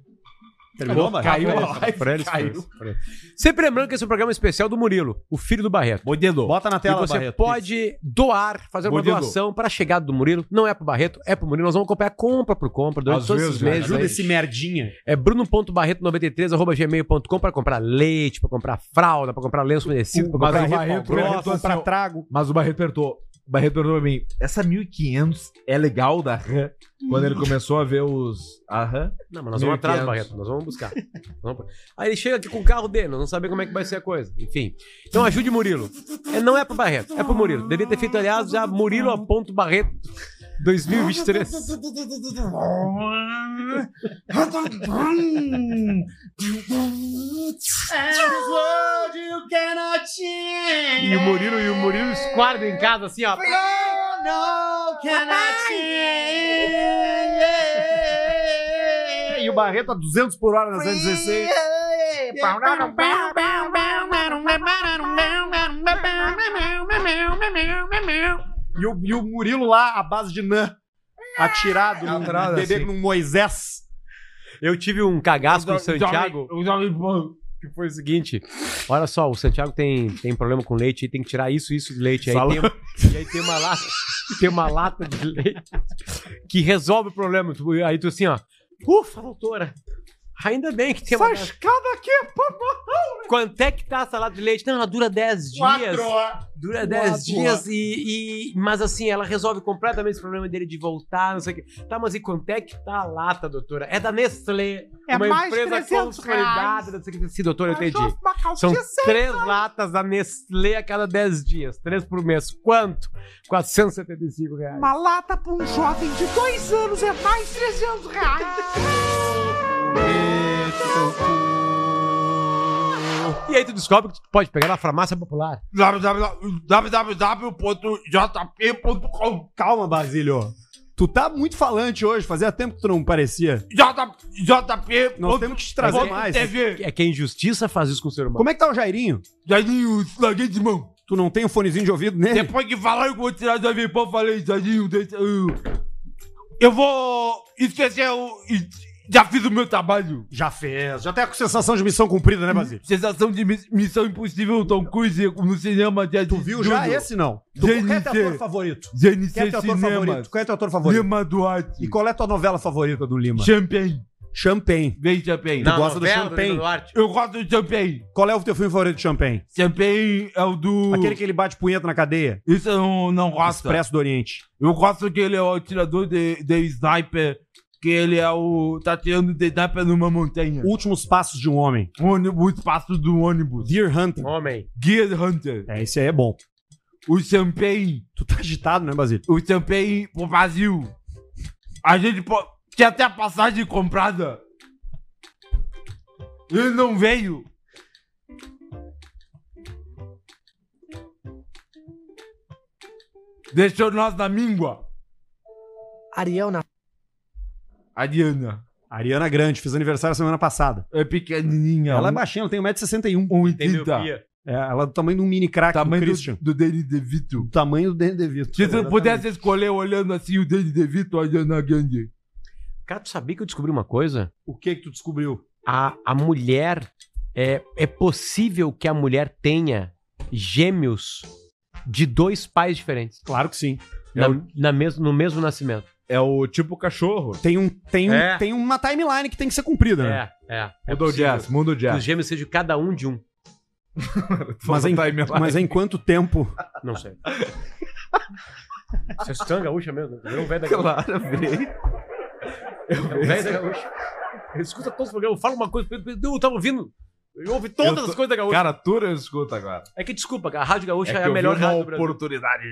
Terminou, mas- Caiu Caiu. né? a live. Pra eles, caiu. pra eles. Sempre lembrando que esse é um programa especial do Murilo, o filho do Barreto. Modelo. Bota na tela, e você Barreto, pode doar, fazer uma Modelo. doação para a chegada do Murilo. Não é pro Barreto, é pro Murilo. Nós vamos acompanhar compra por compra durante Às todos vezes, esses né? meses. Ajuda aí. esse merdinha. É bruno.barreto93.gmail.com para comprar leite, para comprar fralda, para comprar lenço umedecido, para Mas comprar o Barreto, Pau Grosso, Barreto, assim, pra ó, Mas o Barreto perguntou. O Barreto perguntou pra mim: essa 1500 é legal da RAM? Quando ele começou a ver os. A RAM? Não, mas nós vamos atrás do Barreto, nós vamos buscar. Nós vamos- Aí ele chega aqui com o carro dele, nós não sabemos como é que vai ser a coisa. Enfim. Então ajude o Murilo. É, não é pro Barreto, é pro Murilo. Devia ter feito, aliás, já Murilo.barreto 2023. you cannot change. E o Murilo, e o Murilo esquadra em casa assim, ó. No cannot change. É, E o Barreto a 200 por hora nas 116. E o, e o Murilo lá, à base de Nã. Atirado num Atrás, bebê assim. num Moisés. Eu tive um cagaço com o Santiago. Que foi o seguinte: olha só, o Santiago tem, tem problema com leite, tem que tirar isso, isso de leite. Aí tem, um Falou. e aí tem uma lata, tem uma lata de leite que resolve o problema. Tu- Aí tu assim, ó. Ufa, doutora! Ainda bem que tem uma. Essa escada aqui é pra matar. Quanto é que tá essa lata de leite? Não, ela dura 10 dias. Quatro horas. Dura Quatro 10 dias horas. e, e- Mas assim, ela resolve completamente esse problema dele de voltar, não sei o quê. Tá, mas e quanto é que tá a lata, doutora? É da Nestlé. É uma mais empresa 300 reais. consolidada, não sei o que. Sim, doutora, eu Mas entendi. uma calcinha São seca. três latas da Nestlé a cada 10 dias. Três por mês. Quanto? 475 reais. Uma lata pra um jovem de dois anos é mais 300 reais. E aí tu descobre que tu pode pegar na farmácia popular. www.jp.com Calma, Basílio. Tu tá muito falante hoje, fazia tempo que tu não parecia. JP. Nós temos que te trazer mais. né? É que a injustiça faz isso com o ser humano. Como é que tá o Jairinho? Jairinho, larguei de mão. Tu não tem um fonezinho de ouvido nele? Depois que falar, eu vou tirar do avião. Eu falei, Jairinho, deixa eu. Eu vou esquecer o. e- Já fiz o meu trabalho. Já fez. Já tá com sensação de missão cumprida, né, Basílio? Sensação de miss- missão impossível, Tom Cruise no cinema. Tu viu já esse, não? Tu- qual é teu ator favorito? GNC Qual é teu ator Cinemas. favorito? Qual é teu ator favorito? Lima Duarte. E qual é tua novela favorita do Lima? Champagne. Champagne. Vem Champagne. Tu Não, gosta do novela do Champagne? Lima Duarte. Eu gosto do Champagne. Qual é o teu filme favorito de Champagne? Champagne é o do... Aquele que ele bate punheta na cadeia? Isso é. eu não, não gosto. Expresso do Oriente. Eu gosto que ele é o atirador de, de sniper, que ele é o. tá atirando de sniper numa montanha. Últimos passos de um homem. Ônibus, passo do ônibus. Deer Hunter. Um Homem. Gear Hunter. É, esse aí é bom. O Champagne. Tu tá agitado, né, Basílio? O Champagne pro Brasil. A gente po- tinha até a passagem comprada. Ele não veio. Deixou nós na míngua. Ariel na. Ariana. Ariana Grande, fiz aniversário semana passada. É pequenininha. Ela é um- baixinha, ela tem 1,61m. Tem miopia. É, ela é do tamanho de um mini crack Tamanho do do- Christian. Do, Danny DeVito. Do tamanho do Danny DeVito. Se você Exatamente. pudesse escolher olhando assim o Danny DeVito ou a Ariana Grande. Cara, tu sabia que eu descobri uma coisa? O que que tu descobriu? A, a mulher. É, é possível que a mulher tenha gêmeos de dois pais diferentes. Claro que sim. Na, É o- na mesmo, no mesmo nascimento. É o tipo cachorro. Tem, um, tem, um, É. tem uma timeline que tem que ser cumprida, né? É, é. Mundo possível jazz, mundo jazz. que Os gêmeos sejam cada um de um. Mas em, mas em quanto tempo? Não sei. Você é estranho gaúcha mesmo? né? Eu velho da Claro, gaúcha. virei. Eu velho da gaúcha. Ele escuta todos os programas, fala uma coisa. Eu tava ouvindo. Eu ouvi todas Eu tô- as coisas da gaúcha. Cara, tu não escuta agora. É que desculpa, cara, a Rádio Gaúcha É é, que a eu melhor vi uma rádio do Brasil. oportunidade.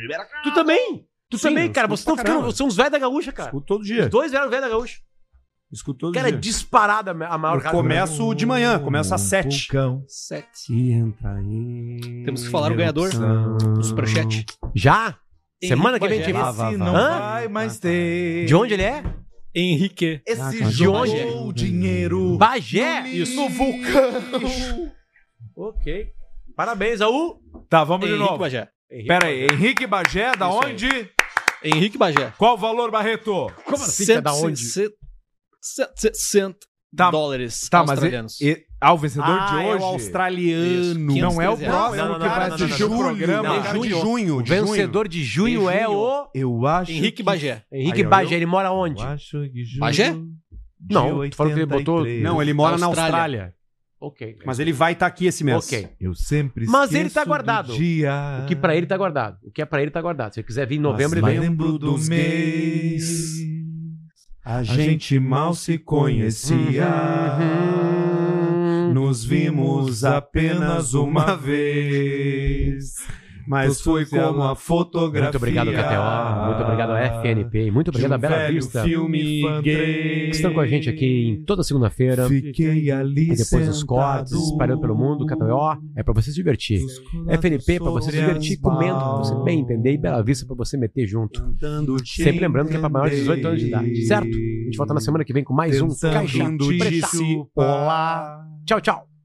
Tu também? Tu um Sim, também, eu cara. escuto Vocês estão ficando. pra caramba. Vocês são uns velhos da gaúcha, cara. Escuto todo dia. Os dois eram velhos da gaúcha. Escuto todo Cara, é dia. disparada a maior Eu começo de manhã, começo às sete. Sete. Se entra em... Temos que falar o ganhador do Superchat. Hum. Já? Henrique Semana que vem Bagé. tem Esse mais. não Hã? mais ter. De onde ele é? Henrique. Esse tá. Ah, jogo Bagé. o dinheiro. Bagé? No Isso. No vulcão. Ok. Parabéns, Aú. Tá, vamos de Henrique novo. Bagé. Henrique Pera aí, Henrique Bagé, da Isso aí. onde? Henrique Bagé. Qual o valor, Barreto? Como assim, Cento- é da onde? se- se- 60 dólares Tá, mas australianos. e, e, ah, o vencedor Ah, de é o hoje. australiano. Isso, Não é o 513 próximo Não, não, que não, vai não, assistir não, não, o não. programa. Não, cara, de junho. junho. O de junho. vencedor de junho De é junho. o- Eu acho. Henrique que- Bagé. Henrique Aí, ó, Bagé, eu- ele mora onde? Eu acho que junho Bagé? de Não, tu falou que ele botou. 83. Não, ele mora na Austrália. Ok. Mas ele vai estar aqui esse mês. Ok. Eu sempre Mas ele tá esqueço do guardado. dia. O que pra ele tá guardado. O que é pra ele tá guardado. Se ele quiser vir em novembro, Mas ele vem. lembro do mês. A gente mal se conhecia. Nos vimos apenas uma vez. Mas foi como a fotografia. Muito obrigado, KTO. Muito obrigado, FNP. Muito De obrigado, um à Bela velho Vista. filme gay. que estão com a gente aqui em toda segunda-feira. Fiquei ali E depois os sentado. cortes, espalhando pelo mundo. KTO é pra você se divertir. FNP é pra você se divertir comendo, pra você bem entender. E Bela Vista pra você meter junto. Sempre lembrando que é pra maior de 18 anos de idade, certo? A gente volta na semana que vem com mais um Pensando Caixa em Preta. disse, olá. Tchau, tchau.